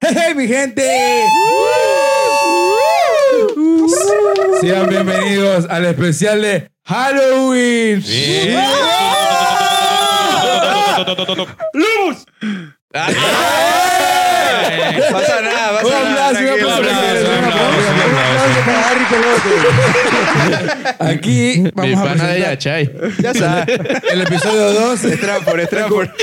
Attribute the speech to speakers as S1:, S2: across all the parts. S1: ¡Hey, mi gente! Sean bienvenidos al especial de Halloween.
S2: Pasa nada,
S1: Un aplauso,
S2: pasa nada.
S1: un
S2: tranquilo,
S1: aplauso.
S2: aplauso,
S1: Un
S2: aplauso.
S1: aplauso. Aquí
S3: Mi
S1: vamos a
S3: pana de
S1: presentar
S3: Yachay.
S2: Ya sabes.
S1: el episodio 2.
S2: Estrampor, estrampor.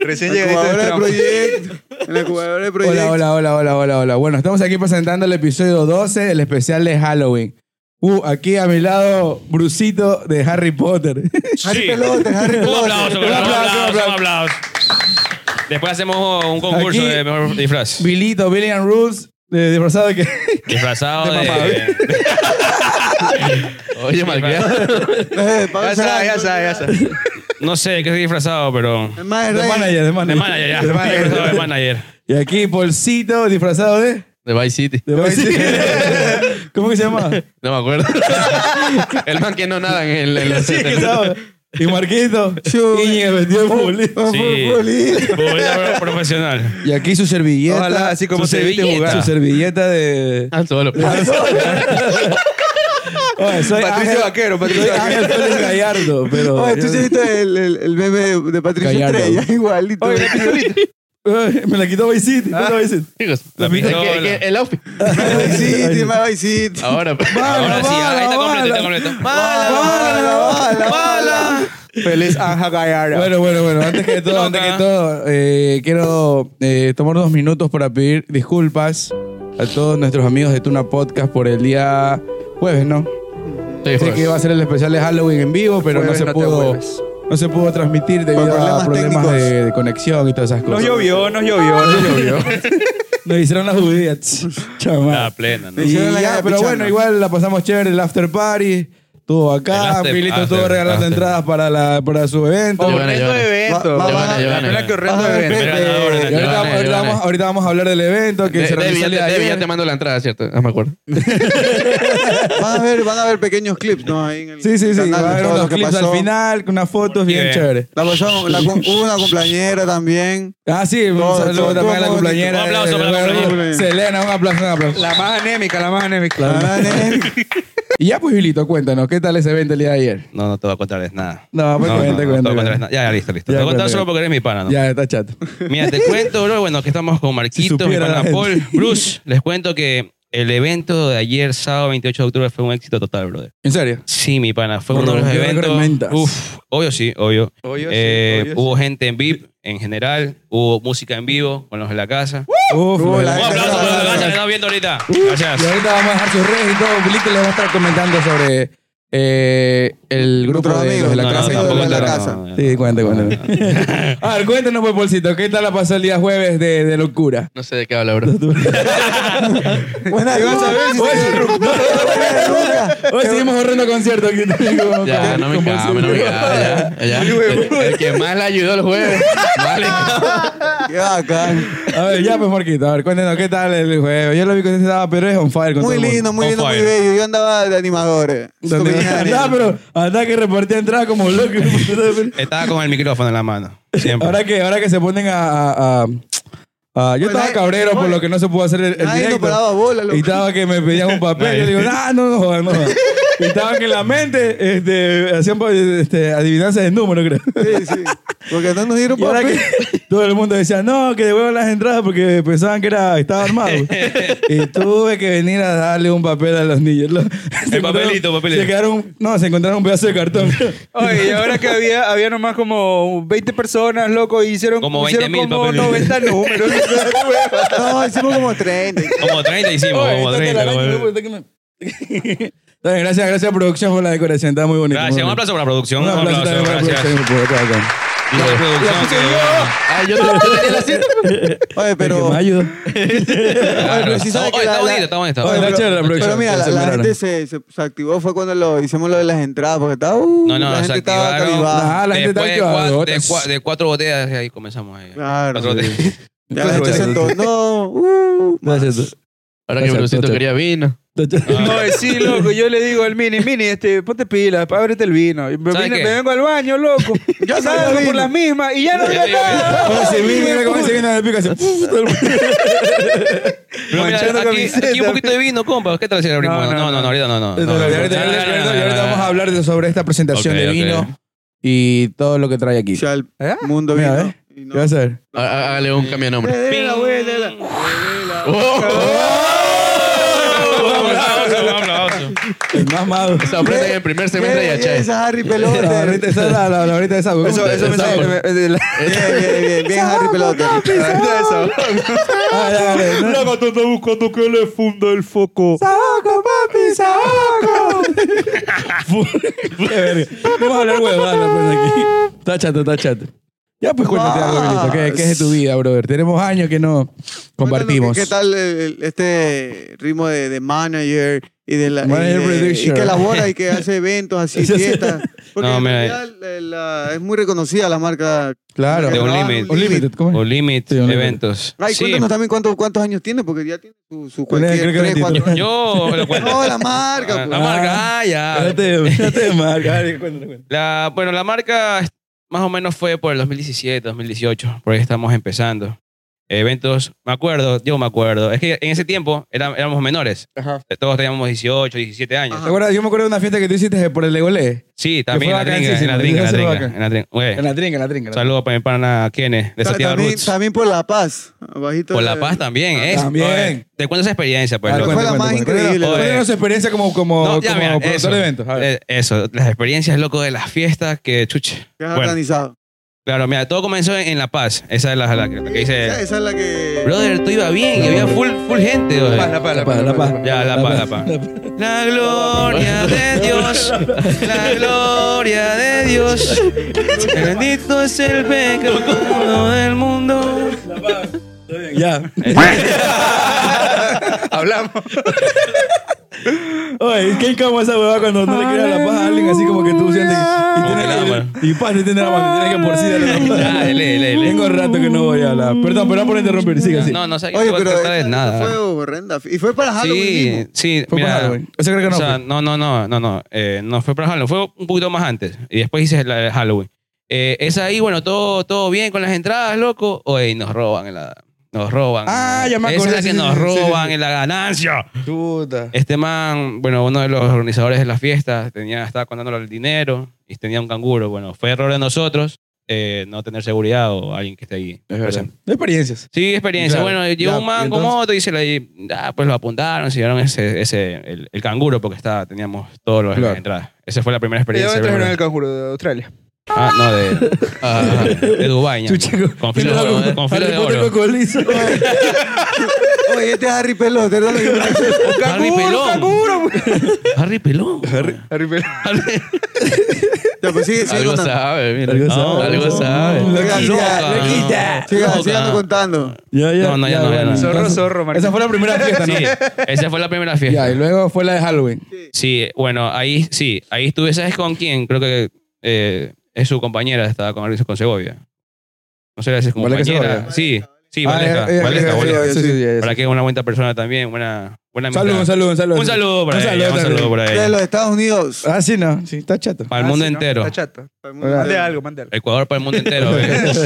S2: Recién llegaste
S4: Incubadora
S2: de
S4: de
S2: Estrampor.
S4: proyecto. En la incubadora de
S3: Este
S4: proyecto.
S1: Hola, hola, hola, hola, hola, hola. Bueno, estamos aquí presentando el episodio 12, el especial de Halloween. Uh, aquí a mi lado, Brucito de Harry Potter.
S4: Harry Pelote, Harry
S3: Un
S4: Pelote.
S3: aplauso, un
S1: Un
S3: aplauso,
S1: aplauso,
S3: un
S1: aplauso.
S3: aplauso, un aplauso. Después hacemos un concurso
S1: Aquí-
S3: de mejor disfraz.
S1: Bilito, Billy and Rules, de- disfrazado de que...
S3: Disfrazado
S1: De
S3: de.
S1: papá,
S3: Oye, malcriado.
S4: Eh, pausa.
S2: Ya sabes, ya sabes, ya sabes.
S3: No sé de qué estoy disfrazado, pero.
S4: Es más, es
S1: De
S4: rey.
S1: manager, Ah, de
S3: De
S1: manager.
S3: manager, ya. De
S2: manager.
S3: manager. De manager.
S1: Y aquí, Polcito, disfrazado de...
S3: De Vice City.
S1: de ¿Cómo que se llama?
S3: No me acuerdo. El man que no nada en el. en la-
S1: y Marquito, Iñigo, vestido de futbolista.
S3: Sí. Futbolista profesional.
S1: Y aquí su servilleta.
S2: Ojalá, así como
S1: su
S2: se viste
S1: servilleta.
S2: jugar.
S1: Su servilleta de...
S3: Al Ah, solo.
S1: Oye, soy
S2: Patricio
S1: Ángel-
S2: Vaquero, Patricio
S1: soy
S2: Vaquero.
S1: Ángel Félix Gallardo, pero...
S4: Oye, tú sí viste el, el, el meme de, de Patricio
S1: Gallardo.
S4: Estrella, igualito.
S1: Oye, la pistolita. Ay, Me la quitó Vice City. ¿Cuándo la Vice City?
S3: Chicos,
S1: La
S3: es que-
S1: pistola.
S3: es que- el outfit.
S4: Vice City, más Vice City.
S3: Ahora.
S1: Bala,
S3: Ahora sí, ahí
S1: bala,
S3: está completo, está
S1: bala.
S3: completo.
S4: Bala, bala.
S2: Feliz Anja Gallardo.
S1: Bueno, bueno, bueno. Antes que todo,
S3: Loca.
S1: antes que todo, eh, quiero eh, tomar dos minutos para pedir disculpas a todos nuestros amigos de Tuna Podcast por el día jueves, ¿no?
S3: Sí,
S1: Sé
S3: pues.
S1: que iba a ser el especial de Halloween en vivo, pero no
S2: Jueves
S1: se
S2: no te
S1: pudo.
S2: vuelves.
S1: No se pudo transmitir debido a
S4: problemas
S1: problemas
S4: técnicos.
S1: de, de conexión y todas esas
S2: Nos
S1: cosas.
S2: llovió, nos llovió, nos llovió.
S1: Nos hicieron las judías. Chaval.
S3: La plena, ¿no?
S4: Sí.
S1: Y
S4: hicieron la
S1: ya, pero
S4: capuchana.
S1: bueno, igual la pasamos chévere el after party. Estuvo
S3: El
S1: acá,
S3: after-
S1: Pilito
S3: after-
S1: estuvo regalando
S3: after.
S1: entradas para, la, para su evento.
S3: Llevan,
S2: Horrendo
S3: llevan.
S2: evento.
S4: Va- va-
S2: La
S4: va-
S2: verdad que horrendo
S4: va-
S2: evento.
S4: va-
S3: Pero
S1: Y
S4: Eh,
S3: ganador, ganador,
S1: ahorita,
S3: ganador,
S1: ahorita
S3: ganador.
S1: vamos, ahorita vamos a hablar del evento que
S3: De-
S1: se
S3: Debbie,
S1: realizó
S3: ya
S1: el
S3: te-
S1: día de
S3: Debbie, ya
S1: ayer.
S3: te mando la entrada, ¿cierto? Ah, me acuerdo.
S4: Van a ver, van a ver pequeños clips, ¿no? Ahí en el
S1: Sí, sí, sí.
S4: canal
S1: Va a
S4: de
S1: haber
S4: todo
S1: unos
S4: lo que
S1: clips
S4: pasó.
S1: al final, unas fotos bien
S3: Bien.
S1: chéveres.
S4: La pasó, la, con- hubo una compañera también.
S1: Ah, sí, un
S4: Todo,
S1: saludo también
S4: todo, todo
S1: a la
S4: bonito.
S1: cumpleañera.
S3: Un aplauso
S1: de-
S3: para la
S1: de-
S3: cumpleañera.
S1: Selena, un aplauso, un aplauso.
S2: La más anémica, la más anémica.
S4: Ah, nene.
S1: Y ya, pues, Vilito, cuéntanos, ¿qué tal ese evento el día de ayer?
S3: No, no te voy a contarles nada.
S1: No, pues, cuenta, cuenta,
S3: te voy a
S1: cuenta.
S3: contarles nada. Ya, ya, listo, listo.
S1: Ya,
S3: te voy a contar
S1: cuenta,
S3: solo
S1: cuenta.
S3: porque eres mi pana, ¿no?
S1: Ya, está chato.
S3: Mira, te cuento, bro, bueno, que estamos con
S1: Si
S3: Marquito, mi
S1: supiera la
S3: pana
S1: gente.
S3: Paul, Bruce. Les cuento que el evento de ayer, sábado 28 de octubre, fue un éxito total, brother.
S1: ¿En serio?
S3: Sí, mi pana, fue uno de los
S1: Rompió récord de
S3: eventos.
S1: ventas.
S3: Uf, obvio sí, obvio.
S2: Obvio sí,
S3: Eh,
S2: obvio sí.
S3: hubo gente en VIP en general, hubo música en vivo con los de la casa.
S1: Uf,
S4: Uh,
S1: la
S4: la
S3: Un
S1: gente
S3: aplauso
S1: está-
S3: para los de la casa que están viendo ahorita.
S1: ¡Uh!
S3: Gracias.
S1: Y ahorita vamos a dejar sus redes y todo. Vilito les va a estar comentando sobre eh, el grupo de
S4: Nuestros
S1: los de
S4: amigos,
S1: la
S4: nuestros
S1: casa.
S4: amigos de la
S3: tampoco-
S4: casa.
S3: no, no, no.
S1: Sí, cuente, cuente. A ver, cuéntanos, pues, Polcito, ¿qué tal la pasó el día jueves de, de locura?
S3: No sé de qué habla, bro.
S4: Buena,
S2: Y vas a ver si
S4: Oye,
S2: se-
S4: no, no, no, no, no, no.
S1: Hoy seguimos ahorrando conciertos. aquí.
S3: Ya, no me
S1: Como
S3: cabe, no me
S1: siempre.
S3: cabe. Ya, ya. El, el que más la ayudó el jueves. Vale.
S4: Qué bacán.
S1: A ver, ya pues Marquito, a ver, cuéntenos qué tal el juego. Yo lo vi que usted estaba, pero es on fire con
S4: Muy
S1: todo el mundo.
S4: lindo, muy
S3: On
S4: lindo, muy
S3: fire.
S4: bello. Yo andaba de animadores.
S1: Donde- Andá, pero andá que repartía entradas como loco.
S3: Estaba con el micrófono en la mano. Siempre.
S1: ahora, que, ahora que se ponen a... a- a- a- yo
S4: Oye,
S1: estaba
S4: Pues nadie-
S1: cabrero por
S4: oye,
S1: lo que no se pudo hacer el, el
S4: nadie no
S1: directo.
S4: paraba bola, loco.
S1: y estaba que me pedían un papel. yo
S3: Nadie.
S1: digo, ah, no, no, jodan, no. jodan". Y estaban que en la mente este, hacían este, adivinanzas de número, creo.
S4: Sí, sí. Porque no nos dieron
S1: Y ahora
S4: papel.
S1: que todo el mundo decía, no, que devuelvan las entradas porque pensaban que era, estaba armado. y tuve que venir a darle un papel a los niños. Lo- se
S3: papelito,
S1: encontraron-
S3: papelito.
S1: Se quedaron, no, se encontraron un pedazo de cartón.
S2: Oye, y ahora que había, había nomás como 20 personas, loco, y hicieron
S3: Como
S2: hicieron
S3: 20.000
S2: como
S3: papeles.
S2: 90 números.
S4: No, hicimos como 30.
S3: Como 30 hicimos,
S1: Oye,
S3: como
S1: está
S3: 30.
S1: telaraña,
S3: como-
S1: ¿no? Está que no- Está bien, gracias, gracias producción por la decoración, está muy bonito.
S3: Gracias,
S1: muy
S3: un
S1: bonito.
S3: aplauso para la producción.
S1: Un aplauso también para
S3: gracias.
S1: producción, por acá, acá.
S3: Y de producción que- Ay, yo también tenía el asiento.
S4: Oye,
S1: Que
S4: pero.
S1: me
S4: Oye,
S1: ayudó.
S4: pero sí sabes
S3: Oye,
S4: que
S3: está
S4: la-
S3: bonito,
S4: la-
S3: está bonito.
S1: Oye, la chévere la producción.
S4: Pero mira, la,
S1: se
S4: la
S1: miraron.
S4: gente se, se, se activó fue cuando lo hicimos lo de las entradas, porque estaba. uh,
S3: No, no,
S4: la
S3: se
S4: gente estaba
S3: activaron.
S4: activada.
S1: Ajá, Ah, la gente está
S3: Después de, cua- de,
S1: activadora.
S3: cua- de cuatro botellas, ahí comenzamos. eh. Ahí.
S4: Claro.
S3: Cuatro botellas.
S4: Ya la gente se
S1: Claro,
S4: entonó. Uh,
S1: Gracias.
S5: Ahora que
S1: Exacto,
S5: Brucito
S1: exacto.
S5: quería vino.
S3: Ah,
S2: No, eh, sí, loco, yo le digo al mini, mini, este, ponte pilas, ábrete el vino. Y Me,
S3: ¿Sabes
S2: vine-
S3: qué?
S2: me vengo al baño, loco. Yo salgo por las mismas y ya no veo
S3: digo,
S2: nada.
S1: Oye, si vi, mira cómo se viene de pica. así, puf, todo el-
S3: Pero mira,
S2: Manchando
S3: aquí,
S2: camiseta.
S3: aquí un poquito de vino, compa. ¿Qué te decía ahorita?
S2: No,
S3: No,
S2: no,
S3: no, no,
S2: no.
S3: ahorita no, no.
S1: Y
S3: no, no.
S1: ahorita vamos a hablar de- sobre esta presentación
S3: Ok,
S1: de
S3: ok.
S1: vino y todo lo que trae aquí.
S4: sea, el
S2: ¿Eh?
S4: mundo
S1: Mira,
S4: vino.
S1: ¿eh?
S4: y
S1: ¿Qué
S4: no-
S1: vas a ver?
S3: Ah,
S5: Há- há- Hágale un cambio de nombre.
S4: Dele la vuelta, dele la-
S3: Oh, Aplauso, aplauso.
S1: El más mago.
S5: Se aprende en el primer
S4: Qué
S5: semestre de
S3: E.
S5: Yachay.
S4: belleza, Harry
S1: La
S4: Pelote.
S1: barrita esa, la- la barrita esa. güey.
S2: Eso, eso me
S1: Esa, güey.
S2: sale. me- de la-
S4: Bien, bien, bien, bien, Harry Pelote.
S1: Ah, dale, dale, no.
S2: te está buscando que le funda el foco.
S1: ¡Saoco, papi, saoco! Qué verga. Vamos a hablar huevada, pues, aquí. Está chato, está chato. Ya, pues, cuéntate algo, Benito. ¿Qué, qué es de tu vida, brother? Tenemos años que no compartimos.
S4: Cuéntanos, ¿Qué, qué tal el- el- este ritmo de, de manager y de la
S1: Manager
S4: y de-
S1: producer.
S4: y que elabora y que hace eventos así
S1: Eso sí.
S4: fiestas? Porque
S3: No,
S4: en
S3: mira.
S4: realidad, eh, la- es muy reconocida la marca.
S1: Claro.
S3: De Unlimited.
S1: Unlimited, ¿cómo es?
S3: O Limit,
S1: Sí, o Limit.
S3: eventos.
S4: Ay,
S3: Sí,
S4: cuéntanos también cuánto- cuántos años tiene porque ya tiene su, su cualquier
S1: creo que
S4: tres,
S1: 23.
S4: cuatro años.
S3: yo lo cuento.
S4: No, la marca.
S3: La
S4: pues.
S3: marca, ah, ya.
S1: Espérate, espérate, Marc. A ver, cuéntame, cuéntame.
S3: La, bueno, la marca más o menos fue por el 2017, 2018, por ahí estamos empezando. Eventos, me acuerdo, yo me acuerdo. Es que en ese tiempo era- éramos menores. Todos teníamos 18, 17 años.
S1: ¿Te acuerdas? Yo me acuerdo de una fiesta que tú hiciste por el Legolé.
S3: Sí, también en la
S1: bacán,
S3: trinca,
S1: sí,
S3: en la
S1: sí,
S3: trinca, en la
S1: sí,
S3: trinca,
S1: bacán.
S3: en la trinca. Oye,
S1: En la trinca, en la trinca. en la trinca.
S3: Saludos para mi pana Kene, de
S4: Ta-
S3: Santiago
S4: también,
S3: Roots.
S4: también por La Paz. Abajito
S3: Por La
S4: de-
S3: Paz también, es.
S1: Ah, también. Ah,
S3: Oye, Te cuento esa experiencia, pues.
S1: Dale,
S3: loco.
S4: Fue
S1: cuenta,
S4: la
S1: cuenta,
S4: más
S1: cuenta.
S4: increíble.
S1: Cuéntanos-
S3: Oye.
S1: Cuéntanos su experiencia como, como,
S3: No, ya,
S1: como
S3: mira,
S1: productor
S3: eso.
S1: de eventos. A ver.
S3: Eh, Eso, las experiencias, loco, de las fiestas que chuche.
S4: Que has
S3: Bueno.
S4: organizado.
S3: Claro, mira, todo comenzó en, en La Paz. Esa es la, la- la que
S1: Mm.
S4: Esa,
S3: dice.
S4: esa es la que.
S3: Brother, tú iba bien y había full, full gente. oye.
S1: La paz, la paz.
S3: Ya, la paz, la paz. La gloria de Dios, la gloria de Dios. Bendito es el pecado del mundo.
S1: Ya.
S2: Hablamos.
S1: Oye, qué incómodo esa huevada cuando no le quieres dar la paz a alguien así como que tú sientes que- y
S3: Como
S1: tienes
S3: que Ah, la ama.
S1: y paz no tienes la mano, tienes que por sí darle la
S3: Ya,
S1: paz.
S3: dele, dele, dele.
S1: Tengo rato que no voy a hablar. Perdón, perdón por interrumpir, sigue así.
S3: No, no sé qué
S4: Oye,
S3: te voy a
S4: pero.
S3: contar de
S4: esa- esa Fue
S3: nada. ¿eh?
S4: horrenda. Y fue para Halloween.
S3: Sí,
S4: mismo.
S3: sí,
S1: Fue para
S3: mira,
S1: Halloween. Eso creo que no.
S3: O sea,
S1: fue.
S3: no, no, no, no, no. eh, no fue para Halloween, fue un poquito más antes. Y después hice la de Halloween. Eh, esa ahí, bueno, todo, todo bien con las entradas, loco. Oye, y nos roban en la. Nos roban.
S1: Ah, ya me
S3: Esa es
S1: acordé,
S3: la que
S1: sí, sí,
S3: nos
S1: sí, sí, sí.
S3: roban en la ganancia.
S1: Puta.
S3: Este man, bueno, uno de los organizadores de la fiesta, tenía, estaba contándole el dinero y tenía un canguro. Bueno, fue error de nosotros eh, no tener seguridad o alguien que esté ahí.
S1: Es verdad.
S3: presente.
S1: De experiencias.
S3: Sí, experiencia.
S1: Claro,
S3: bueno, llegó
S1: ya,
S3: un
S1: y
S3: man con
S1: entonces-
S3: moto y se le, ah, pues lo apuntaron, se llevaron ese, ese, el, el canguro porque estaba, teníamos todos los
S1: Claro.
S3: las entradas. Esa fue la primera
S2: ¿De
S3: experiencia.
S2: dónde trajeron el
S3: ¿verdad?
S2: canguro? De Australia.
S3: Ah, no, de, ah, de Dubái. ña. Con filos de oro. Con filos de oro.
S4: Oye, este es Harry Pelote. ¿verdad?
S3: Harry Pelón.
S2: canguro!
S3: Harry Pelón.
S2: Harry Pelón.
S4: Ya, pues sigue, sigue
S5: Algo
S4: contando.
S5: sabe, mira.
S1: Algo
S5: No,
S1: sabe.
S5: Algo sabe.
S4: Loca,
S1: Loquita,
S4: loca.
S1: loquita.
S4: Siga,
S3: Loca.
S4: sigando contando.
S1: Ya, ya.
S3: No, no, ya no, ya
S1: bueno.
S3: no.
S2: Zorro, zorro, Marquito.
S1: Esa fue la primera fiesta, ¿no?
S3: Sí, esa fue la primera
S1: Ya,
S3: fiesta.
S1: y luego fue la de Halloween.
S3: Sí, bueno, ahí sí, ahí estuve, ¿sabes con quién? Creo que eh, es su compañera, estaba con, con Segovia. No sé si es su
S1: ¿Valeca
S3: compañera.
S1: Segovia?
S3: Sí, sí,
S1: Ah,
S3: Valeca,
S1: ya, ya,
S3: Valeca,
S1: ya, ya,
S3: Valeca.
S1: sí, sí, sí, ya, ya.
S3: Para que es una buena persona también, buena, buena amistad.
S1: Salud, un saludo, un saludo.
S3: Un saludo para
S1: Un saludo
S3: ella, un
S1: también.
S3: saludo para ella.
S4: De los Estados Unidos.
S1: Ah, sí, no. Sí, está chato.
S3: Para el mundo entero.
S2: Ah, Está chato. Mande
S4: De
S2: algo, mande algo.
S3: Ecuador para el mundo entero. ¿ves?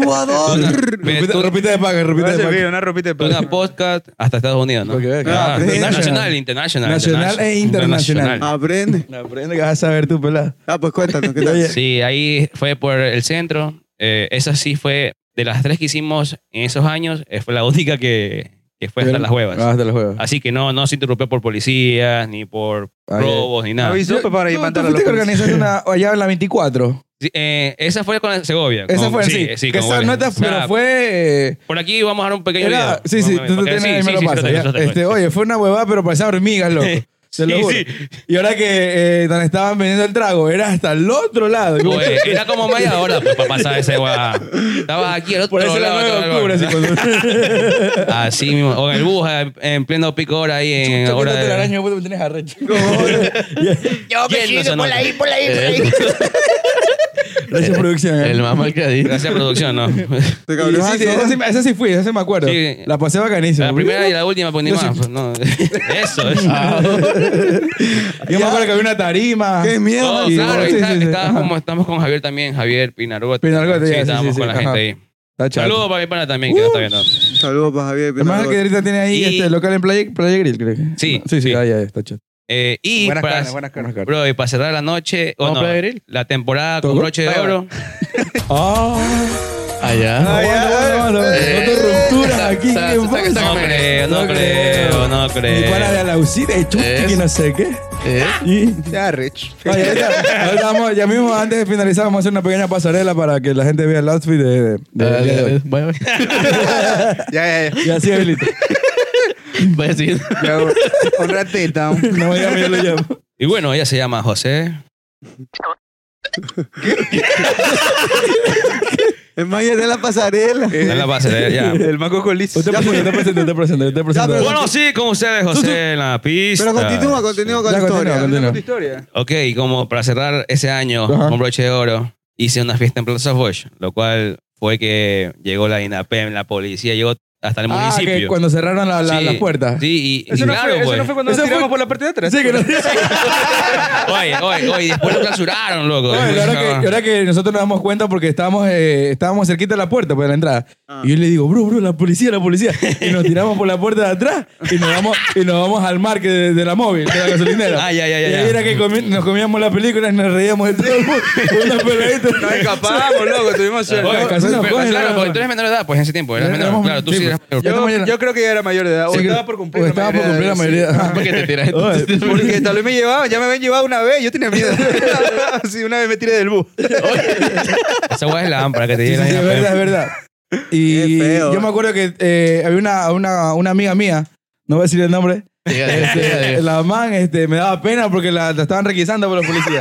S4: Ecuador.
S3: Ves,
S1: Repita-
S3: tú-
S1: Repita de paga, repita de
S2: Una
S1: paga.
S2: ropita, una ropita de
S3: tú una podcast hasta Estados Unidos, ¿no?
S1: Porque ve que-
S3: Ah,
S4: Ah,
S3: nacional,
S1: internacional.
S3: internacional.
S1: Nacional e internacional.
S4: Aprende.
S1: Aprende que vas a saber tú, pelada.
S4: Ah, pues cuéntanos. ¿qué tal?
S1: Oye,
S3: Sí, ahí fue por el centro. Eh, esa sí fue, de las tres que hicimos en esos años, eh, fue la única que, que fue hasta las huevas.
S1: Ah, hasta las huevas.
S3: Así que no, no se interrumpió por policías, ni por
S1: Ah, ya.
S3: robos, ni nada.
S2: Avisó para
S1: Tú-
S2: ir
S1: tú
S2: mandar a
S1: fuiste que
S2: los
S1: organizaste una allá en la 24.
S3: Sí, eh, esa fue con Segovia.
S1: Esa
S3: con-
S1: fue sí.
S3: sí,
S1: que
S3: con
S1: esa
S3: Segovia.
S1: nota
S3: O sea,
S1: pero fue eh,
S3: Por aquí vamos a dar un pequeño
S1: era,
S3: video.
S1: sí, sí,
S3: Vamos a ver,
S1: tú
S3: porque-
S1: tienes
S3: sí,
S1: ahí me
S3: sí,
S1: lo
S3: sí,
S1: pasas.
S3: lo tengo,
S1: ya.
S3: lo tengo.
S1: Este, oye, fue una huevada, pero parecía hormigas, loco. Se lo
S3: Sí,
S1: juro.
S3: sí.
S1: Y ahora que eh, donde estaban vendiendo el trago era hasta el otro lado. Y como-
S3: Oye, era como media hora pues, para pasar ese guá. Estaba aquí al otro
S1: por eso era
S3: lado.
S1: 9 de
S3: estaba-
S1: octubre. Así, cuando...
S3: Así mismo. O en el bus, eh, en pleno pico hora ahí. En
S1: Chucha,
S3: hora
S1: quítate la
S3: de-
S1: araña, puto, me tienes arrecho.
S3: Lleno esa nota.
S5: Eh,
S1: Gracias, producción. ¿eh?
S5: El más mal que di.
S3: Gracias, producción, no.
S4: Este
S1: Y
S4: cabrón.
S1: sí, sí, esa, sí, esa sí fui, esa sí me acuerdo.
S3: Sí.
S1: La pasé bacanísima.
S3: La primera y la última, pues ni
S1: Yo
S3: más.
S1: sí- Ah.
S3: pues, no. Eso, eso.
S1: Yo me acuerdo que había una tarima.
S4: Qué miedo.
S3: No,
S1: Sí,
S3: claro,
S1: sí,
S3: está-
S1: sí, sí.
S3: estábamos, como- estamos con Javier también, Javier Pinargot.
S1: Pinargot,
S3: sí,
S1: ya, sí,
S3: estábamos
S1: sí, sí,
S3: con la gente
S1: ajá.
S3: ahí.
S1: Está chato.
S3: Saludos para mi pana también, que no está viendo.
S4: Saludos para Javier.
S1: Además, el que
S4: Pinargot.
S1: ahorita tiene ahí
S3: Y-
S1: este local en Playa, Playa Grill, creo. que.
S3: Sí,
S1: Sí, sí,
S3: sí.
S1: ah, ya, está chato.
S3: Eh, y
S2: Buenas
S3: para,
S2: carnes, buenas carnes.
S3: bro, y para cerrar la noche, o
S5: ¿Vamos
S3: no,
S5: a Playa Grill?
S3: la temporada con
S1: ¿Tocó?
S3: broche de
S2: Vaya,
S3: oro.
S1: ¡Ah!
S5: Allá.
S4: Ay, ay,
S1: Bueno, bueno, bueno,
S5: eh,
S1: Dos rupturas aquí.
S5: está-
S1: ¿qué
S5: está-
S1: pasa?
S5: está-
S3: No creo, no creo, no
S1: Mi pana de
S3: creo.
S1: Alausita y chuchi,
S5: Es-
S1: que no sé qué.
S5: ¿Eh?
S1: Y...
S2: Ya, Rich.
S1: Oye, ahorita- ahorita vamos- ya mismo, antes de finalizar, vamos a hacer una pequeña pasarela para que la gente vea el outfit de, de- de-
S5: Dale,
S1: de-
S5: dale, dale. Vaya,
S2: Ya, ya, ya.
S1: Y así, Abelito.
S5: vaya siguiendo.
S2: Ya, Un ratito.
S1: No me llamo, yo lo llamo.
S3: Y bueno, ella se llama José.
S4: El man es de la pasarela.
S3: Está en la base, ya.
S2: El mango con liso.
S1: Usted presenta, usted presenta, usted presenta, usted presenta.
S4: pero-
S3: Bueno, sí, con ustedes, José, en la pista.
S4: Pero continúa, continúa con
S1: Ya,
S4: la
S1: continúa,
S4: historia.
S1: continúa.
S2: tu historia?
S3: Ok, y como para cerrar ese año
S1: Ajá.
S3: con broche de oro, hice una fiesta en Plaza Bosch, lo cual fue que llegó la INAPEM, la policía, llegó hasta el
S1: Ah, que
S3: municipio.
S1: cuando cerraron la- la-
S3: Sí,
S1: las puertas.
S3: Sí, y, y
S2: Eso no,
S3: claro,
S2: fue, eso
S3: pues.
S2: no fue cuando
S1: Eso
S2: nos
S1: fue-
S2: tiramos por la parte de atrás.
S1: Sí, que no-
S3: Oye, oye, oye, y después lo clausuraron, loco.
S1: Oye, la verdad
S3: No.
S1: que, la verdad que nosotros nos damos cuenta porque estábamos, eh, estábamos cerquita de la puerta, pues de la entrada.
S4: Ah.
S1: Y yo le digo, bro, bro, la policía, la policía. Y nos tiramos por la puerta de atrás y nos vamos, y nos vamos al mar que de, de la móvil, de la gasolinera.
S3: Ah, ya, ya, ya,
S1: Y ahí
S3: ya.
S1: era que comi- nos comíamos la película y nos reíamos de todo el mundo. Una peladita.
S2: Nos escapamos, loco. Tuvimos suerte.
S3: Oye,
S1: casi nos
S3: pero-
S1: cogen,
S3: claro,
S1: la-
S3: porque tú eres menor de edad, pues en ese tiempo eras menor.
S1: Éramos-
S3: Claro, tú
S1: sí,
S3: sí eras
S1: pues.
S3: menor.
S1: Esta
S2: Yo,
S1: mañana-
S2: yo creo que ya era mayor de edad. O
S1: Sí,
S2: estaba por cumplir
S1: o
S2: la
S1: estaba por
S2: mayoría
S1: cumplir la
S2: de edad,
S1: mayoría.
S2: sí.
S1: Ajá.
S5: ¿Por qué te tiras?
S1: Oye,
S2: Porque tal vez me llevaban, ya me habían llevado una vez, yo tenía miedo. Así una vez me tiré del bus.
S3: Esa hueá es la ámpara que te
S1: Sí,
S3: dieron.
S1: sí, sí, es verdad, es verdad. Y
S4: Qué feo.
S1: yo me acuerdo que eh, había una, una, una amiga mía, no voy a decir el nombre,
S5: Diga, diga,
S1: este,
S5: diga.
S1: la man este, me daba pena porque la, la estaban requisando por la policía.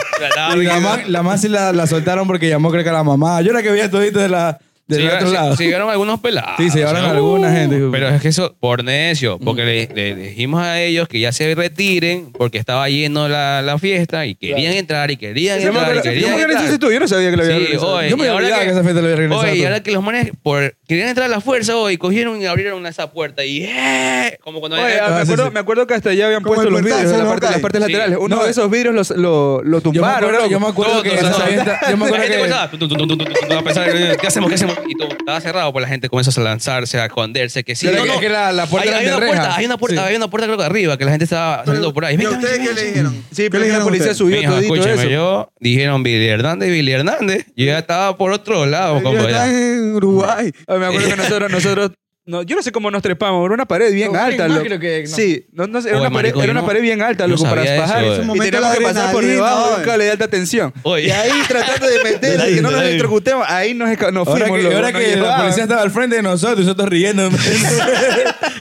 S1: Y la man, la man sí la, la soltaron porque llamó creo que a la mamá. Yo era que veía todito de la, del
S3: Se
S1: otro
S3: llevaron-
S1: lado.
S3: Se, se llevaron algunos pelados.
S1: Sí, se llevaron alguna gente.
S3: Pero es que eso, por necio, porque le, le dijimos a ellos que ya se retiren porque estaba lleno la, la fiesta y querían entrar y querían
S2: Yo me
S3: entrar y
S2: acuerdo- yo me
S3: querían
S2: acuerdo que
S3: entrar.
S2: hiciste tú, yo no sabía que lo había
S3: Sí,
S2: realizado.
S3: oye,
S1: yo me
S3: y ahora
S1: olvidaba que,
S3: que-
S1: esa fiesta la había regresado.
S3: Oye, y ahora que los manes por, querían entrar a la fuerza hoy, cogieron y abrieron esa puerta y ¡eh! como cuando
S2: Oye,
S3: eh,
S2: ah, me,
S1: sí,
S2: acuerdo,
S1: sí.
S2: me acuerdo que hasta allá habían
S4: Como
S2: puesto
S4: el
S2: los
S4: portazo,
S2: vidrios en la
S4: ¿no?
S2: parte- en las partes
S3: Sí.
S2: laterales. Uno
S1: No,
S2: de esos vidrios los- lo, lo
S1: yo me
S2: tumbaron.
S1: acuerdo,
S2: loco.
S1: yo me acuerdo
S3: todo,
S1: que
S3: todo,
S1: esa
S3: todo.
S1: fiesta- yo me
S3: la
S1: acuerdo
S3: gente
S1: que-
S3: comenzaba, tu, tu, tu, tu, tu, tu, tu, a pensar, eh, ¿qué hacemos? ¿Qué hacemos? Y todo estaba cerrado, pues la gente comenzó a lanzarse, a esconderse, que sí,
S1: Pero
S3: no,
S1: que-
S3: no.
S1: que la- la puerta
S3: hay,
S1: era
S3: hay
S1: de
S3: una
S1: reja.
S3: puerta, hay una puerta,
S1: Sí.
S3: hay una puerta creo que arriba que la gente estaba saliendo por ahí.
S4: ¿Y a
S3: Venga,
S4: ustedes
S3: venga,
S4: qué le
S3: venga.
S4: dijeron?
S2: Sí,
S4: ¿Qué le
S2: pero es que la
S4: dijeron
S2: policía
S4: ustedes?
S2: subió
S3: Mijo,
S2: todito
S3: escúchame,
S2: eso.
S3: yo dijeron Billy Hernández, Billy Hernández. Yo ya estaba por otro lado,
S4: Ellos
S3: compa, ya.
S4: están en Uruguay.
S2: Oye, Ah, me acuerdo que nosotros, nosotros, no, yo no sé cómo nos trepamos, era una pared bien
S1: No,
S2: alta.
S1: no,
S2: loco.
S1: creo que no.
S2: Sí, no, no sé, era,
S3: Oye,
S2: una pared,
S3: marico,
S2: era
S3: yo
S2: una
S3: no-
S2: pared bien alta,
S3: yo
S2: loco,
S3: no
S2: para
S3: sabía
S2: bajar.
S3: eso, eh.
S2: y
S4: Momento
S2: teníamos
S4: la
S2: que pasar por
S4: adrenalina,
S2: debajo de un
S4: oye.
S2: cable de alta tensión.
S3: Oye.
S2: Y ahí tratando de meterse, que no nos
S3: Dale.
S2: electrocutemos, ahí nos, esca- nos
S1: Ahora
S2: fuimos.
S1: que,
S2: loco,
S1: ahora
S2: nos
S1: que la
S2: llevaban.
S1: policía estaba al frente de nosotros y nosotros riendo en,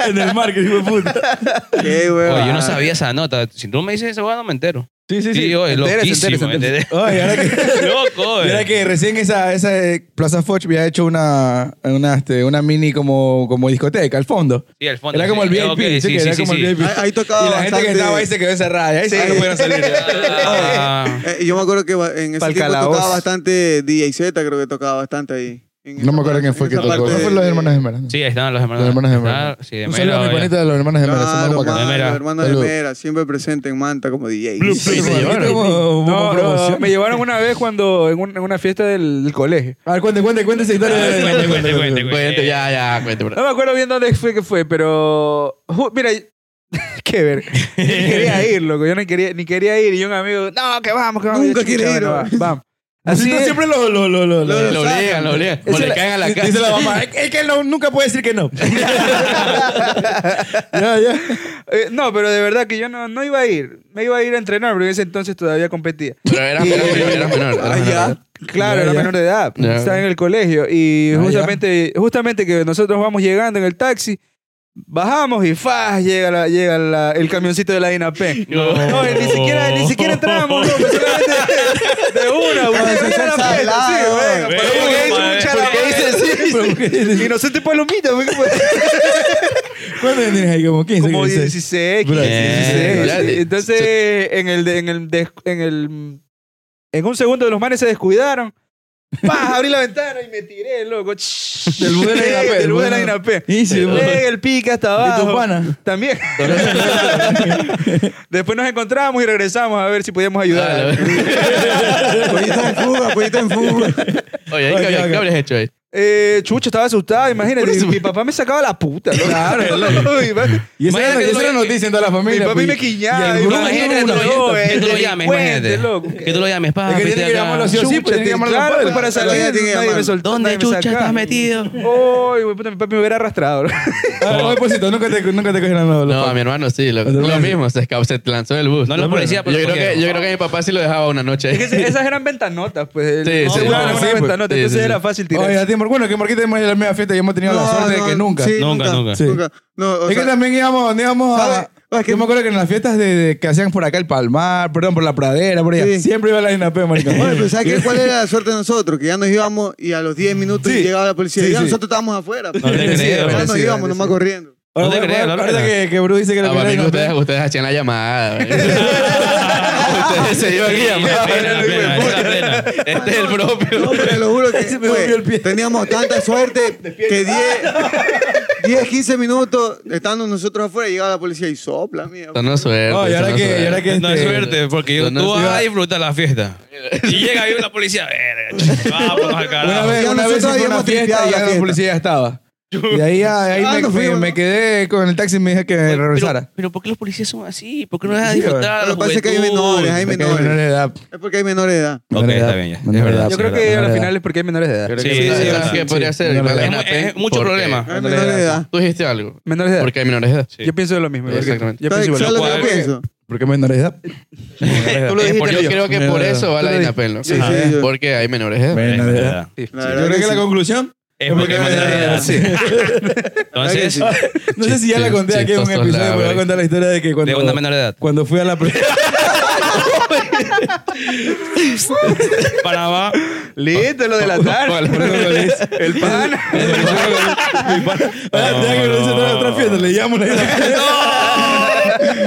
S1: en el mar, que hijo de puta.
S4: Qué hueva.
S3: Oye, yo no sabía esa nota. Si tú me dices esa hueá, no me entero.
S1: Sí, sí, sí.
S3: Sí, oye,
S2: Entérese,
S3: loquísimo.
S2: entérese,
S1: Oye, ahora que...
S3: entérese. Loco, eh.
S1: Y Era
S3: oye.
S1: que recién esa, esa eh, Plaza Foch había hecho una, una, este, una mini como, como discoteca al fondo.
S3: Sí, al fondo,
S1: Era como el
S3: sí.
S1: VIP.
S3: Ok,
S1: sí,
S3: sí,
S1: que
S3: sí,
S1: era
S3: sí,
S1: como
S3: sí.
S1: el VIP.
S4: Ahí- ahí tocaba
S1: y la gente que
S4: bastante-
S1: estaba ahí se quedó encerrada. y Ahí sí. no pudieron salir.
S3: Ah,
S4: Eh, yo me acuerdo que va- en ese
S2: Pa'l
S4: tiempo
S2: calabozo.
S4: tocaba bastante DJ Z, creo que tocaba bastante ahí. En
S1: no me
S4: esa
S1: acuerdo
S4: parte-
S1: quién fue
S4: en
S1: que
S4: esa
S1: tocó.
S4: parte
S1: No fueron los hermanos gemelas.
S3: sí, ahí estaban los hermanos.
S1: Los hermanos gemelos.
S3: Ah, Sí, de
S1: Un saludo a mi
S3: Melo,
S1: panita de los hermanos gemelas. se
S4: Claro,
S1: fueron para acá.
S4: mano,
S3: De Mera.
S4: los hermanos de
S1: Salud.
S4: Mera, siempre presente en Manta como DJ.
S1: Sí,
S5: Sí,
S1: sí,
S5: señor.
S1: aquí estamos
S2: No,
S1: como
S2: no,
S1: promoción.
S2: me llevaron una vez cuando en, un- en una fiesta del, del colegio.
S1: A ver, cuente, cuente, cuente esa historia.
S3: Ah, cuente, cuente, cuente, cuente.
S5: Cuente, ya, ya, cuente. bro.
S2: No me acuerdo bien dónde fue que fue, pero ju- mira, qué ver. Yo ni quería ir, loco, yo no quería ni quería ir y un amigo, no, que vamos, que vamos.
S4: Nunca
S2: Yo,
S4: quiere
S2: chucha,
S4: ir,
S2: bueno,
S4: ¿no?
S2: va, vamos.
S1: Así
S2: Así es.
S1: siempre lo, lo, lo, lo, lo-
S5: Lo obligan, lo obligan. O
S1: Esa
S5: le
S1: la-
S5: caen a la
S1: Dice la
S5: cara.
S1: mamá, es que- es que él no- nunca puede decir que no. ya, ya.
S2: Eh, no, pero de verdad que yo no, no iba a ir. Me iba a ir a entrenar, pero en ese entonces todavía competía.
S5: Pero era era menor, era menor. era
S4: Ah,
S5: menor.
S4: ya.
S2: Claro,
S1: Ya,
S2: era
S1: ya.
S2: menor de edad.
S5: Ya.
S2: Estaba en el colegio. Y
S1: Ah, ya.
S2: justamente, justamente que nosotros vamos llegando en el taxi, bajamos y ¡faz! llega, la, llega la- el camioncito de la INAPEN.
S3: No.
S2: y ni siquiera, ni siquiera entramos, loco, solamente de, de una, güey.
S4: eso es
S2: Era la fiesta, Ah, sí,
S4: salado. Venga,
S2: venga, pero
S3: venga,
S2: porque
S3: padre.
S2: chucha,
S3: ¿Por qué dices
S2: la madre. Inocente palomita, güey. como-
S1: ¿Cuántos años tienes ahí? Como 15.
S2: Como
S1: 16?
S2: 16,
S1: Bro,
S2: 15,
S5: eh,
S2: 16.
S5: ya,
S2: sí.
S5: de-
S2: Entonces, en el, de- en el, des- en el, en un segundo los manes se descuidaron ¡Pah! Abrí la ventana y me tiré, loco. Del
S1: bus de la INAP,
S2: Del bus de la
S1: bueno.
S2: INAP.
S1: Y sí, bueno.
S2: Leg, el pique hasta
S1: ¿Y
S2: abajo.
S1: tu pana?
S2: También. Después nos encontramos y regresamos a ver si podíamos ayudar.
S4: Cuellito en fuga, cuellito en fuga.
S5: Oye, ¿qué, qué habrías hecho ahí?
S2: Eh, chucho, estaba asustado, imagínate.
S5: eso-
S2: Mi papá me sacaba la puta. loco.
S1: Claro,
S2: Uy, va-
S1: Y esa era
S3: Imagínate
S1: la-
S3: que
S1: esa era la
S3: lo-
S1: noticia en toda la familia.
S2: Mi papi
S1: pues.
S2: me
S1: Y
S2: quiñaba.
S1: algunos
S2: y-
S1: imagínate,
S2: imagínate,
S1: una
S3: tú lo-
S2: loco,
S3: que tú lo
S2: el
S3: llames,
S2: delincuente,
S3: imagínate.
S2: loco.
S3: Que tú lo llames,
S1: Es
S3: pa.
S1: que
S3: vete
S1: tiene que
S3: acá.
S1: llamarlo así o sí,
S4: Chucha,
S1: pues tiene que llamarlo a la
S2: claro,
S1: puerta.
S2: para
S4: Pero ya
S2: salir.
S4: tiene que
S2: nadie
S4: llamar.
S2: me soltó.
S3: ¿Dónde
S2: nadie me
S3: chucha
S2: sacaba.
S3: estás metido?
S2: Uy, güey, puta, mi papi me hubiera arrastrado.
S1: Ah, no, pues, sí, nunca te, nunca te cogieron nada.
S5: No, a mi hermano sí, lo,
S1: A tu
S5: lo
S1: hermano.
S5: mismo, se, escapó, se lanzó del bus.
S3: No, los policías,
S5: yo,
S3: pues,
S5: creo
S3: porque-
S5: que, yo creo que mi papá sí lo dejaba una noche.
S2: Es que se- esas eran ventanotas, pues.
S5: Sí,
S2: El-
S5: sí,
S2: claro,
S5: sí,
S2: eran
S5: pues.
S2: unas ventanotas,
S5: Sí,
S2: entonces
S5: sí,
S2: era
S5: sí.
S2: fácil tirar.
S1: Oye, a tiempo, bueno, que Marquita hemos ido a la media fiesta y hemos tenido la suerte de que nunca.
S4: sí,
S3: Nunca, nunca.
S1: Sí.
S4: No, o
S1: es
S4: sea,
S1: que también íbamos, íbamos a.
S4: ¿Sabe? Es que-
S1: Yo me acuerdo que en las fiestas de, de- que hacían por acá el Palmar, perdón, por la pradera, por allá,
S4: Sí.
S1: siempre iba a la INAP, marica.
S4: Oye, pues, pero ¿sabes qué? cuál era la suerte de nosotros? Que ya nos íbamos y a los 10 minutos
S1: Sí.
S4: llegaba la policía.
S1: Sí,
S4: ya
S1: sí.
S4: nosotros estábamos afuera. pues.
S3: No te creo.
S4: ya nos
S1: Bendecido,
S4: íbamos nomás corriendo.
S1: Ahora,
S3: No te
S1: ahora-
S3: creo, la
S1: ahora
S3: verdad.
S1: que, que Bru dice que
S5: Ah,
S1: la
S5: para mí que
S1: primera
S5: ustedes,
S1: INAP-
S5: ustedes hacían la llamada. güey. ustedes se iban a llamar.
S3: Plena, plena, esa plena.
S5: Este es el propio.
S4: No, pero te lo juro que
S1: Se me movió el pie.
S4: teníamos tanta suerte que 10, 10, 15 minutos estando nosotros afuera llegaba la policía y sopla, mía.
S5: Esto no es suerte.
S1: Oh, y
S5: esto
S1: ahora
S5: no es
S1: que, y ahora
S5: suerte.
S1: que
S3: No es
S1: este-
S3: suerte, porque yo,
S5: No, no
S3: tú
S5: es-
S3: vas a disfrutar la fiesta. Y llega ahí la policía, verga, chucha, vámonos al
S1: Una
S3: carajo.
S1: vez,
S4: Ya
S1: una vez
S4: nosotros
S1: sí fue una
S4: habíamos
S1: fiesta
S4: tripeado
S1: y
S4: la
S1: ya la
S4: fiesta.
S1: policía ya estaba. Y ahí, ahí
S4: Ah,
S1: me,
S4: nos
S1: me-
S4: fuimos, ¿no?
S1: me quedé con el taxi y me dije que
S3: Pero-
S1: regresara.
S3: Pero, ¿por qué los policías son así? ¿Por qué no dejan
S1: Sí,
S3: disfrutar a
S4: Lo
S3: la
S4: que pasa es que hay
S3: juventud?
S4: menores, hay
S1: Porque menor
S4: menores.
S1: de edad.
S4: Es porque hay menores de edad.
S3: Ok,
S1: Menor de
S3: está
S1: edad.
S3: bien,
S1: Menor
S3: ya. Es
S1: de edad.
S3: verdad.
S2: Yo
S1: sí,
S2: creo
S1: menor
S2: que
S1: de
S2: a la
S1: edad.
S2: final es porque hay menores de edad.
S5: Creo
S3: Sí,
S5: que
S3: sí,
S5: ¿sabes
S3: sí,
S5: qué
S3: sí.
S5: podría ser?
S1: No, no,
S5: Vale la
S3: Es mu-
S5: pena,
S3: es mucho
S5: porque-
S3: problema.
S4: Hay menores de edad.
S5: Tú dijiste algo.
S2: Menores de edad.
S5: Porque hay menores de edad.
S3: Sí.
S2: Yo pienso lo mismo.
S5: Exactamente.
S2: Yo
S4: ¿Sabes
S2: pienso igual.
S4: sabes lo que
S3: cual-
S4: yo pienso?
S1: ¿Por qué menor de edad?
S3: Tú
S5: Es por-
S3: dijiste,
S5: yo creo que por
S1: Menores de edad.
S5: eso va
S2: Tú
S5: la
S2: lo
S5: INAPEL, ¿no?
S4: Sí,
S5: Ajá.
S4: sí, yo-
S5: Porque hay menores de edad.
S1: Menor de edad.
S2: Sí.
S4: La
S1: Yo
S4: verdad
S1: creo que
S4: que
S1: la
S4: sí.
S1: conclusión.
S3: Es porque hay menores de edad.
S1: Sí.
S3: Entonces,
S4: Claro
S1: No sé si ya la conté aquí en un
S5: Chistosos
S1: episodio,
S5: la
S1: pero voy a
S5: verga.
S1: contar la historia de que
S3: de
S1: cuando,
S3: una menor de edad.
S1: cuando fui a la pre-
S3: Panamá.
S2: Listo, lo delatar. El pan.
S1: Ah, tenía que verse otra- otra fiesta, le llamamos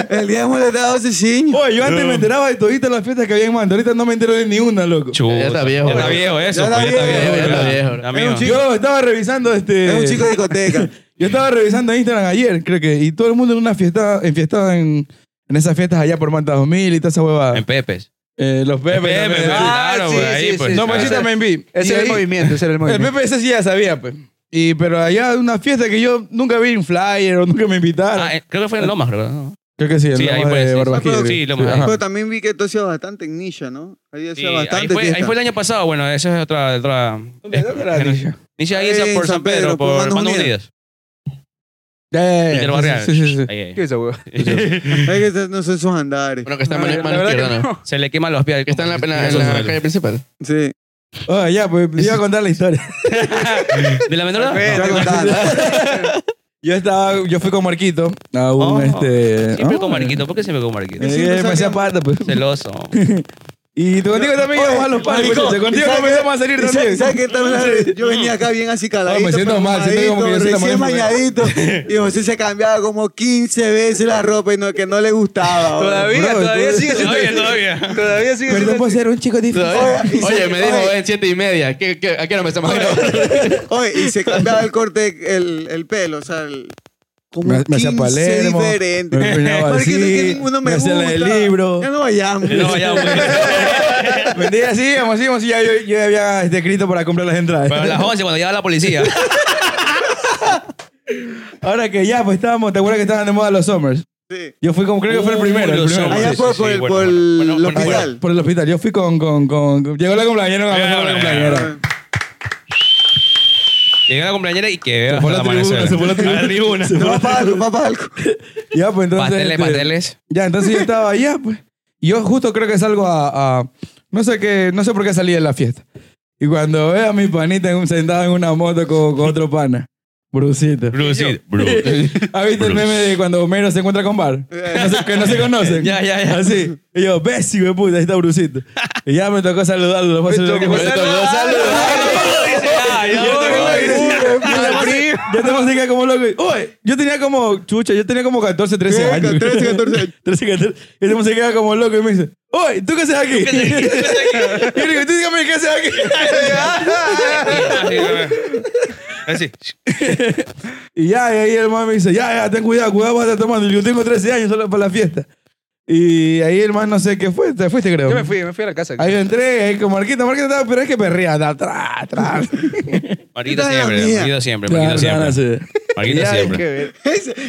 S4: El día hemos edad 12 sí.
S1: Oye, yo antes me enteraba de toditas las fiestas que había en Manta, ahorita no me entero de ni una, loco.
S3: Chuta.
S5: Ya está viejo,
S3: Ya está
S5: bro.
S3: viejo eso.
S4: Ya
S3: pues,
S4: está viejo,
S5: ya está viejo, bro.
S3: Amigo.
S1: Yo estaba revisando este
S4: Es un chico de discoteca.
S1: Yo estaba revisando Instagram ayer, creo que, y todo el mundo en una fiesta, enfiestado en, en esas fiestas allá por Manta 2000 y toda esa huevada.
S3: En Pepes.
S1: Eh, los Pepe.
S3: Pepe,
S1: los Pepe.
S2: ah,
S3: claro,
S2: sí,
S3: güey,
S2: sí,
S3: ahí,
S2: sí,
S3: pues.
S2: sí.
S1: no,
S3: Ah,
S1: Machita
S3: ese-
S1: me enví.
S2: Ese
S1: Y
S2: era el
S1: ahí-
S2: movimiento, ese era el
S1: El
S2: movimiento.
S1: Pepe ese sí ya sabía, pues. Y, pero allá una fiesta que yo nunca vi en flyer o nunca me invitaron.
S3: Ah, eh, creo que fue en Lomas, creo. ¿no?
S1: creo que sí, el
S3: Sí,
S1: Lomas
S3: ahí fue,
S1: de
S3: sí.
S1: Barbaquilla,
S4: Ah, pero-
S1: creo.
S3: Sí, Lomas,
S1: ajá.
S4: Pero también vi que tú hacías bastante en Nisha, ¿no? Ahí
S3: Sí,
S4: hacía
S3: ahí,
S4: bastante
S3: fue, ahí
S4: fiesta.
S3: fue el año pasado. Bueno, esa es otra. otra
S1: ¿Dónde- dónde era Nisha?
S3: Nisha ahí
S4: Ahí
S3: está
S4: en
S3: por
S4: San
S3: San Pedro,
S4: Pedro,
S3: por
S4: por
S3: Manos
S4: Manos
S3: Unidas.
S1: Ya, ya, ya,
S3: Del
S1: sí,
S3: barrial.
S1: sí, sí, sí.
S3: Ahí, ahí.
S2: ¿Qué es eso, güey?
S4: Hay que estar- no sé esos andares.
S5: Bueno, que está en
S2: No,
S5: mano
S2: la
S5: mano
S2: verdad que
S5: izquierda, ¿no?
S3: Se le queman los pies.
S5: Que está en la, en la- en la calle principal.
S4: Sí.
S1: Ah, ya, pues iba a contar la historia.
S3: ¿De la menor edad?
S4: Te voy a contar.
S1: Yo estaba, yo fui con Marquito a un
S3: Oh,
S1: este.
S3: Siempre
S1: ah,
S3: con Marquito. ¿Por qué siempre con Marquito?
S1: eh, me hacía pata, pues.
S3: Celoso.
S1: Y tú contigo también íbamos a los parques.
S4: Maricón,
S1: Contigo
S4: ¿y sabes
S1: también íbamos a salir
S4: ¿Y
S1: también.
S4: sabes- sabes qué tal? Yo venía acá bien así caladito.
S1: Ay, me siento mal, siento como que yo soy la
S4: recién
S1: mujer.
S4: bañadito. Y José se cambiaba como 15 veces la ropa y no, que no le gustaba. bro.
S2: Todavía,
S1: Bro,
S2: todavía
S1: tú-
S2: sigue siendo.
S3: Todavía, todavía.
S2: Todavía sigue
S1: Perdón
S2: siendo.
S1: por ser un chico difícil.
S4: Oye, y
S5: Oye,
S4: se-
S5: me dijo,
S4: oye.
S5: ven, siete y media. ¿Qué, qué, ¿A qué hora empezamos a grabar?
S4: Oye, y se cambiaba el corte, el, el pelo, o sea, el, como
S1: Me, me hacía
S4: 15
S1: Palermo.
S4: diferente.
S1: Me peinaba
S4: Porque
S1: así.
S4: no es que ninguno me,
S1: me hacía
S4: gusta.
S1: la del libro.
S4: Ya no vayamos.
S3: No, vaya, güey.
S1: Me entendí, así íbamos, así íbamos. Y ya yo, yo había este, escrito para comprar las entradas.
S3: Pero a las 11 cuando llega la policía.
S1: Ahora que ya, pues estábamos. ¿Te acuerdas que estaban de moda los Summers?
S4: Sí.
S1: Yo fui con, creo que fue el primero. el
S3: Uh, Los
S1: primero.
S3: hombres,
S4: Allá
S3: sí,
S4: por-
S3: sí,
S4: por el-
S3: bueno,
S4: por
S3: bueno, bueno,
S4: el
S3: bueno,
S4: hospital.
S3: bueno.
S1: Por el hospital. Yo fui con. con, con llegó la cumpleañera. no,
S3: Llegó
S1: llegó la
S3: la
S1: cumpleañera.
S3: Llega la cumpleañera y que
S1: Se
S3: vea
S1: fue la
S3: hasta el
S1: tribuna.
S3: amanecer.
S1: Se fue la tribuna. Se fue la
S4: Papá,
S1: tribuna.
S4: papá, algo.
S1: Ya, pues entonces.
S3: Pasteles,
S1: este,
S3: pasteles.
S1: Ya, entonces yo estaba allá, pues. Y yo justo creo que salgo a, a- no sé qué, no sé por qué salí de la fiesta. Y cuando veo a mi panita en un- sentado en una moto con, con otro pana, Brucito.
S3: Bruce,
S1: ¿Has visto el meme de cuando Homero se encuentra con Bar? No sé- que no se conocen.
S3: Ya, ya, ya.
S1: Así. Y yo, ves, hijo de puta, ahí está Brucito. Y ya me tocó saludarlo. Lo fue a saludar.
S2: tocó
S1: Me tocó
S2: saludar.
S1: saludar.
S3: Ya, ya,
S1: Yo
S3: ya.
S1: tengo- Yo
S2: Ay, la
S1: tengo-
S2: amigo.
S1: Yo te mastica como loco. y, Uy, yo tenía como, chucha, yo tenía como 14, 13
S4: Verga,
S1: años.
S4: 13, 14 años.
S1: 13, 14. Y este man se queda como loco y me dice, uy, ¿tú qué haces aquí? Y yo le digo, tú dígame qué haces aquí.
S3: Así.
S1: y ya, y ahí el man me dice, ya, ya, ten cuidado, cuidado, vas a estar tomando. Y yo tengo 13 años solo para la fiesta. Y ahí el man no sé qué fue, te fuiste creo.
S2: Yo me fui, me fui a la casa.
S1: Ahí yo entré, ahí con Marquita, Marquita estaba, pero es que perría, da, tra, atrás.
S3: Marquito
S4: Puta
S3: siempre,
S4: mía.
S3: Marquito siempre, Marquito siempre. Marquito
S2: Ya,
S3: siempre.
S2: qué ver.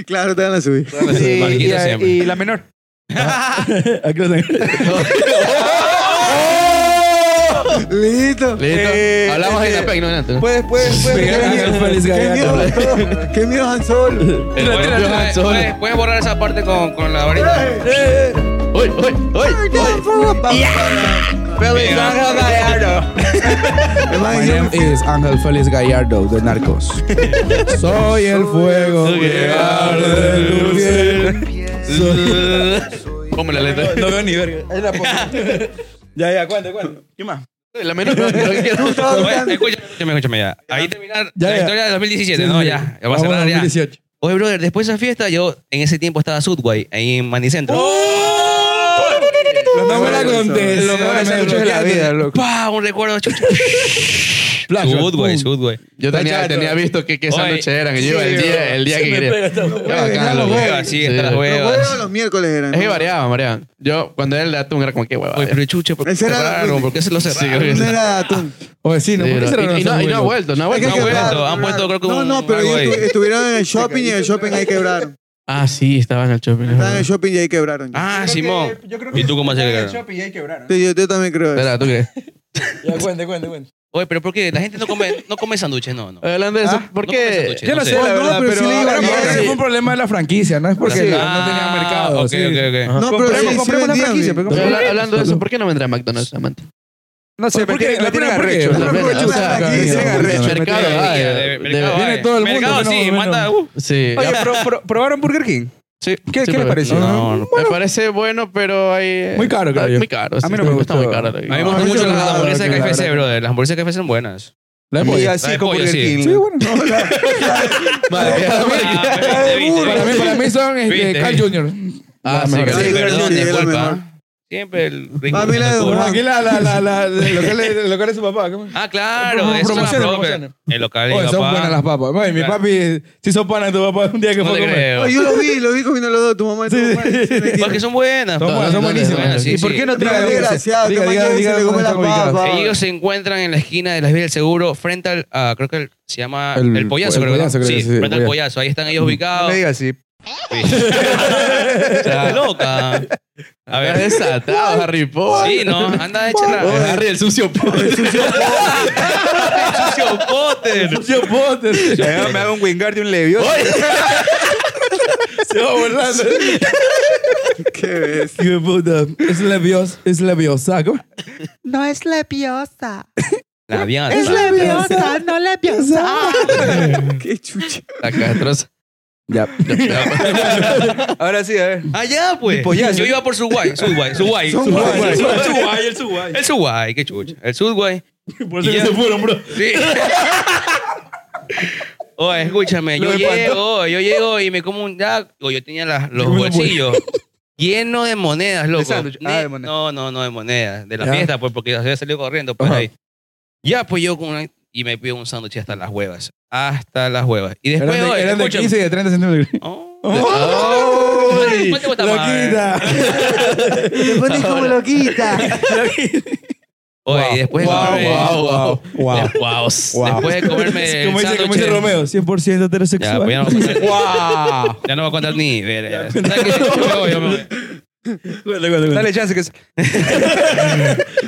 S4: Claro, te van a subir.
S2: Y, y-
S3: Marquito siempre.
S2: y la menor.
S1: Aquí lo tengo.
S4: Listo.
S5: Listo.
S2: Eh,
S5: Hablamos en
S2: eh,
S5: la PEC, no en antes.
S2: Puedes, puedes, puedes.
S1: Miguel
S2: regalar-
S1: Ángel Félix
S4: Qué miedo,
S1: Gallardo.
S4: todo. qué miedo Han Solo.
S3: Eh, puedes- puedes- puedes- Puedes borrar esa parte con con la varita.
S5: Uy, uy, uy.
S2: Félix
S3: Mira.
S2: Ángel Gallardo.
S4: Me van a
S1: My
S4: decir-
S1: name is Ángel Félix Gallardo de Narcos. Soy el fuego que arde en tu piel.
S5: Ponme la letra.
S1: No veo ni verga. Ahí la pongo. Ya, ya, cuente, cuente. ¿Qué más?
S5: La menos. no, no, que-
S3: Oye, Escúchame, escúchame, escúchame ya. Ahí terminar
S1: Ya,
S3: la
S1: ya.
S3: historia de 2017,
S1: Sí,
S3: ¿no?
S1: sí.
S3: Ya, ya va a
S1: Vamos
S3: cerrar ya.
S1: 2018.
S3: Oye, brother, después de esa fiesta, yo en ese tiempo estaba Sudway, ahí en Manicentro.
S1: ¡Oh! Lo mejor
S4: Lo
S1: acontece.
S2: Lo mejor es el hecho de la vida, loco.
S5: Ah,
S3: ¡Pah! Un recuerdo.
S1: Flash.
S3: Ah, Sudway,
S1: Pum.
S3: Sudway.
S5: Yo tenía,
S1: Chato.
S5: tenía visto que, que
S3: Oye.
S5: sándwiches eran. que Yo iba el día, el día que quería. Qué bacán,
S4: los
S5: loco.
S4: huevos.
S3: Así,
S5: Sí.
S3: hasta las
S4: Los
S3: huevas.
S4: huevos los miércoles eran.
S5: Es que
S4: ¿no?
S5: variaban, variaban. Yo, cuando era el datum, era como, qué hueva.
S3: Oye, pero chucha, ¿por qué
S4: Ese era
S3: cerraron?
S4: la-
S3: ¿Por qué se lo cerraron?
S5: Sí,
S4: No era atún.
S1: O vecino, ¿por qué se
S5: y, y no, y no ha vuelto, no ha
S4: Es que
S3: No, han
S5: vuelto. no ha
S4: quebraron,
S5: vuelto.
S3: puesto, han puesto, creo que
S4: No,
S3: un-
S4: no, pero
S3: algo
S4: ellos
S3: ahí.
S4: estu- estuvieron en el shopping y en el shopping ahí quebraron.
S5: Ah, sí, estaba en el shopping.
S4: Estaban en el shopping y ahí quebraron.
S3: Ah, Simón. ¿Y tú cómo se quedaron?
S4: Sí, yo, yo también creo eso.
S5: Espera, ¿tú crees?
S1: Ya, cuente, cuente, cuente.
S3: Oye, pero ¿por qué? La gente no come, no come sándwiches, no, no.
S5: Hablando de eso, ¿por
S3: Ah, No come
S5: qué?
S3: sándwiches,
S1: Yo no sé,
S4: No,
S1: la verdad,
S4: pero
S1: pero,
S4: sí le iba
S1: ahora
S4: bien.
S1: porque
S4: Sí.
S1: fue un problema de la franquicia, no es porque
S3: Sí.
S1: no tenía
S3: Ah,
S1: mercado.
S3: ok,
S1: sí.
S3: ok, ok.
S1: Ajá.
S4: No, pero
S2: Compremos,
S4: sí,
S2: compremos una
S4: sí
S2: franquicia.
S4: vendían,
S2: pues,
S5: Pero
S2: compremos-
S5: habla- hablando de eso, ¿por qué no vendrá McDonald's, amante?
S2: No sé,
S1: ¿Por
S2: me
S1: qué?
S2: tienen-
S1: ¿La
S2: me tienen
S1: ponen por qué?
S2: arrecho.
S1: ¿Por
S4: qué?
S2: Me tienen
S4: Aquí
S2: arrecho.
S4: dice
S2: Me tienen
S4: arrecho.
S2: arrecho.
S5: Mercado, ah,
S3: de-
S5: de-
S3: de- mercado,
S5: viene
S3: eh.
S1: todo el mundo,
S3: Mercado,
S1: menos-
S3: sí,
S1: menos-
S3: manda. uh,
S5: Sí.
S2: Oye, pro- pro- ¿probaron Burger King?
S5: sí
S2: Ah, ¿Qué, ¿qué les pareció?
S3: No, no.
S5: Me parece bueno, pero hay...
S1: Muy caro, creo
S5: ah,
S1: yo.
S5: Muy caro,
S2: A
S5: sí,
S2: mí no me
S5: está muy
S2: gustó.
S5: caro. Ah,
S3: A mí me
S5: No,
S3: gustan
S1: no,
S3: mucho
S1: no,
S3: las
S1: no,
S3: hamburguesas de
S1: no, no,
S3: KFC,
S1: no, no.
S3: brother. Las hamburguesas de KFC son buenas.
S1: La de
S2: Y
S1: pollo.
S2: así
S3: de
S2: con
S3: pollo,
S2: Burger
S3: sí.
S2: King.
S1: Sí, bueno.
S5: Madre
S3: Ah,
S5: mía.
S3: viste, viste,
S1: Para mí,
S3: viste.
S1: para mí son este,
S3: Viste.
S1: Carl Jr.
S5: Ah,
S1: La
S5: sí,
S1: mejor.
S5: creo
S3: Sí,
S5: que-
S4: Sí,
S3: perdón,
S4: sí, era la
S3: disculpa.
S4: mejor.
S3: ¿ah? Siempre el
S4: Ah,
S3: rinco.
S4: mira, de
S1: Bueno,
S4: Durán.
S1: aquí la, la, la, la, el local es- el local es su papá. ¿cómo?
S3: Ah, claro.
S1: Pro-
S3: eso son las
S1: promociones,
S3: propias.
S1: promociones.
S3: El local de
S1: Oye,
S3: mi
S1: son
S3: papá.
S1: buenas las papas. Ay, mi
S3: Claro.
S1: papi, sí son panas tu papá un día que
S3: No
S1: fue a
S3: te
S1: comer.
S3: creo.
S4: Oye, yo lo vi, lo vi comiendo los dos, tu mamá y tu
S1: Sí.
S4: papá.
S3: Porque son buenas.
S1: Son
S3: pa.
S1: buenas, son
S5: dale, dale.
S1: buenísimas.
S3: Sí,
S1: ¿Y por
S3: sí.
S1: qué no
S4: Diga,
S1: traen
S4: desgraciado,
S1: Diga,
S4: que
S1: diga,
S4: mañana
S1: diga
S4: se le
S1: dónde
S4: come la
S1: están ubicadas.
S4: papa.
S3: Ellos se encuentran en la esquina de las vías del seguro, frente al. ah, creo que el- se llama.
S1: El-
S3: El, pollazo,
S1: el
S3: creo, que, ¿no?
S1: Pollazo, creo
S3: sí,
S1: que sí,
S3: frente al
S1: Pollazo.
S3: pollazo. Ahí están ellos
S2: No
S3: ubicados.
S2: me digas así.
S3: Está loca. A
S5: Estás
S3: ver.
S5: desatado, Harry Potter.
S3: Sí, no, anda hecha
S5: Oye,
S3: la.
S5: Harry, el sucio Potter.
S3: ¡Sucio Potter!
S1: Yo Potter.
S2: Me hago- Me hago un Wingard y un Leviosa.
S1: Se va burlando.
S4: Qué bestia.
S1: Hijo de puta. Es labiosa. Es labiosa. ¿Cómo?
S6: No es lepiosa.
S3: La vianda.
S6: Es lepiosa, no lepiosa.
S4: Qué chucha.
S5: La castrosa.
S1: Ya.
S2: Ahora sí, a ver.
S3: Allá, pues.
S2: pollazo.
S3: Yo iba por Subway. Subway.
S1: Subway.
S3: Subway. Subway. Subway.
S1: Subway, el Subway.
S3: El Subway, qué chucha. El Subway.
S1: Por eso
S3: Y
S1: que
S3: ya.
S1: se fueron, bro.
S3: Sí. Oye, escúchame, yo llego, yo llego y me como un ya, o yo tenía las- los
S1: Yo me lo voy.
S3: bolsillos llenos de monedas, loco.
S2: sándwich.
S3: Ne-
S2: Ah, de monedas.
S3: No, no, no de monedas, de la
S1: Ya.
S3: fiesta, pues porque había salido corriendo por
S1: Ajá.
S3: ahí. Ya, pues yo con una- y me pido un sándwich hasta las huevas, hasta las huevas. Y después,
S1: Eran de,
S3: oye,
S1: eran de
S3: escúchame.
S1: 15 y de 30 centímetros.
S3: Oh.
S1: ¡Oh!
S3: ¿Cuánto cuesta más?
S1: ¡Loquita!
S4: Te pones como loquita.
S3: Oye, y después de comerme-
S5: Wow, wow,
S1: Pues, ¡Wow!
S5: wow.
S3: Después de comerme
S1: Como
S3: el
S1: dice, como
S3: sándwich.
S1: dice Romeo, 100%
S3: Ya,
S1: heterosexual.
S3: pues ya no voy a contar,
S5: Wow.
S3: ya no voy a contar ni. verga. ¿Sabes qué? Yo me voy, yo me voy.
S1: Cuenta, cuenta, cuenta.
S2: Dale chance que...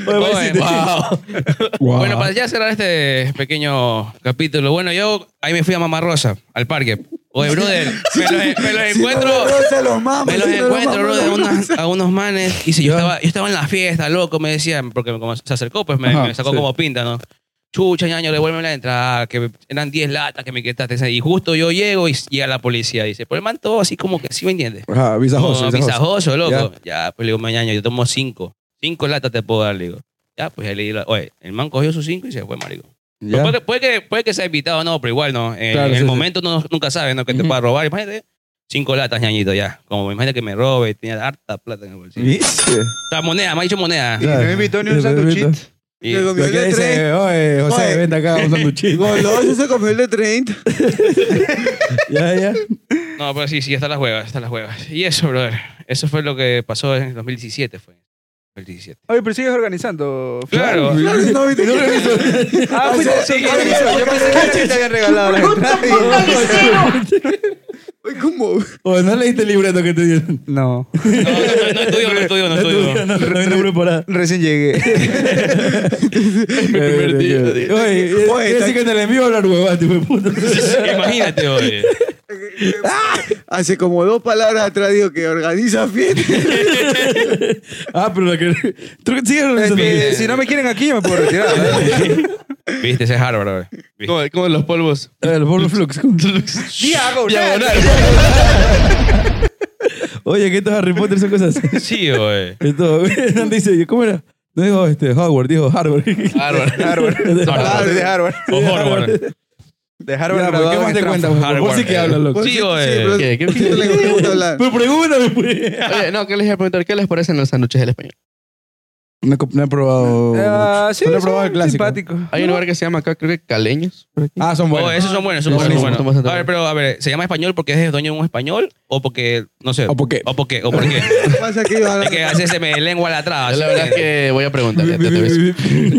S1: Oye,
S3: Oye,
S1: paisito.
S5: Wow.
S1: Wow.
S3: Bueno, para ya cerrar este pequeño capítulo. Bueno, yo ahí me fui a Mamá Rosa, al parque. Oye, brother, me los, me los encuentro.
S4: Se los mamo.
S3: me los encuentro, brother, a, unas- a unos manes. Y si yo estaba, yo estaba en la fiesta, loco, me decían, porque como se acercó, pues me,
S1: Ajá,
S3: me sacó
S1: sí.
S3: como pinta, ¿no? Chucha, ñaño, devuélveme la entrada, que eran 10 latas que me quitaste. Y justo yo llego y llega la policía. Dice, pues el man todo así como que sí me entiende.
S1: Ajá, visajoso.
S3: No,
S1: visajoso.
S3: visajoso, loco. Ya. pues le digo, mañana yo tomo cinco. Cinco latas te puedo dar, le digo. Ya, pues ahí le digo, oye, el man cogió sus cinco y se fue, marico.
S1: ¿Ya?
S3: Puede, puede que, puede que sea invitado o no, pero igual no. Eh,
S1: Claro,
S3: en
S1: sí,
S3: el
S1: sí.
S3: momento no- nunca sabes ¿no? que te
S1: Ujú.
S3: pueda robar. Imagínate, cinco latas, ñañito, ya. Como imagínate que me robe y tenía harta plata en el bolsillo. O sea, moneda, me ha dicho moneda.
S1: Claro.
S2: no me invitó ni
S1: Y
S2: un
S1: te invito.
S2: sanduchito.
S3: Y-
S4: Luego-
S1: Lo que
S4: Comió el
S1: dice, oye, José,
S4: Oye.
S1: vente acá, un sanduchito.
S4: Goloso se comió el de 30.
S1: ya, ya.
S3: no, pero sí, sí, están las huevas, están las huevas. Y eso, brother. Eso fue lo que pasó en 2017, fue. 2017.
S2: Oye, pero sigues organizando.
S3: Claro.
S4: Claro, no, viste.
S2: Ah, pues, sí,
S4: Ah,
S2: sí,
S4: sí,
S2: yo pensé que te habían regalado las entradas.
S4: Oye, ¿Cómo?
S1: Oye, ¿no leíste el libreto que te dieron?
S2: No,
S3: No, no, no, no estudio, no estudio, no estudio.
S1: No, no vino preparada.
S2: recién llegué.
S1: Eh, eh, Oye,
S4: Oye,
S1: oye,
S4: está-
S1: así que en el envío hablar huevas, tipo de puta.
S3: Imagínate, oye.
S4: Hace como dos palabras atrás dijo que organiza fiesta.
S1: Ah, pero la que... Tú sigues
S2: Es
S1: revisando.
S2: que Eh, si no me quieren aquí, yo me puedo retirar. ¿verdad?
S3: Viste, ese es Harvard, brother. Viste.
S5: Como, como los polvos.
S1: El Born Flux.
S2: Diagonal.
S5: Diagonal.
S1: Oye, que estos Harry Potter son cosas...
S3: Sí, oye.
S1: Esto, no dice, ¿cómo era? No dijo este, Howard, dijo Harvard.
S3: Ah,
S5: Harvard.
S1: Harvard.
S2: Ah, de Harvard.
S3: O Harvard.
S2: De
S1: Ya, pero ¿Qué
S2: Harvard. graduado
S1: más
S2: en
S1: te
S2: Stanford.
S1: cuentas? Por por sí que hablas, loco.
S3: Sí, oye.
S4: pero-
S5: ¿Qué? ¿Qué?
S4: ¿por qué no le le gusta hablar?
S1: Pero pregúntame, pues.
S5: Oye, no, ¿qué les iba a preguntar? ¿Qué les parecen los sándwiches del español?
S1: No, he co- no he probado.
S2: Ah,
S1: mucho.
S2: sí,
S1: Solo he
S2: son
S1: probado el clásico.
S2: simpático.
S5: Hay un lugar que se llama acá, creo que Caleños.
S1: Ah, son buenos.
S3: Oh, esos son buenos, son
S5: Sí,
S3: buenos, son
S5: buenísimo,
S3: buenos.
S5: toma,
S3: A ver,
S5: toma.
S3: pero a ver, ¿se llama español porque es dueño de un español? ¿O porque, no sé?
S1: ¿O por qué?
S3: ¿O por qué? ¿O por qué?
S4: ¿Qué pasa que iba a
S3: es
S4: hablar?
S3: que a veces se me lengua la traba.
S5: Yo la verdad es que voy a preguntar. ya te aviso.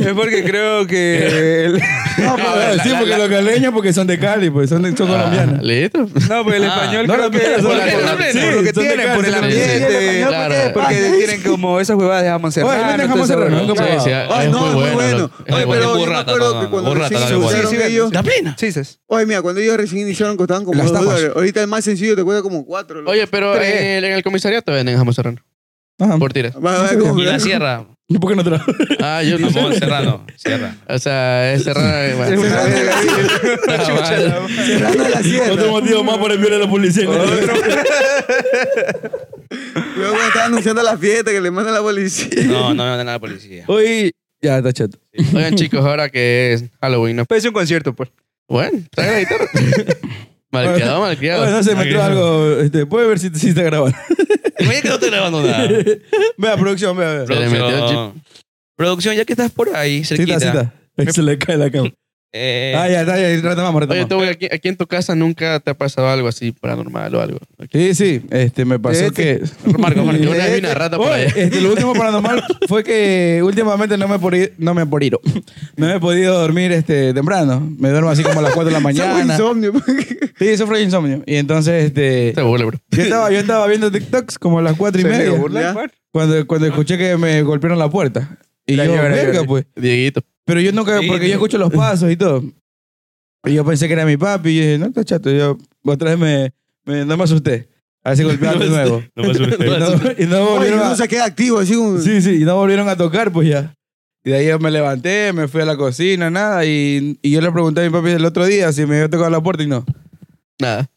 S2: Es porque creo que. el-
S1: No,
S5: Ah,
S1: pero
S5: la-
S1: pues, sí,
S5: la-
S1: porque
S5: la-
S1: los caleños porque son de Cali, pues son, de, son
S5: Ah,
S1: colombianos.
S5: ¿Listo?
S2: No, pues el
S3: Ah,
S2: español
S1: no,
S2: creo
S1: no,
S2: que.
S1: pero-
S2: por, la-
S3: ¿por qué no,
S2: por-
S3: sí,
S2: por lo que
S1: son de
S2: tienen, por el
S1: cárcel,
S2: ambiente.
S5: sí. Claro.
S2: Porque tienen como esas huevadas de jamón
S1: Oye,
S2: serrano.
S1: venden jamón
S2: entonces,
S1: serrano,
S2: bueno.
S1: nunca
S5: Sí, sí, ah,
S4: Ay,
S5: es
S4: no,
S5: muy bueno. lo- es
S4: Oye,
S5: bueno.
S4: pero yo me
S3: Burrata,
S4: acuerdo que
S3: no,
S4: cuando
S3: burrata,
S4: recién se
S3: dale, burrata.
S4: usaron
S2: Sí, sí,
S4: ellos...
S2: venden.
S3: ¿La plena?
S2: Chises.
S4: Oye, mira, cuando ellos recién iniciaron costaban como
S1: Las
S4: dos
S1: tapas.
S4: dólares. Ahorita el más sencillo te cuesta como cuatro. loco.
S5: Oye, pero
S2: Tres.
S5: en el, en el comisariato venden jamón serrano.
S1: Ajá.
S5: Por tiras.
S4: Va, va, como-
S3: Y la sierra.
S1: ¿Y por qué no te lo-
S5: Ah, yo no
S3: Jamón
S5: sé.
S3: serrano. Sierra.
S5: O sea, es serrano. y
S2: Es
S5: bueno.
S2: una verga, sí.
S5: Ah, vale.
S4: Serrano de la
S1: Otro
S4: Sierra.
S1: motivo más para enviar a la policía.
S4: Luego cuando estaba anunciando la fiesta que le manda la policía.
S3: No, no me manda nada la policía.
S1: Hoy. Ya, está chato.
S5: Oigan, chicos, ahora que es Halloween, ¿no?
S2: Parece un concierto, pues.
S5: Bueno, trae la guitarra. malcriado,
S1: Oye,
S5: malcriado.
S1: no sé, me quedó algo. Este, puede ver si, si está grabando.
S3: Imagínate que no te grabando nada.
S1: Vea, producción, vea, vea.
S5: Pero- le metió el
S3: Producción. Producción, ya que estás por ahí,
S1: Cita,
S3: cerquita.
S1: cita. Ahí Se le cae la cama.
S3: eh,
S1: Ah, ya, está, ya, retomamos,
S5: Oye,
S1: retomamos.
S5: tú, güey, aquí, aquí en tu casa nunca te ha pasado algo así paranormal o algo.
S1: Sí, sí, este, me pasó
S2: Este-
S1: que...
S5: Marco, Marco, yo una vez vi una rata por
S1: Oye,
S5: allá.
S1: este, lo último paranormal fue que últimamente no me he podido, no me he podido, no me he podido dormir este, temprano. Me duermo así como a las 4 de la
S4: Somos
S1: mañana.
S4: insomnio. pues. porque-
S1: Sí, sufro de insomnio. Y entonces, este,
S5: Te burla, bro.
S1: yo estaba, yo estaba viendo TikToks como a las 4 y
S2: Se le
S1: media.
S2: burla,
S4: Ya.
S2: pues.
S1: Cuando, cuando escuché que me golpearon la puerta. Y
S2: La
S1: yo,
S2: llora,
S1: "Verga,
S2: llora".
S1: pues.
S5: Dieguito.
S1: Pero yo nunca,
S3: Sí,
S1: porque
S3: sí.
S1: yo escucho los pasos y todo. Y yo pensé que era mi papi. Y yo dije, no, está chato. Yo, otra vez me, me- no me asusté. A ver si golpeaban de nuevo.
S3: No me asustes.
S1: Y no, y no
S4: Oye,
S1: volvieron
S4: uno
S1: a,
S4: se queda activo así como...
S1: Sí, sí, y no volvieron a tocar, pues ya. Y de ahí yo me levanté, me fui a la cocina, nada. Y, y yo le pregunté a mi papi el otro día si me había tocado la puerta y no.
S5: Nada.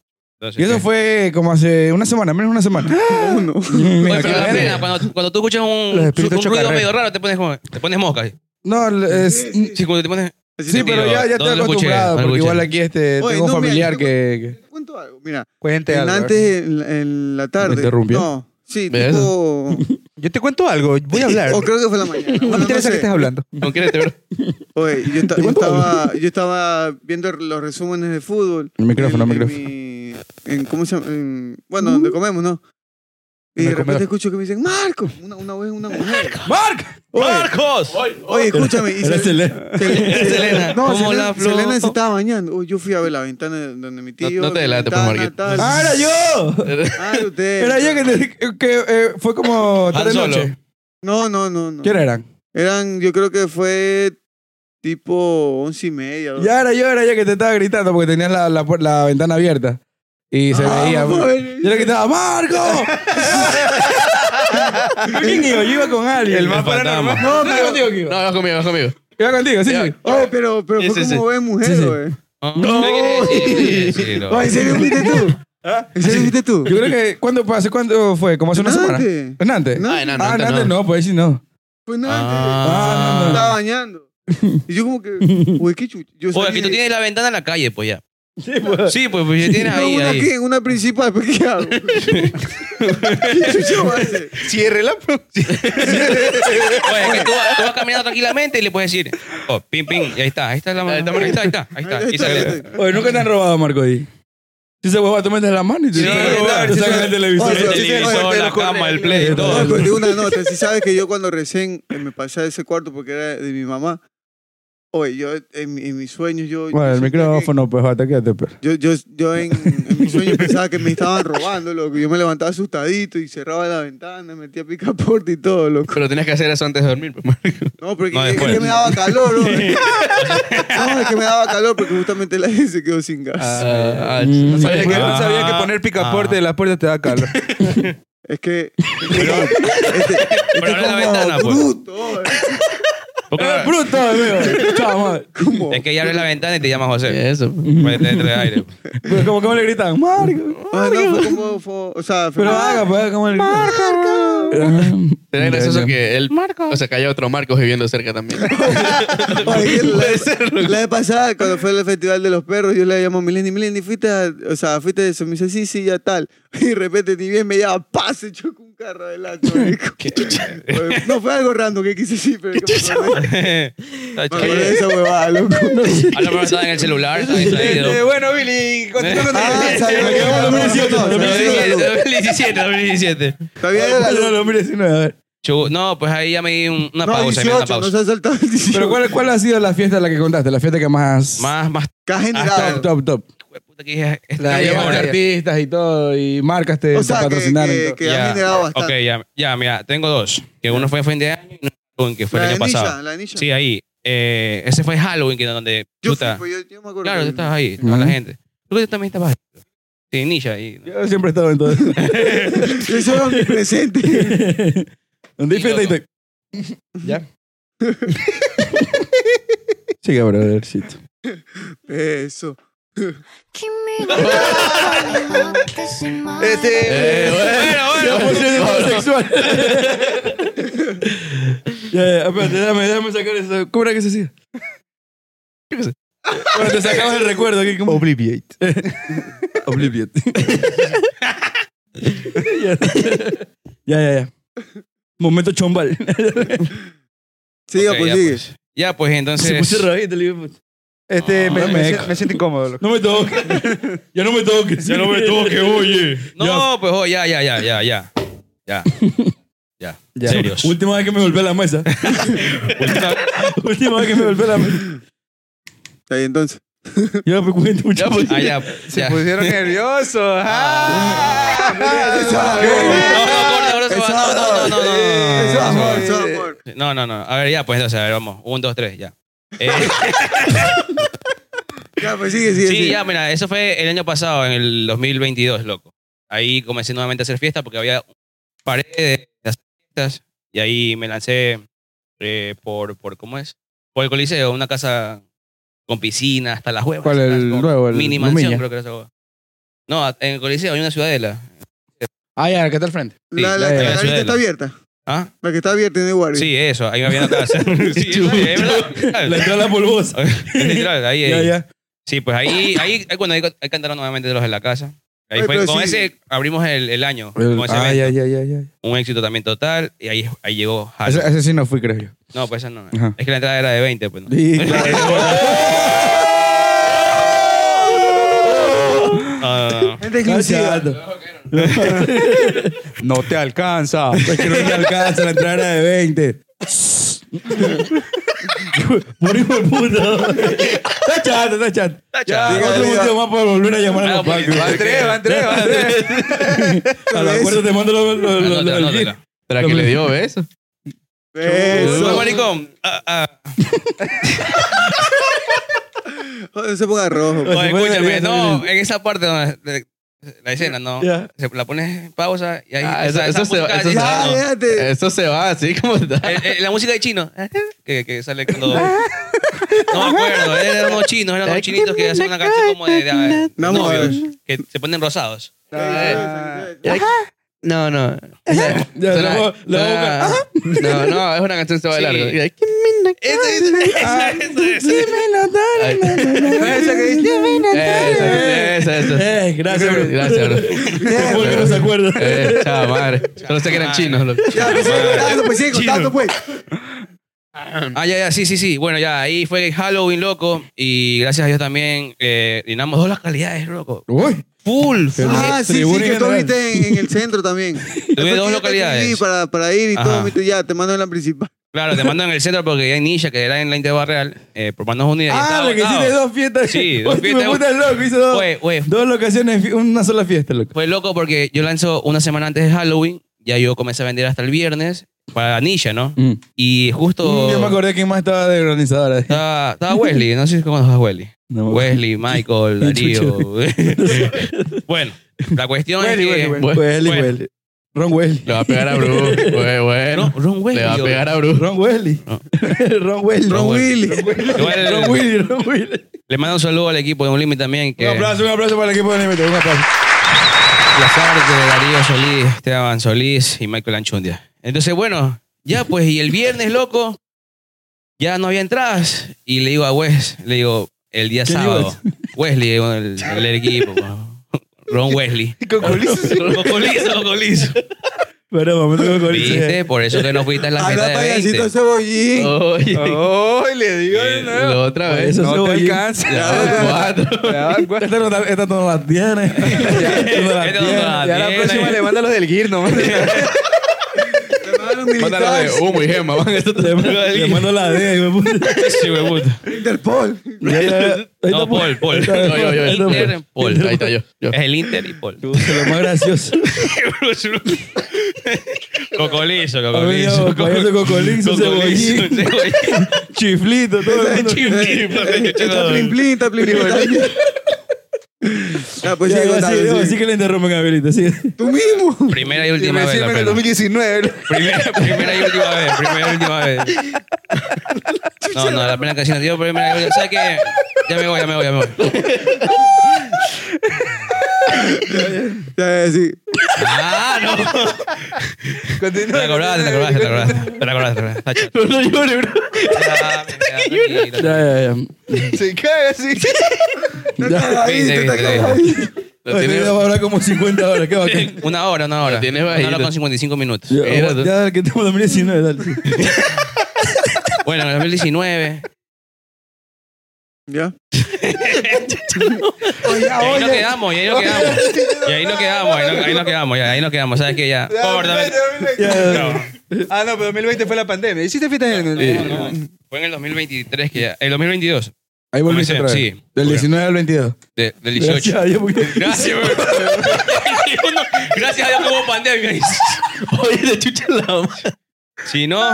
S1: Y eso fue como hace una semana, menos de una semana.
S4: Uno.
S1: Mira,
S3: Oye, pero
S1: qué
S3: la
S1: verga.
S3: pena, cuando, cuando tú escuchas
S1: Los
S3: un,
S1: espíritus
S3: un ruido
S1: chocarreros.
S3: medio raro, te pones, como- te pones mosca. Sí,
S1: No, es- sí,
S3: Sí, cuando te pones...
S1: pero ya, ya estoy
S3: ¿Dónde lo escuché?
S1: acostumbrado,
S3: ¿Dónde lo
S1: porque
S3: escuché?
S1: igual aquí este, tengo
S4: Oye,
S1: un
S4: no, mira,
S1: familiar
S4: yo te-
S1: que...
S4: Te cuento algo. Mira,
S2: Cuente
S4: en
S2: algo.
S4: antes en, en la tarde.
S1: ¿Me interrumpió?
S4: No, sí,
S5: ¿Ves?
S4: tipo...
S2: Yo te cuento algo. Voy a hablar.
S4: O creo que fue la mañana.
S2: No
S4: Bueno,
S2: me
S4: no
S2: interesa
S4: sé.
S2: que estés hablando.
S5: Concrétate, bro.
S4: Oye, yo, esta-
S1: ¿Te
S4: yo
S1: cuento
S4: estaba, yo estaba viendo los resúmenes de fútbol.
S1: El micrófono,
S4: En-
S1: el
S4: en
S1: micrófono. Uh.
S4: mi- en- ¿Cómo se llama? En- bueno, donde comemos, ¿no? Y
S1: En
S4: de
S1: el comedor.
S4: repente escucho que me dicen, Marco, una, una vez una mujer.
S1: ¡Marc!
S4: Oye,
S3: ¡Marcos!
S4: oye, escúchame. Y
S1: Era
S4: se-
S1: Selena.
S4: se- se-
S3: Selena,
S4: No,
S3: como
S4: Selena,
S3: la flor.
S4: Selena se estaba bañando. Uy, yo fui a ver la ventana de- donde mi tío.
S5: no te delates, pues,
S4: ventana,
S5: Marquito.
S4: tal.
S1: ¡Ah, era yo!
S4: Ah, era usted.
S1: Era yo que, te- que eh, fue como
S3: Han
S1: tarde
S3: Solo.
S1: noche.
S4: No, no, no. no.
S1: ¿Quién eran?
S4: Eran, yo creo que fue tipo once y media. doce.
S1: Ya era yo, era yo que te estaba gritando porque tenías la, la, puer- la ventana abierta. Y se
S4: Ah,
S1: veía.
S4: bueno.
S1: Yo le gritaba, ¡Marco! ¿Quién iba? Yo iba con alguien.
S3: El más paranormal.
S1: No, pero contigo que iba.
S5: No, vas conmigo, vas conmigo.
S1: Iba contigo, sí,
S5: Ya.
S1: sí.
S4: Oye, pero, pero
S5: Sí,
S4: fue
S5: sí,
S4: como ver mujer,
S1: Sí, sí.
S4: güey.
S3: No. Sí, sí, sí, lo-
S4: Oye, ¿en serio fuiste tú?
S3: ¿Ah?
S4: ¿En serio fuiste tú?
S1: Yo creo que, ¿cuándo fue? ¿Hace cuánto fue? ¿Como hace una semana?
S4: Nantes.
S1: ¿En Nantes?
S4: No,
S5: Ah, en
S1: Ah, en
S5: Nantes
S1: Nantes no, pues ahí sí no.
S4: Fue nada.
S1: Ah,
S4: Estaba
S1: no, no.
S4: bañando. Y yo como que, uy, qué chucho. Yo
S3: Oye,
S4: salí
S3: aquí tú
S4: de-
S3: tienes la ventana en la calle, pues ya. Sí, pues, pues ya tienes
S4: No,
S3: ahí.
S4: una
S3: ahí.
S4: aquí, una principal, ¿pero qué hago? ¿Qué chucho va a hacer?
S5: Ciérrela.
S3: Oye, que tú, vas- tú vas caminando tranquilamente y le puedes decir, oh, pim, pim, y ahí está, ahí está la mano, ahí está, ahí está, ahí está, y sale.
S1: Oye, nunca te han robado, Marco, ahí. Si se hueva, tú metes la mano y te
S3: Sí,
S1: sacan-
S3: claro,
S1: te
S3: sí,
S1: sacan
S3: sí.
S1: el televisor.
S4: Oye,
S3: El
S4: sí, oye,
S3: televisor,
S4: pero
S3: la
S4: con
S3: cama,
S4: el-
S3: el play, todo.
S4: No, conté una nota. Si sabes que yo cuando recién eh, me pasé de ese cuarto porque era de mi mamá, oye, yo en, mi- en mis sueños, yo...
S1: Bueno,
S4: yo
S1: el
S4: sentía que-
S1: micrófono, pues, jate, quédate, pues.
S4: Yo, yo, yo en, en mis sueños pensaba que me estaban robando, loco. Yo me levantaba asustadito y cerraba la ventana, metía picaporte y todo, loco.
S3: Pero tienes que hacer eso antes de dormir. pues, marico.
S4: No, porque
S3: No,
S4: es que
S3: después.
S4: me daba calor, loco. No, es que me daba calor porque justamente la gente se quedó sin gas.
S3: Ah, ah,
S1: Mm.
S3: no sabía
S2: Oye,
S3: que-
S2: que no sabía que
S3: Ah,
S2: poner picaporte
S3: ah.
S2: en las puertas te da calor.
S4: Es que. este, este
S3: Pero abre la
S4: como
S3: ventana, pues.
S4: bruto, eh,
S3: Porque-
S1: bruto, amigo! Chao, madre.
S4: como-
S3: Es que ya abres la ventana y te llama José.
S5: Eso.
S3: Pues te entra el aire.
S1: Pero como que me le gritan, Marco.
S4: Ah, no, fue como. fue- o sea, fue
S1: Pero
S4: como-
S1: haga, pues, como le gritan.
S5: Será
S1: Ajá.
S5: gracioso
S1: Ya, ya.
S5: que él.
S6: Marco.
S5: O sea, que haya otro Marcos viviendo cerca también.
S4: Oye, la, la vez pasada, cuando fue el festival de los perros, yo le llamo a Milendi, Milendi, fuiste a, o sea, fuiste de eso. Me dice, sí, sí, ya tal. Y de repente, ni bien me llama, pase, choco un carro adelante. marico. Oye, no, fue algo random que quise decir, pero. que me acordé-
S3: Está
S4: me acordé de
S3: chévere.
S4: esa huevada, loco.
S3: A lo mejor estaba en el celular. estaba distraído.
S2: Este, bueno, Billy, continúa con tu
S4: Ah,
S2: noticia.
S4: salió
S1: quedé con
S4: el
S1: 2017,
S4: 2017,
S3: 2017,
S4: loco.
S3: 2017, 2017.
S4: Todavía era la
S1: Ay, no,
S4: luz.
S1: no, mire, sí, no, a ver.
S3: Chu- No, pues ahí ya me di un- una
S4: No,
S3: pausa.
S4: 18,
S3: me di Una
S4: no se
S3: pausa.
S4: ha saltado el 18.
S1: Pero ¿cuál, ¿cuál ha sido la fiesta la que contaste? La fiesta que más...
S3: Más, más.
S4: Que ha generado.
S1: top, top, top.
S3: Puta que dije. esta
S1: La
S3: voy a
S1: llevaste
S3: morir.
S1: artistas y todo, y marcas te
S4: O sea, que,
S1: patrocinaron. y
S4: que,
S1: todo.
S4: que ha
S3: Ya,
S4: generado bastante.
S3: Ok, ya, ya, mira, tengo dos. Que uno fue a fin de año y uno que fue el
S4: la
S3: año
S4: de Nisha,
S3: pasado.
S4: la de Nisha.
S3: Sí, ahí. Eh, ese fue Halloween, que donde.
S4: yo, fui,
S3: chuta,
S4: pues, yo, yo me acuerdo.
S3: claro,
S4: que-
S3: tú estabas ahí,
S1: Ujú.
S3: con la gente. Tú que también estabas ahí. Sí, Nisha ahí.
S1: Yo siempre he estado en todo.
S4: Eso era mi presente.
S1: Donde hay
S3: Y
S1: fiesta y
S3: loco.
S1: te... ¿Ya? Sigue, brothercito.
S4: Eso.
S7: 君の顔になってしまう
S5: Eh,
S4: Este.
S1: Ya puse de homosexual. ya, ya, espérate, déjame, déjame sacar eso. ¿Cómo era que se hacía? Bueno, te sacabas el recuerdo aquí como... Obliviate. Obliviate. ya, ya, ya, ya. Momento chombal.
S4: Siga,
S3: Ok,
S4: pues
S3: ya,
S4: sigue.
S3: pues. Ya, pues entonces.
S1: se puso rabito, le digo,
S2: Este, me,
S1: no me
S2: me
S1: deja.
S2: si- me siento incómodo, loco.
S1: No me toques. ya no me toques. Ya no me toques, oye.
S3: No, pues oh, ya, ya, ya, ya, ya. Ya. Ya.
S1: Ya.
S3: Serios.
S1: Última vez que me volví a la mesa.
S3: Última-
S1: Última vez que me volví a la mesa.
S4: Está ahí entonces.
S1: Ya pues, me cuento mucho.
S3: Ah, ya,
S2: Se
S3: ya.
S2: pusieron nerviosos. Ah.
S3: No, no, corta, ahora se
S4: Eso,
S3: va. No, no, no, no, no, no, no, no,
S4: amor,
S3: no.
S4: eso, amor.
S3: No, no, no. A ver, ya, pues entonces, a ver, vamos. Un, dos, tres, ya. Eh,
S4: Ya, pues sigue, sigue.
S3: sí,
S4: sigue.
S3: ya, mira, eso fue el año pasado, en el 2022, loco. Ahí comencé nuevamente a hacer fiestas porque había paré de hacer fiestas y ahí me lancé eh, por, por, ¿cómo es? Por el Coliseo, una casa con piscina, hasta las huevas.
S1: ¿Cuál, el
S3: Con
S1: nuevo, el
S3: Mini
S1: Lumiña?
S3: mansión, creo que era esa hueva. No, en el Coliseo hay una ciudadela.
S1: Ah, ya, ¿qué está al frente?
S4: La,
S3: sí,
S1: la-
S4: la, que
S1: la
S4: ahorita
S3: ciudadela.
S4: está abierta.
S3: ¿Ah?
S4: La que está abierta en el guardia.
S3: Sí, eso, ahí me había una casa. sí, es verdad, es verdad.
S1: La entrada polvosa.
S3: Es literal, ahí,
S1: Ya,
S3: ahí.
S1: ya.
S3: Sí, pues ahí, ahí, ahí cuando ahí, ahí cantaron nuevamente los de la casa. Ahí
S4: Oye,
S3: fue,
S4: pero
S3: con
S4: sí.
S3: ese abrimos el, el año, con ese
S1: Ah,
S3: evento.
S1: ya, ya, ya, ya.
S3: un éxito también total, y ahí, ahí llegó Halloween.
S1: Ese, ese sí no fui, creo yo.
S3: No, pues esa no.
S1: Ajá.
S3: Es que la entrada era de 20, pues no.
S1: Sí,
S3: No, no, no.
S2: Ah,
S4: Gente exclusiva.
S1: claro.
S2: No te alcanza.
S1: Es que no me alcanza la entrada era de 20. Por hijo de puta. Está chato, está chato.
S3: Está chato.
S1: Diga, Otro
S4: diga.
S1: motivo más para volver a llamar pues, a
S3: Ah,
S1: los
S3: porque-
S1: pacos.
S2: Van tres, van tres, van tres.
S1: A la puerta te mando los... los- los-
S3: Anótala,
S1: los-
S3: anótala.
S5: ¿Será que le dio beso?
S3: Bueno,
S4: Eso.
S3: maricón, ah, ah,
S4: No se ponga rojo. pues.
S1: Oye,
S3: oye,
S1: se fue
S3: escúchame,
S1: de-
S3: no, en esa parte donde de- la escena, no.
S1: Ya.
S3: Se- la pones en pausa y ahí.
S5: Ah, eso- eso se va-
S3: música
S5: eso
S3: de
S5: se
S3: chino,
S5: va.
S4: Ya,
S3: no.
S4: déjate.
S5: Eso se va así como está.
S3: Eh, eh, la música de chino. Que, que sale cuando. No me acuerdo, eh, eran unos chinos, eran unos chinitos que hacen una canción como de, de, de
S4: No,
S3: novios, que se ponen rosados.
S4: Ya, ya, ya.
S5: Ya, No, no.
S1: Ya,
S5: Suena-
S1: luego- luego-
S5: suena- No, no, es una canción se va
S3: Sí.
S5: largo.
S1: Ah,
S5: Ay.
S2: ¿No es esa que dice?
S5: Eso, eso, eso.
S1: Eh, gracias, bro.
S5: Gracias, bro.
S1: ¿Por qué no se acuerda?
S5: Eh, chao, madre. Solo sé que eran chinos. loco.
S4: Ya, pues sigue contando, pues sigue contando, pues.
S3: Ah, ya, ya, sí, sí, sí. Bueno, ya, ahí fue el Halloween, loco. Y gracias a Dios también eh, llenamos todas las calidades, loco.
S1: Uy.
S3: Full, full.
S4: Ah, sí, sí,
S1: Tribuna
S4: que tú
S1: General.
S4: viste en, en el centro también.
S3: Tuve dos
S4: Sí,
S3: localidades.
S4: para, para ir y
S3: Ajá.
S4: todo. viste, Ya, te mando en la principal.
S3: Claro, te mandan en el centro porque ya en Nisha, que era en la Interbarreal, Real, eh, por manos unidas. y
S1: Ah,
S3: estaba
S1: lo que
S3: agotado.
S1: hiciste dos fiestas.
S3: Sí, dos
S1: Uy,
S3: fiestas.
S1: Me puta loco, hice dos.
S3: Fue, fue,
S1: Dos locaciones, fi- una sola fiesta, loco.
S3: fue loco porque yo lanzo una semana antes de Halloween. Ya yo comencé a vender hasta el viernes para Nisha, ¿no?
S1: Mm.
S3: Y justo.
S1: Yo me acordé quién más estaba de organizadora.
S3: Estaba, estaba Wesley, no sé si conoces a Wesley.
S1: No me acuerdo.
S3: Wesley, Michael, Darío. bueno, la cuestión es que.
S1: Welly,
S3: Bueno.
S1: Welly. Ron Welly.
S5: Le va a pegar a Bru. Güey, Bueno.
S3: No, Ron Wesley.
S5: Le va a
S3: yo-
S5: pegar a Bru.
S1: Ron Welly.
S3: No.
S1: Ron Welly.
S4: Ron Willy.
S3: Igual-
S1: Ron Willy, Ron Willy.
S3: Le mando un saludo al equipo de Un Límite también. Que
S1: Un aplauso, un aplauso para el equipo de Límite. Un aplauso.
S3: Las artes de Darío Solís, Esteban Solís y Michael Anchundia. Entonces, bueno, ya pues, y el viernes, loco, ya no había entradas. Y le digo a Wes, le digo, el día
S1: ¿Quién
S3: sábado. Wesley, bueno, el, el del equipo. bueno. Ron Wesley. Cocolizo, cocolizo.
S1: Pero vamos a
S3: ¿Viste? Por eso que no fuiste a la fiesta
S4: Habla
S3: de
S4: payasito
S3: 20.
S4: cebollín.
S5: Oye.
S2: Oh, le digo de
S5: eh,
S2: nuevo.
S5: lo otra vez.
S1: Eso
S2: No te
S1: cebollín.
S2: alcanza.
S5: Ya van cuatro.
S2: Ya van cuatro.
S1: Esta no, la- esta no la tiene. Esta no la
S3: Esta no la
S1: tiene.
S2: Ya la
S3: Bien,
S2: próxima
S3: ahí.
S2: le manda los del GIR nomás.
S4: Te mando los
S5: Mándalo de
S4: militares.
S5: humo y gema. van, esto te-
S1: Le mando la D. hijo de puta.
S3: Sí, me gusta.
S4: Interpol.
S1: Ya, ya, ya. Ahí está,
S3: No, Paul, Paul.
S1: Ahí está,
S5: Yo, yo,
S1: ahí está,
S5: yo.
S1: Paul.
S3: Interpol.
S5: Ahí está yo. yo.
S3: Es el Inter y Paul.
S1: Puta, lo más gracioso.
S3: cocolizo,
S1: Había
S3: cocolizo.
S1: payaso cocolizo, cebollín,
S3: cebollín.
S1: chiflito, todo el mundo.
S4: Está plin plin, está plin plin. Ah, pues
S1: Ya, ya,
S4: sigue
S1: sí,
S4: contando.
S1: no,
S4: sigue.
S1: sí que le interrumpen a Abelita, sí.
S4: Tú mismo.
S3: Primera y
S2: Y
S3: última vez.
S2: recién
S3: la
S2: en el
S3: pena.
S2: 2019.
S3: Primera, primera y última vez. Primera y última vez. No, no, la pena que sí nos dio primera y última ¿Sabes qué? Ya me voy, ya me voy, ya me voy.
S4: Ya, ya, sí.
S3: Ah, no. Te
S2: Continúa.
S3: la acordaste, te la acordaste, te la acordaste. Te la acordaste, Ah, te la acordaste. No, no llores, bro.
S1: Ya, ya, ya.
S2: Se caga así.
S1: Ya.
S4: Ahí, te está cagando.
S5: Lo
S1: Ay,
S5: tienes-
S1: ya va a hablar como 50 horas, qué bacán.
S3: Una hora, una hora.
S5: Lo tienes
S3: una hora
S5: bajito.
S3: con 55 minutos.
S1: Ya,
S5: Mira tú.
S1: ya, dale, que estamos en 2019, dale. sí.
S3: Bueno, en el 2019.
S4: Ya.
S3: Y ahí nos quedamos, y ahí nos quedamos. Y ahí nos quedamos, ahí nos- ahí nos quedamos, ya, ahí nos quedamos. ¿Sabes qué? Ya. Córtame.
S1: Ya, ya, ya.
S2: Ah, no, pero 2020 fue la pandemia. ¿Hiciste fiestas en el.?
S3: No, no, no. Fue en el 2023 que ya. El 2022.
S1: Ahí volviste
S3: Comencé,
S1: otra vez.
S3: sí.
S1: Del
S3: Bueno.
S1: 19 al 22.
S3: de- del 18.
S1: Gracias a Dios, porque-
S3: Gracias, güey. Uno, Gracias a Dios que hubo pandemia.
S5: Oye, de chucha la madre.
S3: Si no,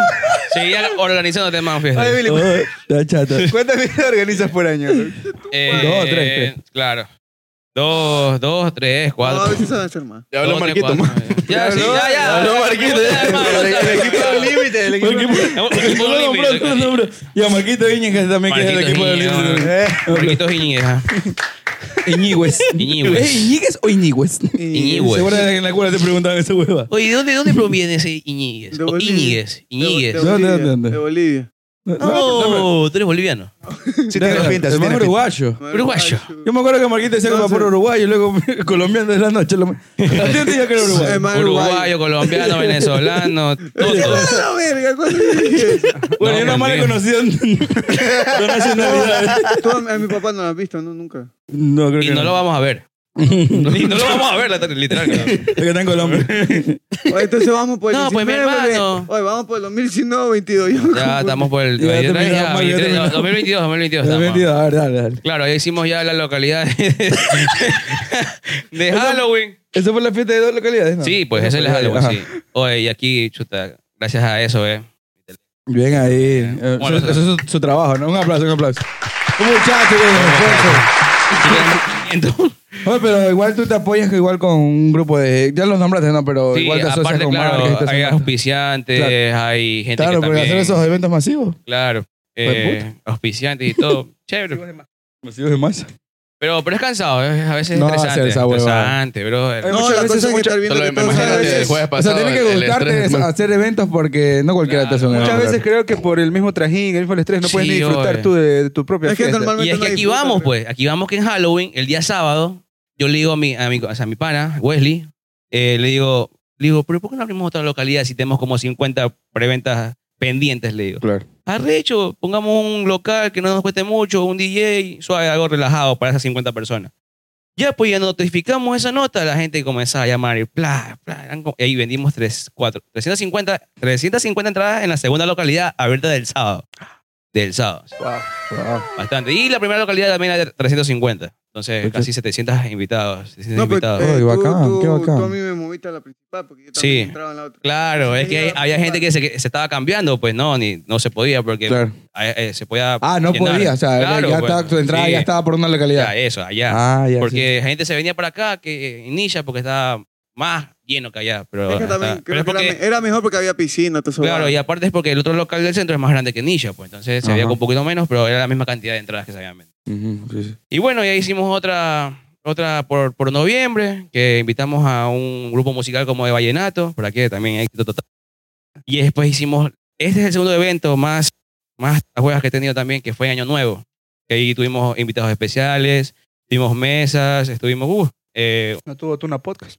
S3: seguía organizándote más fiestas.
S2: Ay, Billy,
S1: Oh, ya, chata.
S2: ¿cuántas fiestas organizas por año?
S3: Eh,
S1: Dos, tres,
S3: Claro. Dos, dos, tres,
S4: No, a
S3: cuatro.
S4: veces saben hacer más.
S5: Ya habló
S3: Dos, tres,
S5: Marquito.
S3: cuatro. Ya, sí, ya, ya.
S5: Habló Marquito, ya.
S2: El equipo del límite. El equipo del límite.
S1: No lo nombró, no lo nombró. Y a Marquito Iñez, que ¿eh? también queda del equipo de Líder.
S3: ¿eh? Marquitos Iñiguez. ajá.
S1: Iñigües.
S3: Iñigües.
S1: Eh, ¿Es Iñigues o Iñigües?
S3: Iñigües.
S1: Seguro que en la escuela te preguntaban esa hueva.
S3: Oye, ¿de dónde, de dónde proviene ese Iñiguez?
S4: De
S3: O
S4: Bolivia.
S3: Iñiguez. Iñiguez.
S4: De,
S1: ¿Dónde,
S4: Bolivia,
S1: dónde, dónde?
S4: De Bolivia.
S1: No,
S3: No, tú eres boliviano.
S2: Sí, tiene
S1: no,
S2: pinta.
S1: el
S2: Sí,
S1: más
S2: tiene pinta.
S1: uruguayo.
S3: Uruguayo.
S1: Yo me acuerdo que Marquito decía que era por Uruguay y luego colombiano de la noche. Lo... Yo decía que era
S4: Es
S1: Uruguay.
S4: más
S3: Uruguayo, colombiano, venezolano, todo.
S4: A la verga, ¿cuál es?
S1: Bueno, yo nada
S3: No,
S1: más le
S3: también.
S1: conocía dos nacionalidades.
S4: Tú a, a mi papá no lo has visto, ¿no? Nunca.
S1: No, creo
S3: Y
S1: que
S3: no lo vamos a ver. Y no lo vamos a ver, literal. claro.
S1: Es que está en Colombia.
S4: Oye, entonces vamos por el
S3: No, pues, mi
S4: 19,
S3: hermano.
S4: porque- Oye, vamos por el 2019 22. Yo me
S3: Ya estamos por el
S1: Ya
S3: 23,
S1: terminamos,
S3: ya,
S1: ya
S3: 23, no,
S1: terminamos.
S3: 2022, 2022. estamos.
S1: 22, a ver, dale, dale.
S3: Claro, ya hicimos ya la localidad de, de Halloween.
S1: ¿Esa fue la fiesta de dos localidades? Ah, no?
S3: Sí, pues ese es el Halloween, sí. Oye, y aquí, chuta, gracias a eso, eh.
S1: Bien ahí. Eh,
S3: Bueno,
S1: eso,
S3: eso-
S1: eso es su, su trabajo, ¿no? Un aplauso, un aplauso. Un muchacho, güey, un esfuerzo.
S3: Entonces,
S1: Oye, pero igual tú te apoyas que igual con un grupo de... Ya los nombraste, ¿no? Pero
S3: sí,
S1: igual te asocias
S3: aparte,
S1: con
S3: claro,
S1: marcas. te
S3: hay
S1: asocias-
S3: auspiciantes, hay gente
S1: Claro,
S3: que
S1: porque
S3: también...
S1: hacer Pues, esos eventos masivos.
S3: Claro, eh, auspiciantes y todo. Chévere.
S1: Masivos de masa.
S3: Pero, pero es cansado, eh, es a veces
S1: No,
S3: estresante.
S1: esa huevada.
S3: estresante, bro.
S4: No,
S2: muchas
S4: la
S2: veces
S4: cosa es
S2: son
S4: que estar viendo
S5: Solo
S4: que
S5: me
S4: todos
S5: imagino
S4: saben-
S5: que el jueves
S1: O sea,
S5: pasado.
S1: tiene que
S5: el- el
S1: gustarte
S5: estrés-
S1: es- hacer eventos porque no cualquiera te hace un
S3: Claro,
S2: Muchas
S1: evento.
S2: veces creo que por el mismo trajín, el mismo estrés, no puedes
S3: Sí,
S2: ni disfrutar
S3: oye.
S2: tú de, de tu propia
S4: Es que
S2: fiesta.
S4: normal-
S3: Y es que aquí
S4: Disfruta,
S3: vamos,
S4: pero-
S3: pues. Aquí vamos que en Halloween, el día sábado, yo le digo a mi, a mi, o sea, a mi pana, Wesley, eh, le digo, le digo, pero ¿por qué no abrimos otra localidad si tenemos como 50 preventas pendientes? Le digo.
S1: Claro.
S3: Arrecho, pongamos un local que no nos cueste mucho, un DJ, suave, algo relajado para esas 50 personas. Ya, pues ya notificamos esa nota, la gente comenzaba a llamar y bla, bla, eran como- y ahí vendimos tres, cuatro, 350, 350 entradas en la segunda localidad abierta del sábado. Del sábado. Bastante. Y la primera localidad también era de 350. Entonces, casi 700 invitados. 700
S4: No, pero
S3: invitados.
S1: Ay,
S4: eh, tú-
S1: bacán,
S4: tú-
S1: qué bacán.
S4: Tú a mí me moviste a la principal porque yo
S3: Sí.
S4: también entraba en la otra.
S3: claro, es que hay-
S4: sí,
S3: había gente que se, que se estaba cambiando, pues no, ni, no se podía porque
S1: Claro.
S3: eh, eh, se podía.
S1: Ah, no
S3: llenar.
S1: podía. O sea,
S3: Claro,
S1: ya
S3: pues,
S1: estaba, tu entrada
S2: Ah,
S3: sí.
S1: ya estaba por una localidad.
S3: Ya, eso, allá.
S1: Ah, ya. sí.
S3: porque gente se venía para acá que eh, inicia porque estaba más lleno que allá. Pero,
S4: Es que
S3: está-
S4: también
S3: pero
S4: creo
S3: es
S4: que era,
S3: porque-
S4: me- era mejor porque había piscina, todo eso.
S3: Claro, y aparte es porque el otro local del centro es más grande que Nisha, pues entonces se veía
S1: Ajá.
S3: con un poquito menos, pero era la misma cantidad de entradas que se habían vendido.
S1: Ujú, sí, sí.
S3: Y bueno, ya hicimos otra, otra por, por noviembre, que invitamos a un grupo musical como de Vallenato, por aquí también éxito total. Y después hicimos, este es el segundo evento más, más juegas que he tenido también, que fue en Año Nuevo. Que ahí tuvimos invitados especiales, tuvimos mesas, estuvimos, uh, eh,
S2: No tuvo tú una podcast.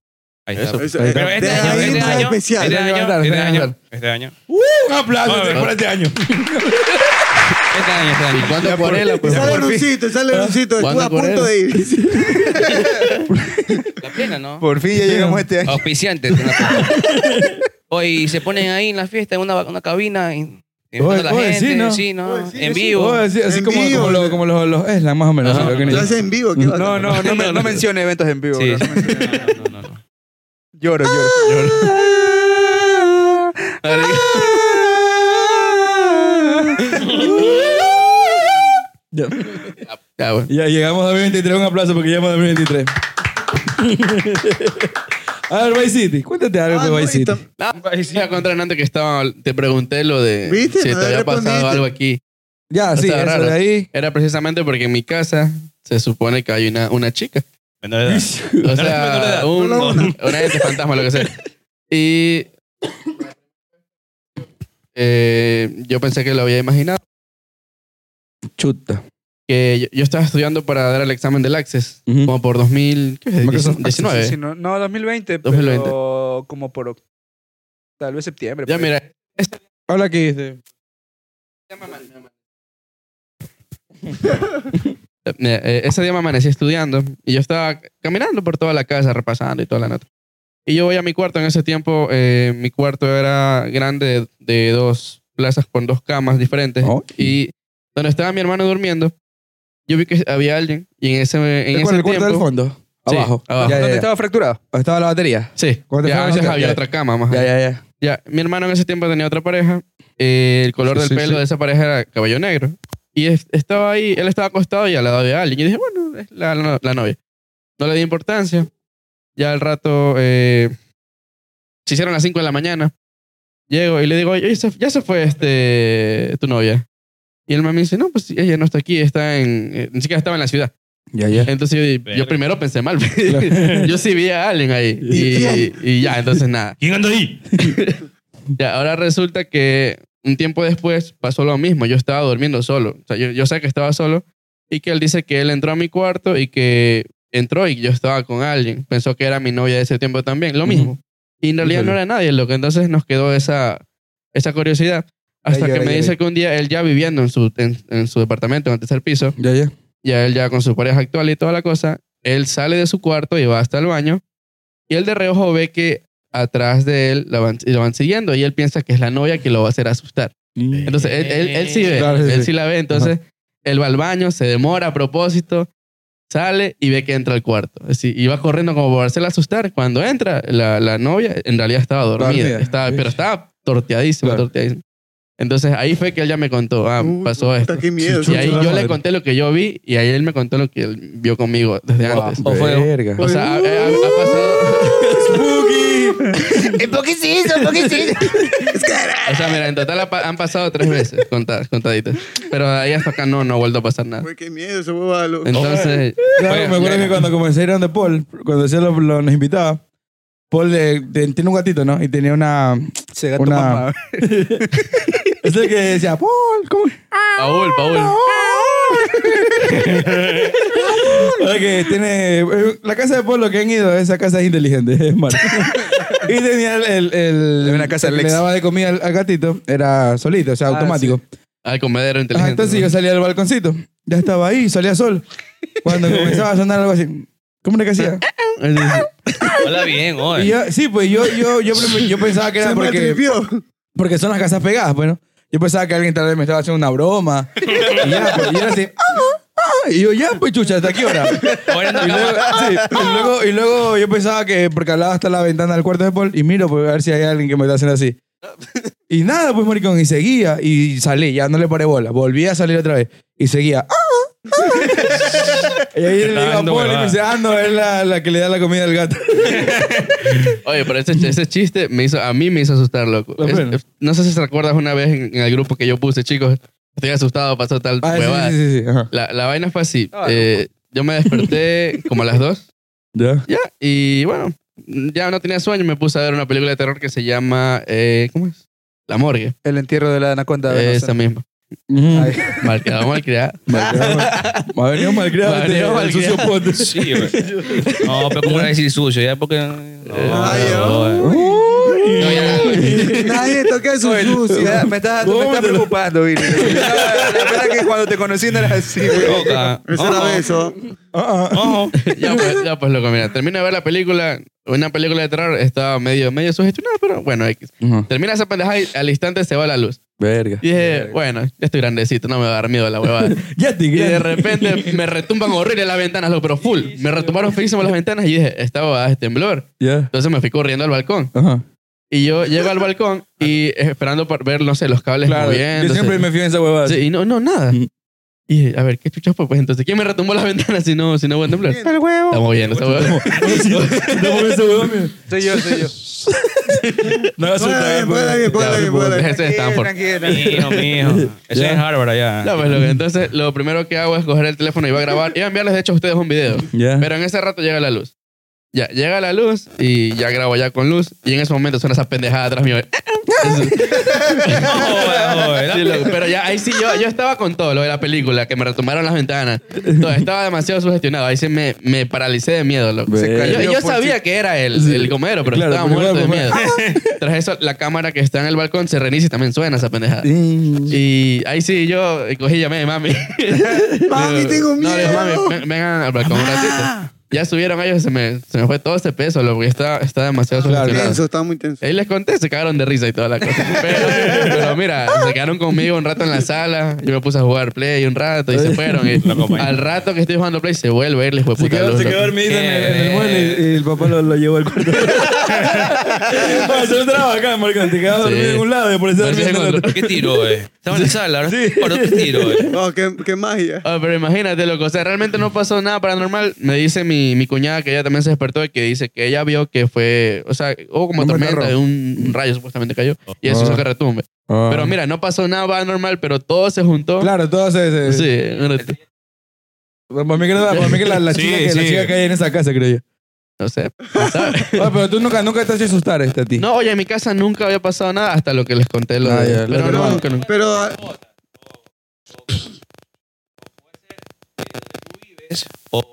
S3: ahí está.
S4: Eso,
S1: Ahí
S4: eh,
S1: está.
S3: Pero este
S4: de
S3: año,
S4: ahí
S3: este
S4: más
S3: año, este
S4: especial.
S3: año, este año, este año,
S4: Uh,
S1: Un aplauso por este año.
S3: este año, este año.
S5: ¿Cuánto ponela, pues?
S4: Sale Lucito,
S3: Ah,
S4: sale Lucito, estuve a
S5: ¿Cuándo
S4: punto de ir.
S3: La plena, ¿no?
S2: Por fin ya llegamos a este año.
S3: Auspiciante. tiene una- Hoy se ponen ahí en la fiesta, en una, una cabina, y, y
S1: Oye,
S3: a la
S1: oye,
S3: gente,
S1: sí,
S3: sí,
S1: ¿no?
S3: ¿no?
S4: Oye, sí,
S3: en
S4: sí.
S3: vivo.
S1: Oh, sí, así
S4: En
S1: como,
S4: vivo.
S1: como, lo- como los, los Eslan, más o menos.
S3: Ajá.
S1: así lo que
S4: Lo hace
S1: ni-
S4: en vivo, qué
S2: No,
S4: bacán.
S2: no, no, me- no mencione eventos en vivo.
S3: Sí.
S2: bro.
S3: No, no, no.
S2: Lloro, lloro.
S1: Ya.
S5: Ya, bueno.
S1: Ya llegamos a 2023, un aplauso porque llegamos a 2023. a ver, Vice City, cuéntate algo
S4: Ah,
S1: de
S4: no,
S1: Vice
S4: y
S1: City.
S4: tam-
S5: Ah, decía contra Nante que estaba. Te pregunté lo de.
S4: ¿Viste?
S5: Si
S4: No
S5: te había
S4: respondiste.
S5: pasado algo aquí.
S1: Ya, sí,
S5: Está
S1: eso
S5: raro.
S1: de ahí.
S5: Era precisamente porque en mi casa se supone que hay una, una chica.
S3: Menor de edad.
S5: O
S3: menor de edad.
S5: sea, un,
S4: Solo una.
S5: una gente fantasma, lo que sea. Y. eh, yo pensé que lo había imaginado.
S1: Chuta.
S5: Que yo, yo estaba estudiando para dar el examen del Access.
S2: Mm.
S1: Ujú.
S5: Como por 2000. ¿Qué es?
S1: Microsoft
S5: 19.
S2: Sí, sí, no, no, 2020,
S5: 2020.
S2: pero como por oct- tal vez septiembre.
S5: Ya,
S2: pues.
S5: mira.
S1: Habla aquí. este.
S5: Mira, eh, ese día me amanecí estudiando y yo estaba caminando por toda la casa, repasando y toda la nota. Y yo voy a mi cuarto. En ese tiempo, eh, mi cuarto era grande de, de dos plazas con dos camas diferentes.
S1: Ok.
S5: Y donde estaba mi hermano durmiendo, yo vi que había alguien y en ese, en
S1: ¿Te acuerdas
S5: ese
S1: el
S5: tiempo...
S1: cuarto del fondo?
S5: Sí,
S1: Abajo.
S5: abajo.
S1: Ya,
S2: Ah, ¿Dónde
S1: ya, ya.
S2: estaba fracturado?
S1: Estaba la batería.
S5: Sí,
S1: ¿Cuándo te
S5: ya,
S1: fueron
S5: antes
S1: a
S5: había
S1: ya.
S5: otra cama más
S1: Ya,
S5: allá.
S1: ya, ya.
S5: Ya, mi hermano en ese tiempo tenía otra pareja. eh, el color
S1: Sí,
S5: del
S1: sí,
S5: pelo
S1: sí.
S5: de esa pareja era cabello negro. Y es- estaba ahí, él estaba acostado y al lado de alguien. Yo dije, bueno, es la, la- la novia. No le di importancia. Ya al rato eh, se hicieron las 5 de la mañana. Llego y le digo, oye, se- ya se fue este, tu novia. Y el mami dice, no, pues ella no está aquí, está en. eh, ni siquiera estaba en la ciudad.
S1: Ya, ya.
S5: Entonces yo, yo primero pensé mal. yo sí vi a alguien ahí.
S4: ¿Y
S5: Y, y ya, entonces nada.
S3: ¿Quién anda ahí?
S5: Ya, ahora resulta que un tiempo después pasó lo mismo. Yo estaba durmiendo solo. O sea, yo, yo sé que estaba solo y que él dice que él entró a mi cuarto y que entró y yo estaba con alguien. Pensó que era mi novia de ese tiempo también. Lo mismo. Y en realidad no era nadie, loco. Entonces nos quedó esa, esa curiosidad. Hasta
S1: Ya,
S5: que
S1: ya,
S5: me
S1: ya,
S5: dice
S1: ya.
S5: que un día él ya viviendo en su, en, en su departamento, en el tercer piso,
S1: Ya, ya.
S5: ya él ya con su pareja actual y toda la cosa, él sale de su cuarto y va hasta el baño y él de reojo ve que atrás de él la van, y lo van siguiendo y él piensa que es la novia que lo va a hacer asustar. Entonces él, él, él sí ve,
S1: Claro, sí,
S5: él
S1: sí.
S5: sí la ve, entonces él va al baño, se demora a propósito, sale y ve que entra al cuarto. Así, y va corriendo como por hacerla asustar. Cuando entra, la, la novia en realidad estaba dormida,
S1: Dormida.
S5: estaba, pero estaba torteadísima,
S1: Claro.
S5: torteadísima. Entonces ahí fue que él ya me contó, ah,
S4: Uy,
S5: pasó
S4: puta,
S5: esto.
S4: Qué miedo.
S5: Y ahí
S1: Chuta
S5: yo
S1: madre.
S5: le conté lo que yo vi y ahí él me contó lo que él vio conmigo pues, desde antes.
S3: o fue-
S1: Verga.
S5: uh. O sea, ha, ha- ha pasado...
S1: Spooky.
S4: Esto ¿Por qué se hizo? ¿Por qué se hizo? Es que era-
S5: O sea, mira, en total ha pa- han pasado tres veces contadas, contaditas. Pero de ahí hasta acá no, no ha vuelto a pasar nada.
S4: Güey, qué miedo ese huevado.
S5: Entonces,
S1: Claro,
S3: Oye,
S1: me acuerdo que cuando comencé a ir a donde Paul, cuando decía lo, lo- nos invitaba, Paul eh, te- tiene un gatito, ¿no? Y tenía una...
S2: Se gato
S1: Una-
S2: mamado.
S1: Es el que decía, Paul, ¿cómo?
S5: Paul,
S1: Ah,
S5: Paul.
S1: Oye, que tiene... eh, La casa de Paul, lo que han ido, esa casa es inteligente, es mala. y tenía el... el, el-
S2: Una casa
S1: el que
S2: Alexa.
S1: le daba de comida al, al gatito, era solito, o sea,
S2: Ah,
S1: automático.
S5: Al comedero
S1: Ajá,
S5: inteligente.
S1: entonces
S5: ¿no?
S1: yo salía al balconcito, ya estaba ahí, salía sol. Cuando comenzaba a sonar algo así, ¿cómo era que hacía?
S3: Hola, bien,
S1: Y
S3: hoy.
S1: yo- sí, pues yo, yo, yo, yo pensaba que era
S4: Se
S1: porque...
S4: maltripió.
S1: Porque son las casas pegadas, bueno. Yo pensaba que alguien tal vez me estaba haciendo una broma. Y ya, pues, y era así. "Ah, ah", Y yo, ya, pues chucha, ¿hasta qué hora?
S3: Ahora no
S1: Y luego,
S3: acaba.
S1: sí, y, luego, y luego yo pensaba que, porque hablaba hasta la ventana del cuarto de Paul, y miro pues, a ver si hay alguien que me está haciendo así. Y nada, pues maricón, y seguía, y salí, ya no le paré bola. Volví a salir otra vez, y seguía. "Ah, ah". Y ahí le digo a
S3: dando
S1: Paul, y me
S3: huevada.
S1: dice, ah, no, es la, la que le da la comida al gato.
S5: Oye, pero ese, ese chiste me hizo, a mí me hizo asustar, loco.
S1: ¿La
S5: Es-
S1: pena?
S5: es- no sé si te acuerdas una vez en, en el grupo que yo puse, chicos, estoy asustado, pasó tal
S1: Ah, sí,
S5: huevada.
S1: sí, sí, sí, ajá.
S5: La, la vaina fue así.
S2: Ah,
S5: eh, yo me desperté como a las dos,
S1: Ya.
S5: ya, y bueno, ya no tenía sueño, me puse a ver una película de terror que se llama, eh, ¿cómo es? La morgue.
S2: El entierro de la anaconda. de
S5: Esa
S2: Venezuela.
S5: misma.
S1: Ujú.
S2: Ay.
S5: Malcriada, malcriada.
S1: Me ha venido malcriado.
S5: Me ha
S1: este,
S5: venido
S1: el sucio
S5: malcriado.
S1: Paul.
S3: Sí, güey. No, pero ¿cómo le decir sucio? Ya porque. No,
S4: Ay,
S3: no,
S4: ay.
S3: no, ya.
S4: Nadie toca su
S2: Ya,
S4: sucio.
S2: Me estás, me estás preocupando, Billy. La verdad que cuando te conocí no eras así, güey.
S3: Boca.
S4: Eso
S3: Ojo,
S4: era eso.
S1: Ah, ah.
S3: Ojo.
S5: ya, pues, ya pues loco, mira, termina de ver la película, una película de terror, estaba medio, medio sugestionada, pero bueno, X.
S1: Ujú.
S5: termina esa pendeja y al instante se va la luz.
S1: Verga.
S5: Y dije, bueno, ya estoy grandecito, no me va a dar miedo la huevada.
S1: Ya te
S5: Y de repente me retumban horrible las ventanas, loco, pero full. Me retumbaron feísimo las ventanas y dije, esta huevada es temblor.
S1: Ya.
S5: Entonces me fui corriendo al balcón.
S1: Ajá.
S5: Y yo llego al balcón y esperando por ver, no sé, los cables
S1: Claro.
S5: moviéndose.
S1: Yo siempre me Mm. fío en esa huevada.
S5: Sí, y no, no, nada. Y dije, a ver, ¿qué chuchas fue? Pues entonces, ¿quién me retumbó las ventanas si no, si no hubo temblor?
S4: El
S5: huevo. Estamos bien, esa huevada.
S2: Soy yo, soy yo.
S1: No hagas
S4: Ponla bien, ponla bien, ponla bien, ponla bien.
S5: Ese es Stanford.
S3: Mijo, mijo. Eso
S1: Ya.
S3: es Harvard allá.
S5: No, pues, loco, entonces lo primero que hago es coger el teléfono y va a grabar. Iba a enviarles, de hecho, a ustedes un video.
S1: Ya.
S5: Pero en ese rato llega la luz. Ya, llega la luz y ya grabo ya con luz. Y en ese momento suena esa pendejada atrás mío.
S3: Ojo, ojo,
S5: Sí, loco, pero ya ahí sí yo, yo estaba con todo lo de la película, que me retomaron las ventanas. Todo, estaba demasiado sugestionado. Ahí sí me, me paralicé de miedo, loco.
S1: Ve.
S5: Se cayó. Yo, yo sabía que era el, el gomero, pero
S1: Claro,
S5: estaba
S1: pero
S5: muerto de
S1: igual,
S5: miedo. Tras eso, la cámara que está en el balcón se reinicia y también suena esa pendejada. Y ahí sí yo cogí y llamé a mami.
S4: Mami,
S5: Digo,
S4: tengo
S5: No, le digo, mami,
S4: miedo. Ah.
S5: ven- vengan al balcón un ratito. Ya subieron ellos, se me, se me fue todo ese peso, loco. y Está, está demasiado
S1: Claro.
S5: sugestionado.
S4: Tenso, estaba muy tenso.
S5: Ahí les conté, se cagaron de risa y toda la cosa. Pero, pero mira, se quedaron conmigo un rato en la sala. Yo me puse a jugar Play un rato y se fueron. Y
S3: Lo acompañé.
S5: al rato que estoy jugando Play se vuelve a Eh. irles,
S1: Se
S5: puta
S1: quedó,
S5: luz.
S1: se quedó
S5: loco.
S1: dormido en el, en el
S3: Qué
S1: mueble y, y el papá lo, lo llevó al cuarto. Ah, Eso entraba acá, maricón. Te quedabas dormido
S5: Sí.
S1: en un lado y aparecía
S5: Parecía
S1: dormido en el
S5: con-
S1: otro.
S3: ¿Qué tiro, eh? Estaba en la sala, ahora.
S1: Sí.
S3: Ahora, ¿Qué tiro, eh?
S4: Oh, qué, qué magia.
S5: Ah, pero imagínate, loco. O sea, realmente no pasó nada paranormal. Me dice mi, mi cuñada que ella también se despertó y que dice que ella vio que fue. O sea, hubo como
S1: Un
S5: tormenta,
S1: ventarrón.
S5: un, un rayo supuestamente cayó. Y eso
S1: Ah.
S5: hizo que retumbe. Pero mira, no pasó nada paranormal, pero todo se juntó.
S1: Ah, Claro, todo se... se-
S5: Sí, un rato.
S1: Para mí que, era- para mí que la, la
S3: Sí,
S1: chica que, la
S3: sí.
S1: chica que hay en esa casa, creo yo.
S5: no sé. quién sabe.
S1: Ah, pero tú nunca, nunca te has hecho asustar este a ti.
S5: No, oye, en mi casa nunca había pasado nada hasta lo que les conté. Lo
S1: Ah,
S5: de-
S1: ya, lo
S5: pero
S1: de-
S5: no, nunca, nunca.
S4: Pero ah,
S3: O hay personas que tienen ese don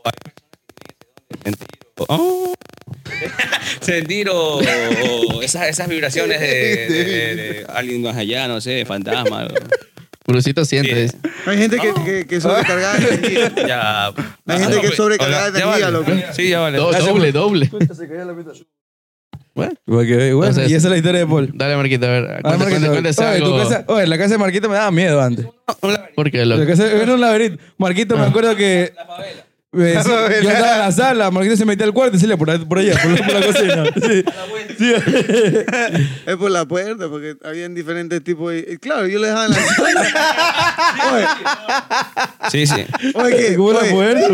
S3: de sentir. o- Sentir o, o esas, esas vibraciones de, de- de- de alguien más allá, no sé, fantasma. o-
S5: Brucito siente. dice.
S4: hay gente que, que, que es sobrecargada de energía.
S3: Ya.
S4: Hay gente que es sobrecargada de
S3: Ya
S4: energía,
S3: vale.
S4: loco.
S3: Sí, ya vale.
S5: Do- doble, doble. Bueno,
S1: Porque, bueno,
S5: Entonces-
S1: y esa es la historia de Paul.
S5: dale, Marquita, a ver.
S1: Ah,
S5: Cuéntese,
S1: Marquito,
S5: cuéntese
S1: oye, tu
S5: algo.
S1: casa- oye, la casa de Marquito me daba miedo antes.
S5: ¿Por qué,
S1: La
S5: loco?
S1: casa era un laberinto. Marquito, me acuerdo que. Eh, sí, yo andaba en la sala, Marquito se metía al cuarto y se le por, por allá, por, por la cocina. Sí. Sí.
S4: Es por la puerta, porque habían diferentes tipos. de- y claro, yo le dejaba en la sala.
S3: Sí, sí.
S4: Oye, oye, que-
S1: ¿Cómo la
S4: oye,
S1: puerta?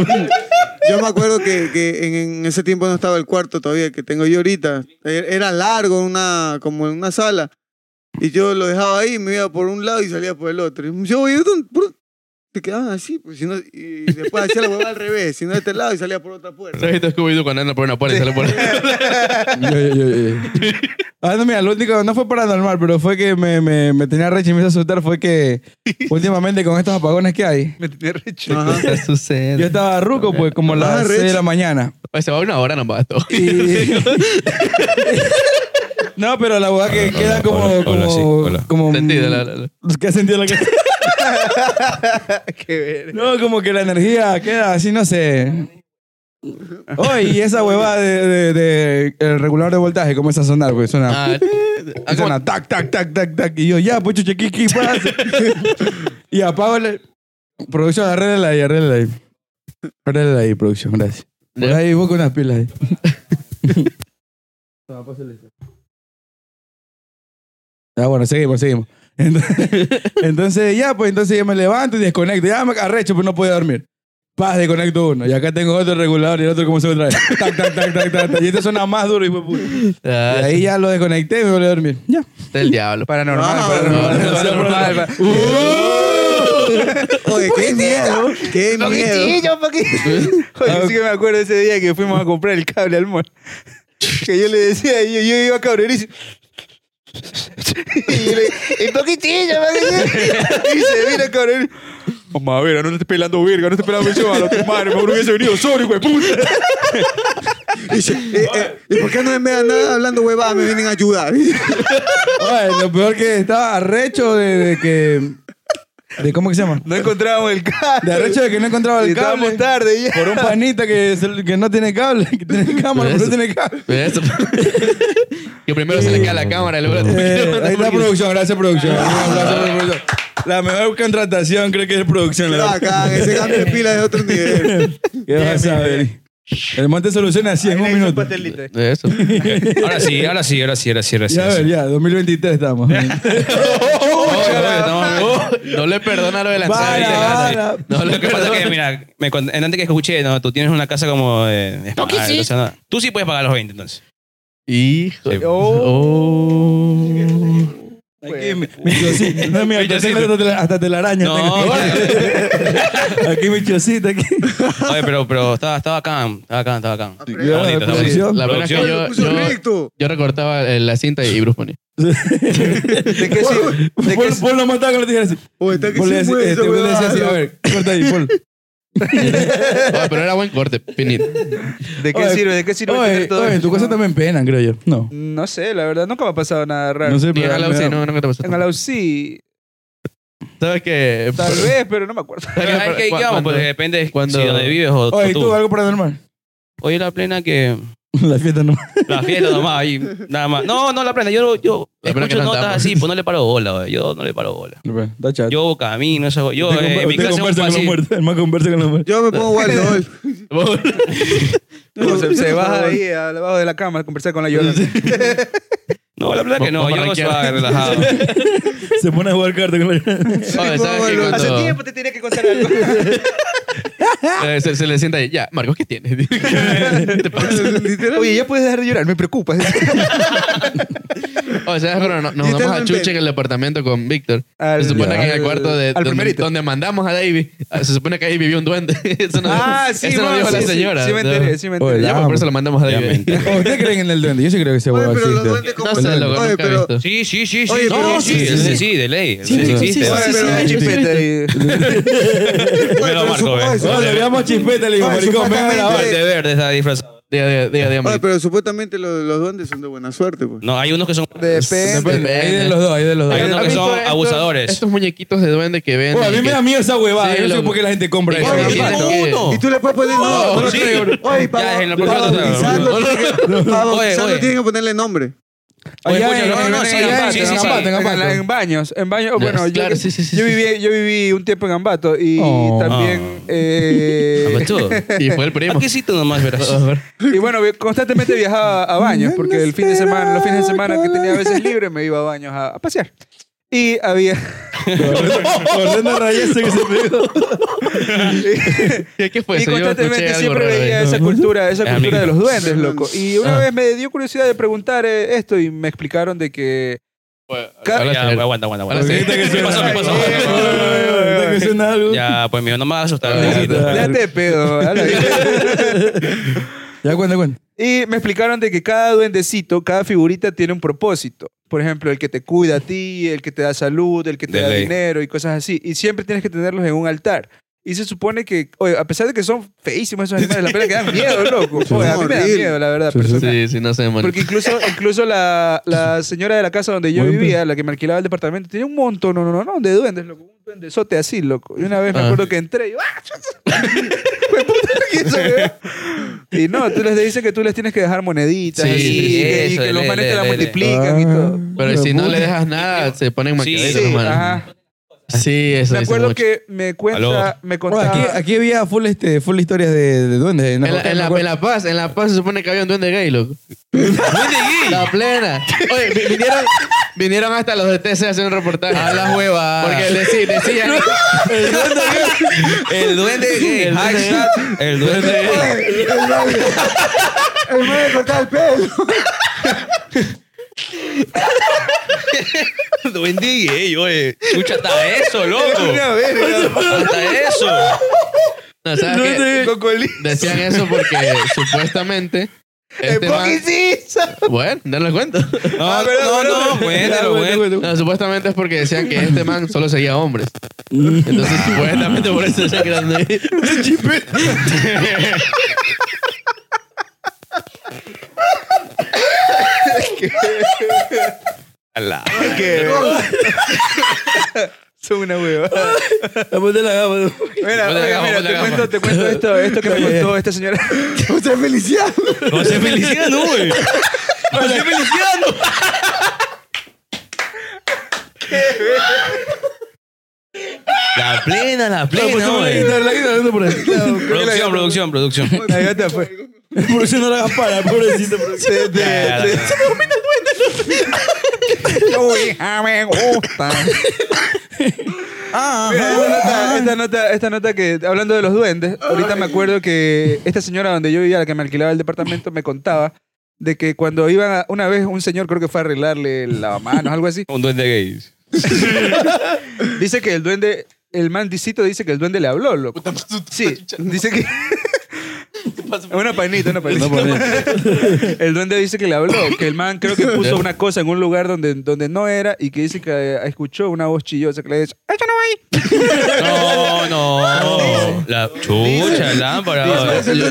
S4: Yo me acuerdo que, que en, en ese tiempo no estaba el cuarto todavía que tengo yo ahorita. Er- Era largo, una, como en una sala. Y yo lo dejaba ahí, me iba por un lado y salía por el otro. Y yo, voy te quedaban así, pues, si no- y después hacía la huevada al revés, si no de este lado y salía por otra puerta.
S5: ¿Sabes esto Scooby-Doo cuando anda por una puerta y sale por
S1: Yo, yo, yo, yo. Ah, no, mira, lo único, no fue paranormal, pero fue que me, me, me tenía recha y me hizo asustar. Fue que últimamente con estos apagones que hay,
S2: Me tenía recho.
S4: Ajá.
S5: ¿Qué sucede?
S1: yo estaba ruco, pues, como a
S4: Ah,
S1: las
S4: recha.
S1: 6 de la mañana.
S5: Oye, Pues se va una hora nomás todo.
S1: Y- no, pero la hueá que queda como.
S3: hola, hola,
S1: como,
S3: sí, hola.
S1: como
S5: Sentido, la- la- la-
S1: ¿Qué sentido la que.?
S2: Qué ver.
S1: No, como que la energía queda así, no sé. Oye, y esa huevada de, de- de- el regulador de voltaje comienza a sonar, güey. Suena.
S5: Ah,
S1: Y suena tac, tac, tac, tac, tac. Y yo, ya, pues chuche, ¿qué, qué pasa? y apago la producción, arréglala ahí, arréglala ahí. Arréglala ahí, producción, gracias. Por ahí busca unas pilas ahí. Toma, pásale eso. Ah, bueno, seguimos, seguimos. Entonces, entonces, ya, pues entonces yo me levanto y desconecto. Ya me arrecho, pues no podía dormir. Paz, desconecto uno. Y acá tengo otro regulador y el otro comenzó otra vez. Tac, tac, tac, tac, tac, tac. Y este suena más duro y fue puto. Y
S5: ah,
S1: ahí ya lo desconecté y me volví a dormir. Ya.
S5: está el diablo.
S1: Paranormal,
S4: Ah,
S1: paranormal.
S5: no, Uh. no, no,
S1: paranormal.
S5: no, no.
S4: Oye, qué miedo, qué miedo.
S2: Poquitillo, poquitillo. Oye,
S5: Ah.
S2: yo sí que me acuerdo ese día que fuimos a comprar el cable al mall. Que yo le decía, yo, yo iba a cabrerísimo. Y yo le y poquitillo, poquitillo. Y se vino cabrerísimo. Mamá, verga, no te estés pelando verga, no te estés pelando yo a la tu madre, me hubiese venido solo, hijo de puta.
S4: Y, yo, eh, eh, ¿y por qué no me andan hablando huevadas? Me vienen a ayudar.
S1: Oye, lo peor que estaba arrecho de, de que. De, ¿Cómo que se llama?
S2: No encontrábamos el cable.
S1: De arrecho de que no encontraba el
S2: Y estábamos
S1: cable.
S2: tarde ya.
S1: Por un panita que, se- que no tiene cable, que tiene cámara, pero no tiene cable.
S5: Eso. que primero se le cae la cámara y luego la
S1: Eh, ahí está producción, gracias producción. Un aplauso para producción. La mejor contratación creo que es producción. La verdad.
S4: Acá, ese cambio de pila es de otro nivel.
S1: ¿Qué vas a ver? El monte soluciona así en un minuto.
S5: Eso.
S3: Ahora sí, ahora sí, ahora sí, ahora sí, ahora sí.
S1: Ya, a
S3: ahora
S1: ver,
S3: sí. Oh,
S1: ya, 2023 estamos.
S5: No le perdona lo de la
S1: Vara,
S5: ensalada.
S1: vara.
S3: Lo
S5: No le
S3: que pasa es que,
S5: perdona.
S3: mira, me cont- en antes que escuché, no, tú tienes una casa como de... de pagar, entonces, no. Tú sí puedes pagar los 20, entonces.
S5: Hijo.
S3: Sí.
S5: Oh.
S1: Aquí, mi- Pues, mi chocita. No, mira, hasta
S3: Michocito.
S1: tengo hasta- hasta telaraña.
S3: No,
S1: tengo. Aquí mi chocita, aquí.
S3: Oye, pero, pero estaba, estaba acá, estaba acá, estaba acá.
S4: Ya,
S3: Está bonito, está bonito.
S1: producción.
S5: La pena es que
S4: Oye, lo
S5: yo,
S4: puso
S5: yo,
S4: recto.
S5: yo recortaba eh, la cinta y Bruce ponía.
S2: ¿De qué sí? ¿De qué
S1: Paul, Paul lo mataba con la tijera así.
S4: Oye, está que
S1: Paul le decía
S4: se mueve
S1: este,
S4: esa
S1: Paul le decía
S4: huevada.
S1: así, a ver, corta ahí, Paul.
S5: Ah, pero era buen corte, finito.
S2: ¿De qué
S1: Oye,
S2: sirve? ¿De qué sirve
S1: Oye,
S2: tener todo
S1: oye, en tu
S2: esto?
S1: casa también penan, creo yo. No.
S2: No sé, la verdad, nunca me ha pasado nada raro.
S1: No sé,
S5: Ni
S1: pero...
S5: en Alau,
S1: me
S5: sí,
S1: da-
S5: no, nunca te pasó.
S2: En Alau sí,
S5: ¿Sabes
S3: Eh,
S5: qué?
S2: tal vez, pero no me acuerdo.
S3: Pero hay que, ¿qué vamos?
S5: Cuando-
S3: Porque depende
S5: cuando-
S3: si donde vives o,
S1: Oye, ¿y
S3: o
S1: tú,
S3: tú.
S1: algo paranormal?
S3: Oye, la plena que...
S1: La fiesta no.
S3: La fiesta nomás, ahí, nada más. No, no, la plena, yo, yo
S5: La plena que
S3: escucho
S5: no
S3: notas
S5: andamos.
S3: así, pues no le paro bola, oye, yo no le paro bola.
S1: Bueno, Está chat.
S3: Yo camino, eso, yo
S1: Usted
S3: eh,
S1: conver-
S3: mi
S1: usted
S3: clase es un
S1: conversa con los
S3: pasillo.
S1: muertos. El más conversa con los muertos.
S4: Yo me pongo guardol.
S2: Como se, se baja ahí, a- abajo de la cama, a conversar con la llorona.
S3: No, la plena que no,
S5: Vamos a
S3: yo
S5: rankear.
S3: suave, relajado.
S1: Se pone a jugar cartas con la...
S5: Oye, Ah, ¿sabes qué?
S4: Hace
S5: Cuando-
S2: te tenía que contar algo.
S5: Eh, se, se le sienta ahí. Ya, Marcos, ¿qué tienes? ¿Qué te pasa?
S2: Oye, ya puedes dejar de llorar, me preocupa.
S5: O sea, bueno, no- nos damos a
S4: Literalmente.
S5: chuche en el departamento con Víctor.
S2: Al-
S5: se supone que en el
S2: al-
S5: cuarto de,
S2: al
S5: donde,
S2: primerito.
S5: donde mandamos a David, ah, se supone que ahí vivió un duende. Eso no,
S2: Ah, sí,
S5: eso no
S2: bueno,
S5: dijo la
S2: sí, sí,
S5: señora.
S2: Sí, me
S5: ¿no?
S2: enteré, sí me
S1: Oye,
S2: enteré.
S5: Ya,
S1: Ah,
S5: pues, por eso lo mandamos a
S3: ya me
S5: David.
S1: ¿Ustedes creen en el duende? Yo sí creo que se
S4: Oye,
S1: huevada
S4: pero los
S1: existe.
S4: duendes como
S5: No sé,
S4: son.
S5: loco,
S4: Oye,
S5: nunca he
S4: pero-
S5: visto.
S3: Sí, sí, sí, sí.
S4: Oye,
S3: sí,
S4: pero-
S3: sí, sí,
S1: sí, sí.
S3: sí, sí, de ley.
S1: Sí,
S3: Sí,
S1: sí,
S3: sí,
S1: sí,
S3: existe.
S1: sí,
S2: Oye,
S1: sí,
S2: pero
S1: sí,
S2: hay
S1: sí.
S2: chispeta ahí.
S4: Oye,
S3: Pero
S4: pero
S3: Marco,
S4: supo-
S3: ve.
S4: eso-
S1: Oye, le veíamos chispeta y le digo,
S4: Oye,
S1: maricón, ven a la
S4: supuestamente-
S1: hora.
S3: Parte verde está disfrazado.
S5: Diga, diga, diga, diga,
S4: Oye,
S5: Marcos.
S4: pero supuestamente los, los duendes son de buena suerte, pues.
S3: No, hay unos que son...
S2: Depende.
S1: Depende, Hay de los dos, hay de los dos.
S3: Hay unos
S5: ¿Has
S3: que
S5: visto
S3: son
S5: estos-
S3: abusadores.
S5: Estos muñequitos de duende que venden.
S1: Oye, a mí me da miedo esa huevada. Yo
S5: Sí,
S1: no sé
S5: loco.
S1: por qué la gente compra
S5: que-
S1: eso.
S5: que
S4: Oye,
S5: venden
S4: ¿cómo
S5: que-
S4: Y tú le puedes poner. No,
S3: Oh,
S4: no
S3: sí.
S4: creo. Oye,
S3: Ya,
S4: para
S3: en la próxima
S4: para
S3: otra vez.
S4: bautizarlo tiene que- para
S3: Oye,
S4: bautizarlo
S3: oye.
S4: tienen que ponerle nombre.
S1: Allá
S3: Oye,
S1: en-
S3: no, no, sí,
S1: allá en-
S3: sí,
S1: en
S3: sí, sí.
S1: Ambato, en
S2: En,
S1: Ambato.
S2: la- en baños, en baños. oh, Bueno,
S5: Claro,
S2: yo,
S5: sí, sí, sí,
S2: yo
S5: sí.
S2: viví, yo viví un tiempo en Ambato y
S1: Oh.
S2: también.
S3: Ah.
S2: Eh,
S3: Amachudo.
S5: Y fue el primo.
S3: Aquícito nomás, verás.
S2: y bueno, vi- constantemente viajaba a baños porque el fin de semana, los fines de semana que tenía a veces libre me iba a baños a, a pasear. Y había.
S1: Ordena rayarse que se pegó.
S5: ¿Qué, qué fue
S2: y
S5: eso? Pues Yo escuché
S2: constantemente
S5: algo
S2: siempre
S5: raro ahí.
S2: veía esa
S5: No.
S2: cultura, esa
S3: Es
S2: cultura
S3: amigo.
S2: de los duendes, loco. Y una
S5: Ah.
S2: vez me dio curiosidad de preguntar eh, esto y me explicaron de que... Ca-
S5: Habla
S3: Ya,
S5: serio.
S3: aguanta, aguanta, aguanta.
S5: Ahora sí.
S1: Ahorita que
S3: ¿Qué
S1: suena
S3: pasó? ¿Qué pasó?
S2: Ay, ay, ay.
S1: Ahorita que suena algo.
S3: Ya, pues mi no me va a asustar.
S1: Ah,
S2: Déjate de pedo. a la vida.
S1: Ya cuenta, cuenta.
S2: y me explicaron de que cada duendecito, cada figurita tiene un propósito. Por ejemplo, el que te cuida a ti, el que te da salud, el que te
S3: De
S2: da
S3: ley.
S2: dinero y cosas así. Y siempre tienes que tenerlos en un altar. Y se supone que, oye, a pesar de que son feísimos esos animales, la pena que dan miedo, loco.
S1: Sí.
S2: Oye, a mí me da
S4: Horrible.
S2: miedo, la verdad.
S1: Sí, sí.
S2: personal.
S5: Sí, sí, no sé, man.
S2: Porque incluso, incluso la, la señora de la casa donde yo
S1: Buen
S2: vivía, la que me alquilaba el departamento, tenía un montón, no, no, no, no, de duendes, loco. Un duendesote así, loco. Y una vez me
S5: Ah.
S2: acuerdo que entré y yo, ¡ah! Fue puta, ¿qué es eso, weón? Y no, tú les dices que tú les tienes que dejar moneditas
S5: Sí,
S2: así,
S5: sí,
S2: y que, y
S3: eso,
S2: que los
S3: le-
S2: manes te
S3: le-
S2: la
S3: le-
S1: Ah,
S2: multiplican y todo.
S5: Pero si no le dejas nada, se ponen
S3: Sí,
S5: maquillados,
S2: Sí,
S5: man.
S2: ajá.
S5: Sí, eso
S2: Me
S5: dice
S2: acuerdo
S5: mucho.
S2: que me
S3: Aló.
S2: cuenta, me
S1: Bueno,
S2: contaba...
S1: aquí, aquí había full, este, full historias de, de duendes.
S5: En la, en la- en La Paz, en La Paz se supone que había un duende gay, loco. ¿Duende gay? La plena. Oye, vi- vinieron, vinieron hasta los de TC a hacer un reportaje. A la hueva. Porque decí- decían...
S3: El duende. El duende. El duende.
S4: El me de cortar el pelo.
S3: El duende gay, oye. Escucha, hasta eso, loco.
S2: Una verga,
S3: Hasta eso.
S5: No, ¿sabes qué?
S2: Cocolín.
S5: Decían eso porque supuestamente...
S2: El
S5: Este man- bueno, no lo cuento.
S3: No, no, no. Bueno, bueno.
S5: No, supuestamente es porque decían que este man solo seguía hombres. Entonces, supuestamente por eso decían que eran gays.
S2: Son una hueva.
S1: Ah,
S2: Mira,
S3: Ponte la
S2: oye,
S3: gama,
S2: mira,
S3: ponte
S2: te
S3: la gama.
S2: cuento, te cuento esto, esto que me contó esta señora.
S4: José Feliciano.
S3: José Feliciano, güey. José Feliciano. La plena, la plena, güey. Producción, producción, producción.
S2: Ahí ya te fue.
S1: Por eso no la hagas para, pobrecito. pobrecito.
S3: Ya, ya, ya.
S2: Tu hija me gusta. Mira, esta, nota, esta, nota, esta nota que, hablando de los duendes, ahorita me acuerdo que esta señora donde yo vivía, la que me alquilaba el departamento, me contaba de que cuando iba, a- una vez un señor creo que fue a arreglarle el lavamanos, algo así,
S3: Un duende gay.
S2: dice que el duende, el mandicito dice que el duende le habló, loco. Sí, dice que... Una painita, una painita. El duende dice que le habló, que el man creo que puso una cosa en un lugar donde, donde no era y que dice que eh, escuchó una voz chillosa que le dice, ¡Esto no va
S3: No,
S2: ahí!
S3: no. La chucha, lámpara.
S4: José
S3: El
S4: Feliciano.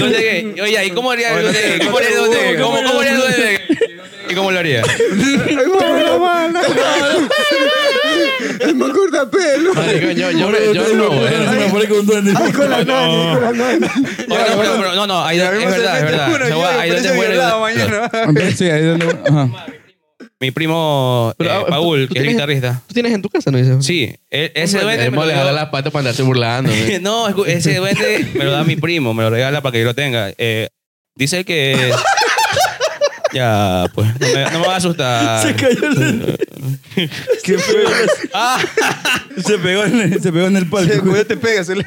S3: duende gay. Oye, ¿y cómo haría el duende gay? ¿Cómo haría el duende gay? ¿Cómo- ¿Cómo haría el duende gay? ¿Y cómo lo haría?
S4: El me corta pelo.
S5: Marico, yo, yo, me- yo no, eh.
S1: Se
S5: güey.
S1: me pone con un duende.
S4: Ay, con la nani, con la nani.
S3: No, no, pero- pero- no, no, hay
S2: Y a
S3: dos,
S2: mí
S3: es
S2: me hace
S3: verdad, es
S2: frente
S3: verdad.
S2: uno,
S3: O sea,
S2: yo
S3: hay
S2: por
S3: dos
S2: eso
S3: de
S2: violado
S3: buena-
S2: mañana.
S1: Entonces, sí, ahí es donde. Ajá.
S3: Mi primo,
S5: Pero,
S3: eh,
S5: ah,
S3: Paul,
S5: ¿tú
S3: que es
S5: tienes-
S3: guitarrista.
S5: ¿Tú tienes en tu casa, no dices?
S3: Sí, e- ese duende...
S5: El
S3: me lo
S5: mo le jala
S3: dio-
S5: las patas para andarse burlando. güey.
S3: No, escu- ese duende me lo da mi primo, me lo regala para que yo lo tenga. Eh, dice que... Ya, pues, no me, no me va a asustar. Se cayó el
S2: ¿Qué fue?
S3: Ah,
S1: Se pegó en el, se pegó en el palco.
S2: El cuello te pega, se le-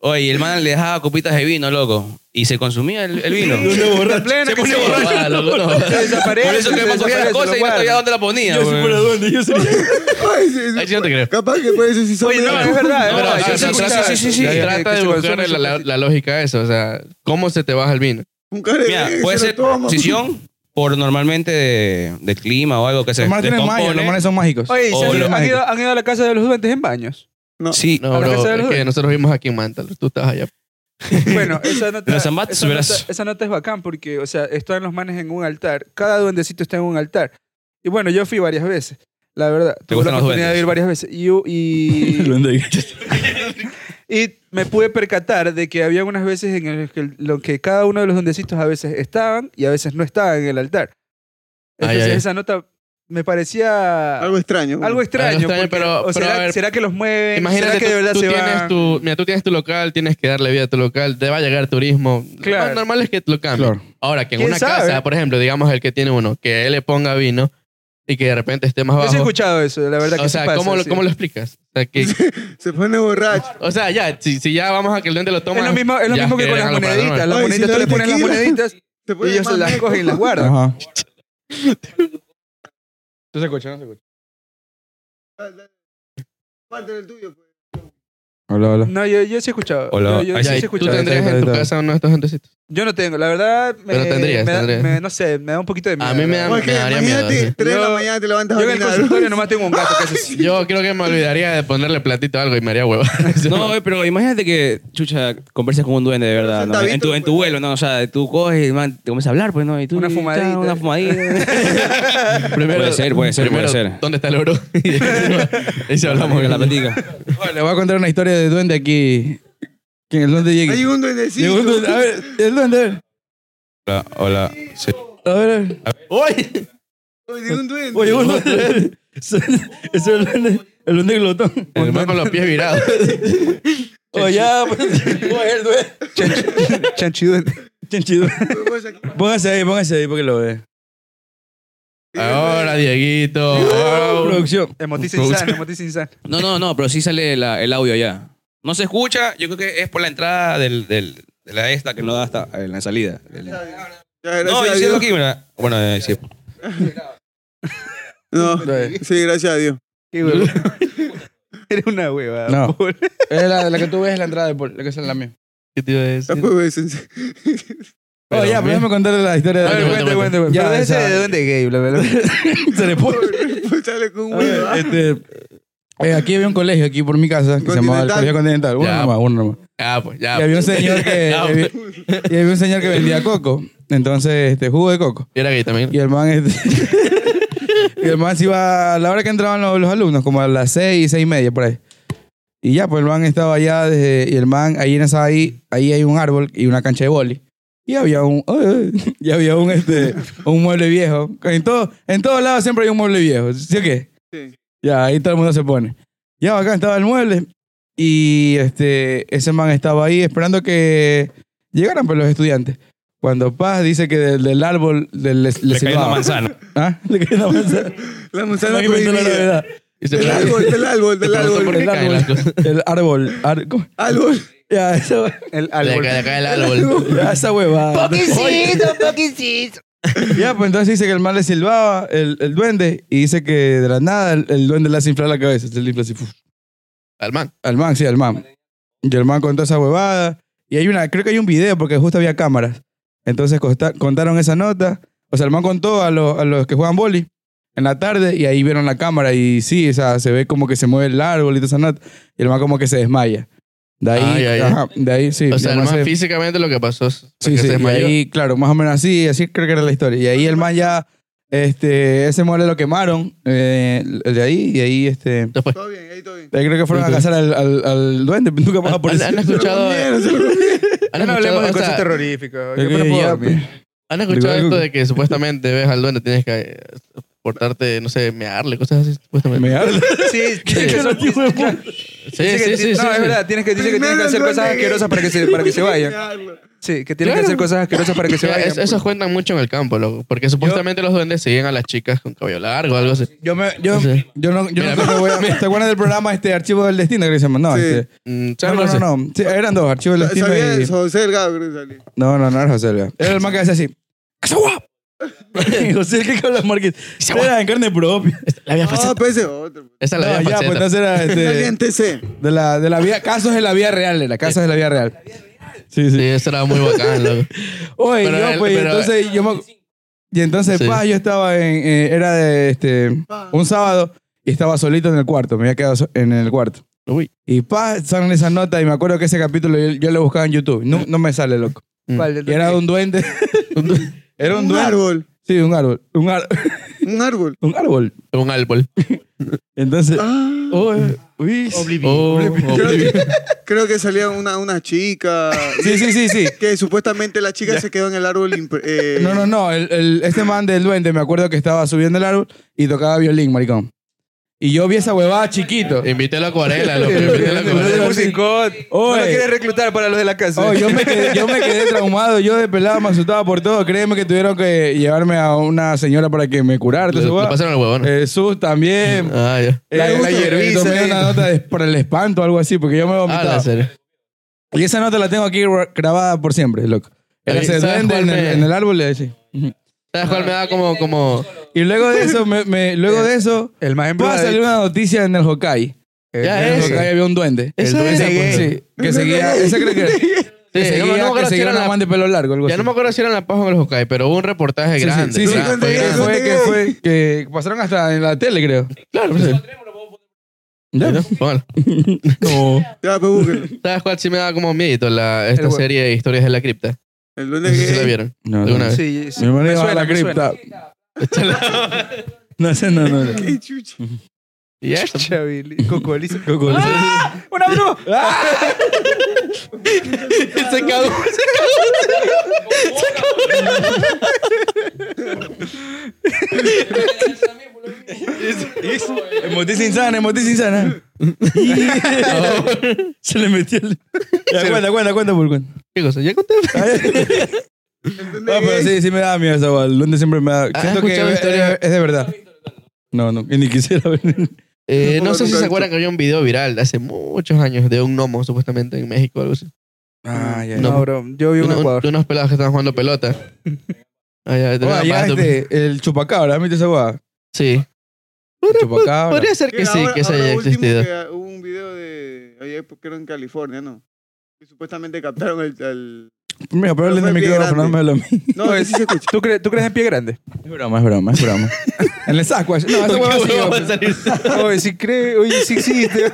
S3: oye, y el man le dejaba copitas de vino, loco. Y se consumía el, el vino.
S2: La plena
S3: Se
S2: que
S3: pone
S2: se-
S3: borracho.
S5: Ah, loco, no.
S2: se desaparece.
S3: Por eso que
S2: se
S3: me consumía las
S2: desaparece,
S3: cosas
S2: lo
S3: y no sabía
S2: guarda.
S3: dónde la ponía, güey.
S1: duende. Yo
S4: Ay, sí, sí.
S5: Ahí sí no te creo.
S4: Capaz que por eso sí son
S2: Oye, no,
S4: medio-
S2: es verdad, es
S5: No, ¿eh? pero,
S2: verdad.
S5: o
S2: yo
S5: sea,
S2: sí
S5: trata-
S2: escuchaba
S3: sí, sí, sí.
S2: que- que
S5: Trata
S2: se
S5: de buscar
S2: consume
S5: la, la-
S2: su-
S5: la lógica de eso. O sea, ¿cómo se te baja el vino?
S4: Un cara de-
S3: Mira,
S4: se
S3: puede
S4: lo
S3: ser
S4: toma.
S3: decisión por normalmente de, del clima o algo que se
S1: Los manes tienen magia, los
S3: descompone.
S1: manes son mágicos.
S2: Oye, ¿y se
S3: O
S2: han,
S3: lo
S2: han ido, han ido a la casa de los duendes en baños.
S3: Sí,
S5: No,
S2: ¿A la
S5: bro,
S2: casa de Eh,
S5: es
S2: los
S5: que
S2: dos?
S5: nosotros vivimos aquí en Manta. Tú estás allá.
S2: Bueno, esa nota,
S3: Los ambates,
S2: esa,
S3: verás.
S2: nota, esa nota es bacán porque, o sea, están los manes en un altar. Cada duendecito está en un altar. Y bueno, yo fui varias veces, la verdad. Tuve
S3: gustan
S2: la
S3: los
S2: oportunidad
S3: duendes?
S2: de ir varias veces. Y, yo- y, Y me pude percatar de que había unas veces en las que, el- lo que cada uno de los dondecitos a veces estaban y a veces no estaban en el altar.
S5: Ay,
S2: Entonces
S5: ay, ay.
S2: esa nota me parecía
S4: Algo
S2: algo,
S4: extraño.
S2: extraño.
S5: Algo extraño,
S2: porque-
S5: pero-
S2: o
S5: pero
S2: será,
S5: a ver,
S2: será que los mueven?
S5: Imagínate
S2: ¿Será que
S5: tú,
S2: de verdad
S5: tú
S2: se
S5: tienes
S2: van?
S5: tu, mira, tú tienes tu local, tienes que darle vida a tu local, te va a llegar turismo.
S2: Claro.
S5: Lo más normal es que te lo cambien.
S1: Claro.
S5: Ahora, que en
S2: ¿Quién
S5: una
S2: sabe?
S5: casa, por ejemplo, digamos el que tiene uno, que él le ponga vino, y que de repente esté más
S2: Yo sí he
S5: bajo.
S2: escuchado eso, la verdad que
S5: O
S2: sí
S5: sea,
S2: pasa,
S5: ¿cómo, lo,
S2: sí.
S5: ¿cómo lo explicas? O sea, que,
S4: Se pone borracho.
S5: o sea ya, si, si ya vamos a que el duende lo toma.
S2: Es lo mismo, es lo
S5: ya,
S2: mismo que con las
S5: dejan lo
S2: moneditas.
S5: paranormal.
S2: Las
S4: Oye, si
S2: moneditas, tú
S4: le
S2: le pones las
S4: tequila.
S2: moneditas
S4: Se
S2: y
S4: pone
S2: ellos
S4: más
S2: se las
S4: meco.
S2: cogen y las guardan.
S1: Ajá.
S2: ¿Tú se escuchas? No se escucha.
S4: Dale, dale. Parte el tuyo, pues.
S1: Hola, hola.
S2: No, yo, yo sí he escuchado.
S3: Hola.
S2: Yo, yo
S3: Ahí
S2: sí
S5: Ya,
S2: he
S5: y tú
S2: escuchado.
S5: tendrías
S1: Ahí está,
S5: en tu
S1: ahí está.
S5: casa uno de estos gentecitos.
S2: Yo no tengo, la verdad. Me,
S5: Pero tendrías,
S2: me da-
S5: tendrías.
S2: me- no sé, me da un poquito de miedo.
S5: A mí me da-
S4: Porque
S5: daría miedo,
S4: imagínate,
S5: sí.
S4: 3 de la
S2: Yo-
S4: mañana te levantas a
S2: Yo en el
S4: orinar.
S2: consultorio nomás tengo un gato que hace así.
S5: Yo creo que me olvidaría de ponerle platito a algo y me haría huevo.
S3: No, eh, pero imagínate que, chucha, conversas con un duende de verdad, ¿no?
S4: Sentadito,
S3: En tu, en tu
S4: pues.
S3: vuelo, ¿no? O sea, tú coges y man, te comienzas a hablar, pues, ¿no? Y tú,
S2: Una
S3: y,
S2: fumadita.
S3: ta, Una fumadita.
S5: Primero-
S3: Puede ser, puede ser,
S5: primero,
S3: puede ser.
S5: ¿Dónde está el oro? y si hablamos
S3: que
S5: de
S3: la
S5: la
S3: platica.
S1: Bueno, le voy a contar una historia de duende aquí. Que el duende llegue.
S4: Hay un duendecito.
S1: Llegó un duende. A ver, el duende.
S3: Hola, hola.
S1: A ver, a ver.
S4: Llegó un duende.
S1: Oye, un duende. Ese es el duende. El duende glotón.
S5: El man con los pies virados.
S1: Oye, ya, pues. Oye, el duende.
S2: Chanchido.
S1: Chanchido.
S4: Pues, aquí.
S1: Póngase ahí, póngase ahí porque lo ve.
S5: Ahora, Dieguito. Ahora,
S1: Producción.
S2: Emotiza insano, emotiza insano.
S3: No, no, no, pero sí sale la- el audio allá. No se escucha, yo creo que es por la entrada del, del, de la esta que no da hasta en la salida. Del-
S4: Ya, gracias
S3: No,
S4: a
S3: yo
S4: Dios.
S3: siento aquí, mira. Bueno, eh, sí.
S4: No, sí, gracias a Dios.
S2: Qué huevo. Eres una hueva.
S1: No.
S2: pobre.
S1: Es la, la que tú ves es la entrada de Paul, la que es la mía.
S5: ¿Qué te iba a
S4: Ah,
S5: decir?
S4: pues, pues, es-
S1: Oh, ya, pero déjame contarle la historia de
S2: A ver,
S5: Cuéntame,
S2: cuente,
S5: cuéntame.
S2: cuente, cuente.
S1: Ya,
S2: Pero ese
S1: o sea-
S2: de dónde es gay, bla, bla, bla.
S1: Se le puso.
S4: Pues, sale con un huevo.
S1: Este, eh, aquí había un colegio, aquí por mi casa, que se llamaba el
S4: Continental.
S1: Colegio Continental. Uno
S5: Ya.
S1: nomás, uno nomás.
S5: Ah, pues ya.
S1: Y había un señor que,
S5: Ya, pues.
S1: y había- y había un señor que vendía coco. Entonces, este, jugo de coco.
S5: Era gay también.
S1: Y el man, este, y el man se iba a la hora que entraban los, los alumnos, como a las seis, seis y media por ahí. Y ya, pues el man estaba allá desde, y el man, ahí en esa ahí, ahí hay un árbol y una cancha de boli. Y había un, y había un, este, un mueble viejo. En todo, en todos lados siempre hay un mueble viejo. ¿Sí o qué?
S4: Sí.
S1: Ya, ahí todo el mundo se pone. Ya, acá estaba el mueble. Y este, ese man estaba ahí esperando que llegaran pues, los estudiantes. Cuando Paz dice que del, del árbol del, le,
S3: Le cayó una
S1: silbaba.
S3: manzana.
S1: ¿Ah? Le cayó una manzana.
S4: La
S1: No
S4: manzana
S1: inventó la
S4: prohibida.
S1: novedad.
S5: Y se
S4: Del
S5: preguntó
S4: árbol, del árbol, del
S5: por
S4: árbol.
S5: qué
S1: El
S5: caen las
S1: árbol.
S5: cosas.
S1: El árbol. ar- ¿cómo?
S4: Árbol.
S1: Ya, esa, hue-
S2: El
S5: Le
S2: árbol.
S5: cae- le cae el árbol.
S1: ya, esa huevada.
S6: Poquisito, poquisito.
S1: Ya, pues entonces dice que el man le silbaba el, el duende y dice que de la nada el, el duende le hace inflar la cabeza. Se le infla así. ¡fuf!
S5: Al man.
S1: Al man, sí, al man. Y el man contó esa huevada. Y hay una, creo que hay un video porque justo había cámaras. Entonces costa- contaron esa nota. O sea, el man contó a, los- a los que juegan boli en la tarde y ahí vieron la cámara y sí, o sea, se ve como que se mueve el árbol y toda esa nota. Y el man como que se desmaya. De ahí,
S5: Ah, ya, ya.
S1: ajá, de ahí sí.
S5: O sea,
S1: el
S5: el
S1: man se-
S5: man físicamente lo que pasó es
S1: Sí,
S5: que
S1: sí,
S5: se
S1: y
S5: desmayó.
S1: ahí, claro, más o menos así, así creo que era la historia. Y ahí el man ya, este, ese mueble lo quemaron, eh, el de ahí, y ahí, este,
S5: Después.
S4: Todo bien, ahí todo bien.
S1: de ahí Eh, creo que fueron a cazar al, al, al duende, nunca más
S5: ¿Han,
S1: apareció.
S5: Ah, han escuchado,
S4: Mierda, se lo comieron.
S5: han
S2: Ya no
S5: escuchado,
S2: hablemos de
S5: o
S2: cosas
S5: sea,
S2: terroríficas. Yo
S1: Ok,
S2: me puedo
S1: ya, pues,
S2: dormir.
S5: ¿han escuchado
S1: Digo,
S5: esto
S1: algo-
S5: de que supuestamente ves al duende tienes que eh, portarte, no sé, mearle, cosas así,
S1: pues.
S5: supuestamente?
S1: Me habla.
S2: Sí, tienes que son- claro,
S5: Sí,
S2: dice que-
S5: sí, sí.
S2: No,
S5: sí,
S2: es
S5: sí.
S2: verdad. Tienes que dice que tienes
S4: Primero
S2: que
S4: el
S2: hacer cosas
S4: duende gay.
S2: asquerosas para que se para que se vayan.
S4: Claro.
S2: Sí, que tienes que
S5: Claro.
S2: hacer cosas asquerosas para que se
S5: Ya,
S2: vayan. pues.
S5: es- esos cuentan mucho en el campo, loco. Porque supuestamente los duendes siguen a las chicas con cabello largo o algo así.
S1: Yo me, yo,
S5: No sé.
S1: yo no, yo
S5: Mira,
S1: no creo que voy a, ¿te acuerdas del programa este Archivo del Destino que le decíamos? No,
S4: Sí.
S1: este,
S5: Mm,
S1: no,
S5: ¿sabes?
S1: no,
S5: No sé.
S1: no, no. Sí, eran dos, Archivo del Destino
S4: Sabía
S1: y...
S4: eso, José Delgado creo que salía.
S1: No, no, no era José Elga. Era el man que hacía así. ¡Casaguap! José Elga que habla marqués. Era en carne propia.
S5: La había
S4: Ah, pues ese otro.
S5: Esa es la
S1: No,
S5: había
S1: ya, pues entonces era este...
S4: Caliente ese.
S1: De la, de la vía, casos de la vía real, era casos de la vía real. Sí,
S5: Sí,
S1: sí.
S5: eso era muy bacán, loco.
S1: Oye,
S5: Pero
S1: yo,
S5: el-
S1: pues,
S5: pero-
S1: entonces, yo me- Y entonces,
S5: Sí.
S1: pa, yo estaba en. eh, era de este. Un sábado y estaba solito en el cuarto, me había quedado so- en el cuarto.
S5: Uy.
S1: Y pa, salen esas notas y me acuerdo que ese capítulo yo, yo lo buscaba en YouTube. No, no me sale, loco. Y era un duende. era un
S4: Un
S1: duende.
S4: árbol.
S1: Sí, un árbol. Un, ar-
S4: Un árbol.
S1: un árbol.
S5: Un árbol.
S1: Entonces.
S4: Ah.
S1: Uy, uy.
S5: Oh,
S4: Creo
S5: Oblivion.
S4: que, creo que salía una, una chica.
S1: Sí, sí, sí, sí.
S4: Que supuestamente la chica se quedó en el árbol. impre- eh,
S1: No, no, no. El, el- este man del duende, me acuerdo que estaba subiendo el árbol y tocaba violín, maricón. Y yo vi esa huevada chiquito.
S5: Invité a la acuarela, loco.
S1: El-
S5: Invité a la
S1: el-
S5: acuarela.
S1: el-
S2: No
S1: Oye.
S2: lo quiere reclutar para los de la casa.
S1: Oh, yo, me quedé, yo me quedé traumado, yo de pelado me asustaba por todo. Créeme que tuvieron que llevarme a una señora para que me curara. toda
S5: Le-
S1: esa
S5: le
S1: huevada.
S5: pasaron el huevón.
S1: Jesús también.
S5: Ah, ya.
S2: La-
S1: Eh,
S2: la hierbiza
S1: eh, tomé
S2: ahí.
S1: una nota de- por el espanto o algo así, porque yo me
S5: Ah,
S1: vomitaba.
S5: en serio.
S1: y esa nota la tengo aquí gra- grabada por siempre, loco. Era
S5: Ahí,
S1: ese
S5: ¿sabes
S1: duende en
S5: cuál
S1: el,
S5: me-
S1: en el árbol, le decía.
S5: ¿Sabes cuál me da como, como...
S1: Y luego de eso, me, me- luego de eso,
S2: El más
S1: va a salir
S2: embrujado.
S1: una noticia en el Hokkaido.
S5: Ya
S1: En el
S5: es.
S1: Hokkaido había un duende.
S5: Esa
S1: El
S5: era,
S1: duende
S5: pues.
S1: gay. Sí, que seguía, esa creo que, que
S5: Sí,
S1: seguía,
S5: no me acuerdo
S1: que
S5: si
S1: seguía
S5: era
S1: una
S5: la-
S1: man de pelo largo, algo
S5: Ya no
S1: así.
S5: me acuerdo si era en La Paz o en el Hokkaido, pero hubo un reportaje
S1: pues. Sí, sí,
S5: grande.
S1: sí, sí.
S5: grande, fue
S1: Que
S5: grande.
S1: fue, que fue, que pasaron hasta en la tele, creo.
S5: Claro, pues, sí.
S1: Ya.
S5: Bueno, póngalo.
S1: No.
S4: Ya, pues búsquenlo.
S5: ¿Sabes cuál sí me da como miedo? La, esta
S2: El huevo.
S5: serie de historias de la cripta.
S4: El
S5: No
S4: duende
S5: sé si la
S4: gay.
S5: vieron.
S1: No,
S5: De una vez.
S2: Sí, sí.
S1: Mi hermano
S2: Me
S1: iba a
S2: suena,
S1: la
S2: me
S1: cripta. No sé, no, no. no.
S4: Qué chucha.
S5: Y esto.
S2: Chavili, cocolizo.
S1: Coco,
S2: ¡Ah! ¡Una broma!
S5: se cagó.
S1: Emotiza insana, emotiza insana. Se le metió el. Ya, cuenta, cuenta, cuenta, por cuenta.
S5: ¿Qué cosa? Ya conté.
S1: Ah,
S4: El
S1: No,
S4: duende
S1: pero
S4: gay.
S1: Ah, pues, sí, sí me da miedo esa guay. El duende siempre me da.
S5: ¿Has
S1: Siento que
S5: escuchado
S1: es,
S5: historias?
S1: es de verdad. No, no, ni quisiera ver.
S5: Eh, no sé si
S4: Nunca he
S5: se
S4: visto.
S5: acuerdan que había un video viral de hace muchos años de un gnomo, supuestamente, en México o algo así.
S1: Ah, ya.
S5: No.
S2: No, bro. Yo vi
S5: De
S2: un
S5: uno-
S2: Ecuador.
S5: de unos pelados que estaban jugando pelota. Ah, Allá,
S1: Oh, allá este, el chupacabra, ¿viste esa guay?
S5: Sí.
S1: El chupacabra.
S5: Podría ser que sí,
S4: ahora-
S5: que se
S4: ahora
S5: haya
S4: último
S5: existido.
S4: que ah, Hubo un video de. Oye, porque era en California, ¿no? Que supuestamente captaron el. al-
S1: Mira, pero el
S4: Pero fue bien
S1: micrófono, no
S4: grande.
S1: me lo Es
S4: No, que sí se escucha.
S2: ¿Tú, cre- ¿Tú crees en pie grande?
S1: broma, es broma, es broma. en el Sasquatch. No, esa guay sí.
S5: Huevo, va a
S1: Yo
S5: salir.
S2: Oye, sí cree. Oye, sí existe.
S1: yo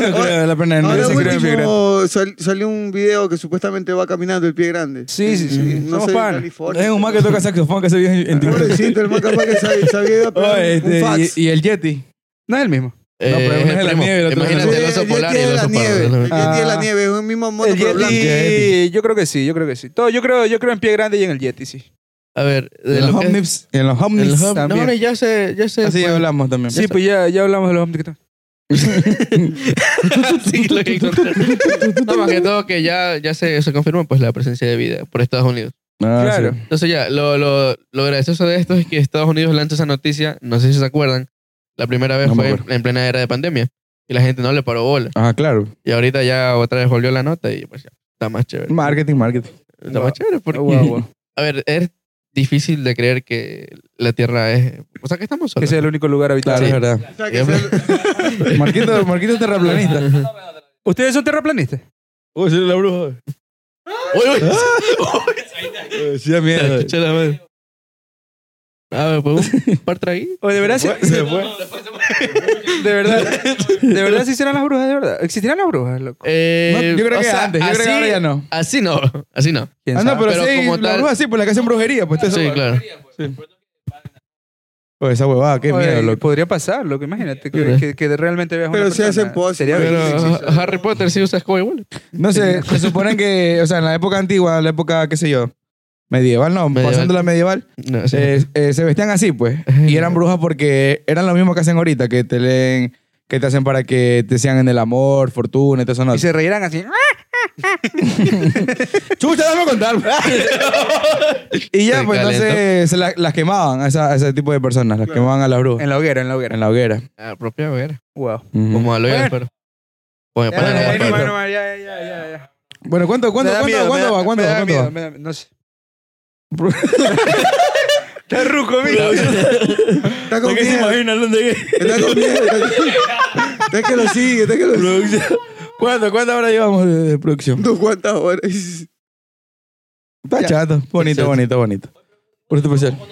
S1: no creo la pena en
S4: Ahora
S1: eso, creo en figura.
S4: último sal- salió un video que supuestamente va caminando el pie grande.
S2: Sí, sí, sí.
S4: Mm, No
S2: Somos
S4: sé, en
S2: pan.
S4: California.
S1: Es un man que toca saxofón que se vio en en TikTok.
S4: Pobrecito, el man capaz que se se había ido a
S1: Oh,
S4: pegar un- un
S1: este,
S4: fax.
S1: y, y el Yeti.
S2: No es el mismo.
S5: Eh,
S1: No, pero uno
S5: es
S1: es
S5: el
S1: en la
S5: primo.
S1: nieve, el otro es en la
S5: Imagínate el
S4: Oye,
S5: oso
S4: el Yeti
S5: polar y
S4: de
S5: el
S4: la
S5: oso
S4: nieve. El
S5: polar.
S4: Yeti de la
S1: Ah.
S4: nieve, es un mismo mono,
S2: El
S4: pero
S2: Yeti,
S4: blanco.
S2: yo creo que sí, yo creo que sí. Todo, yo creo, yo creo en pie grande y en el Yeti, sí.
S5: A ver, de
S1: En los
S5: lo que-
S1: Homnips. En los
S5: el
S1: Homnips
S5: hub- No,
S1: también.
S5: no, ya sé, ya sé.
S1: Así
S5: pues.
S1: hablamos también.
S2: Sí, pues ya, ya hablamos de los hombres que están.
S5: Sí, lo que encontré. No, más que todo que ya, ya se, se confirmó pues la presencia de vida por Estados Unidos.
S1: Ah,
S2: claro.
S1: sí.
S5: Entonces ya, lo, lo, lo gracioso de esto es que Estados Unidos lanza esa noticia, no sé si se acuerdan, la primera vez
S1: No me
S5: fue en, en plena era de pandemia y la gente no le paró bola.
S1: Ah, claro.
S5: Y ahorita ya otra vez volvió la nota y pues ya, está más chévere.
S1: Marketing, marketing.
S5: Está más chévere
S1: Ah,
S5: porque... A ver, es difícil de creer que la Tierra es... O sea, que estamos
S2: Que
S5: solos.
S2: sea el único lugar habitado.
S1: Claro,
S5: Sí.
S1: es verdad.
S4: O sea, que se-
S1: Marquito, Marquito terraplanista.
S2: ¿Ustedes son terraplanistas?
S1: Uy, soy la bruja.
S5: Uy, uy.
S1: Uy, Sí, da miedo.
S5: Chucha la madre. A ver, pues un par traguitos.
S2: ¿O de verdad sí?
S1: Se fue.
S2: De verdad. De verdad sí hicieron las brujas, de verdad. ¿Existirán las brujas, loco?
S1: No,
S5: Eh,
S1: yo creo
S5: o
S1: que
S5: sea,
S1: antes, yo creo que ahora ya no.
S5: Así no, así no.
S2: ¿Quién
S1: Ah, no,
S2: sabe?
S1: pero,
S5: Pero
S1: sí,
S5: como
S1: la
S5: tal-
S1: bruja sí, pues la que hacen brujería, pues
S5: Sí, claro.
S1: Oye, esa huevada, qué
S2: Oye,
S1: miedo, loco.
S2: Podría pasar, loco. Imagínate que, que, que realmente veas a una
S4: Pero si
S2: persona.
S4: hacen poses,
S2: Sería
S4: pero-
S2: bien.
S5: Pero Harry Potter sí usa escoba igual.
S1: No sé, se supone que, o sea, en la época antigua, en la época, qué sé yo, medieval, no,
S5: Medieval.
S1: pasando la medieval,
S5: No, o sea,
S1: eh, eh, se vestían así, pues. Y eran brujas porque eran lo mismo que hacen ahorita, que te leen, que te hacen para que te sean en el amor, fortuna y todo eso. No.
S2: Y se reirán así. ¡ah!
S1: Chucha, dame a contar. y ya,
S5: Se
S1: pues entonces se la- las quemaban a, esa- a ese tipo de personas, las
S4: Claro.
S1: quemaban a las brujas
S2: En la hoguera, en la
S1: en
S2: hoguera.
S1: la hoguera.
S5: la propia hoguera.
S2: Wow.
S1: Ujú.
S5: Como a lo
S2: Bueno.
S5: pero. Como
S2: Ya,
S1: Bueno,
S5: para
S2: ya,
S1: bueno,
S2: ya,
S1: bueno.
S2: ya, Eh, ya, ya, ya, ya.
S1: Bueno, ¿cuánto, cuánto,
S2: Me da
S1: cuánto,
S2: miedo,
S1: cuánto
S2: me da-
S1: va? ¿Cuánto
S2: me
S1: va?
S2: da
S1: ¿Cuánto
S2: miedo,
S1: va?
S2: me da- No sé. Está ruco, mira.
S4: Está con miedo. Está con miedo. está- Está que lo sigue, está que lo sigue.
S1: ¿Cuánto, cuánto hora llevamos de, de eh, producción?
S4: ¿Tú cuántas horas?
S1: Está chato. Bonito,
S5: Exacto.
S1: bonito, bonito. Por esto especial.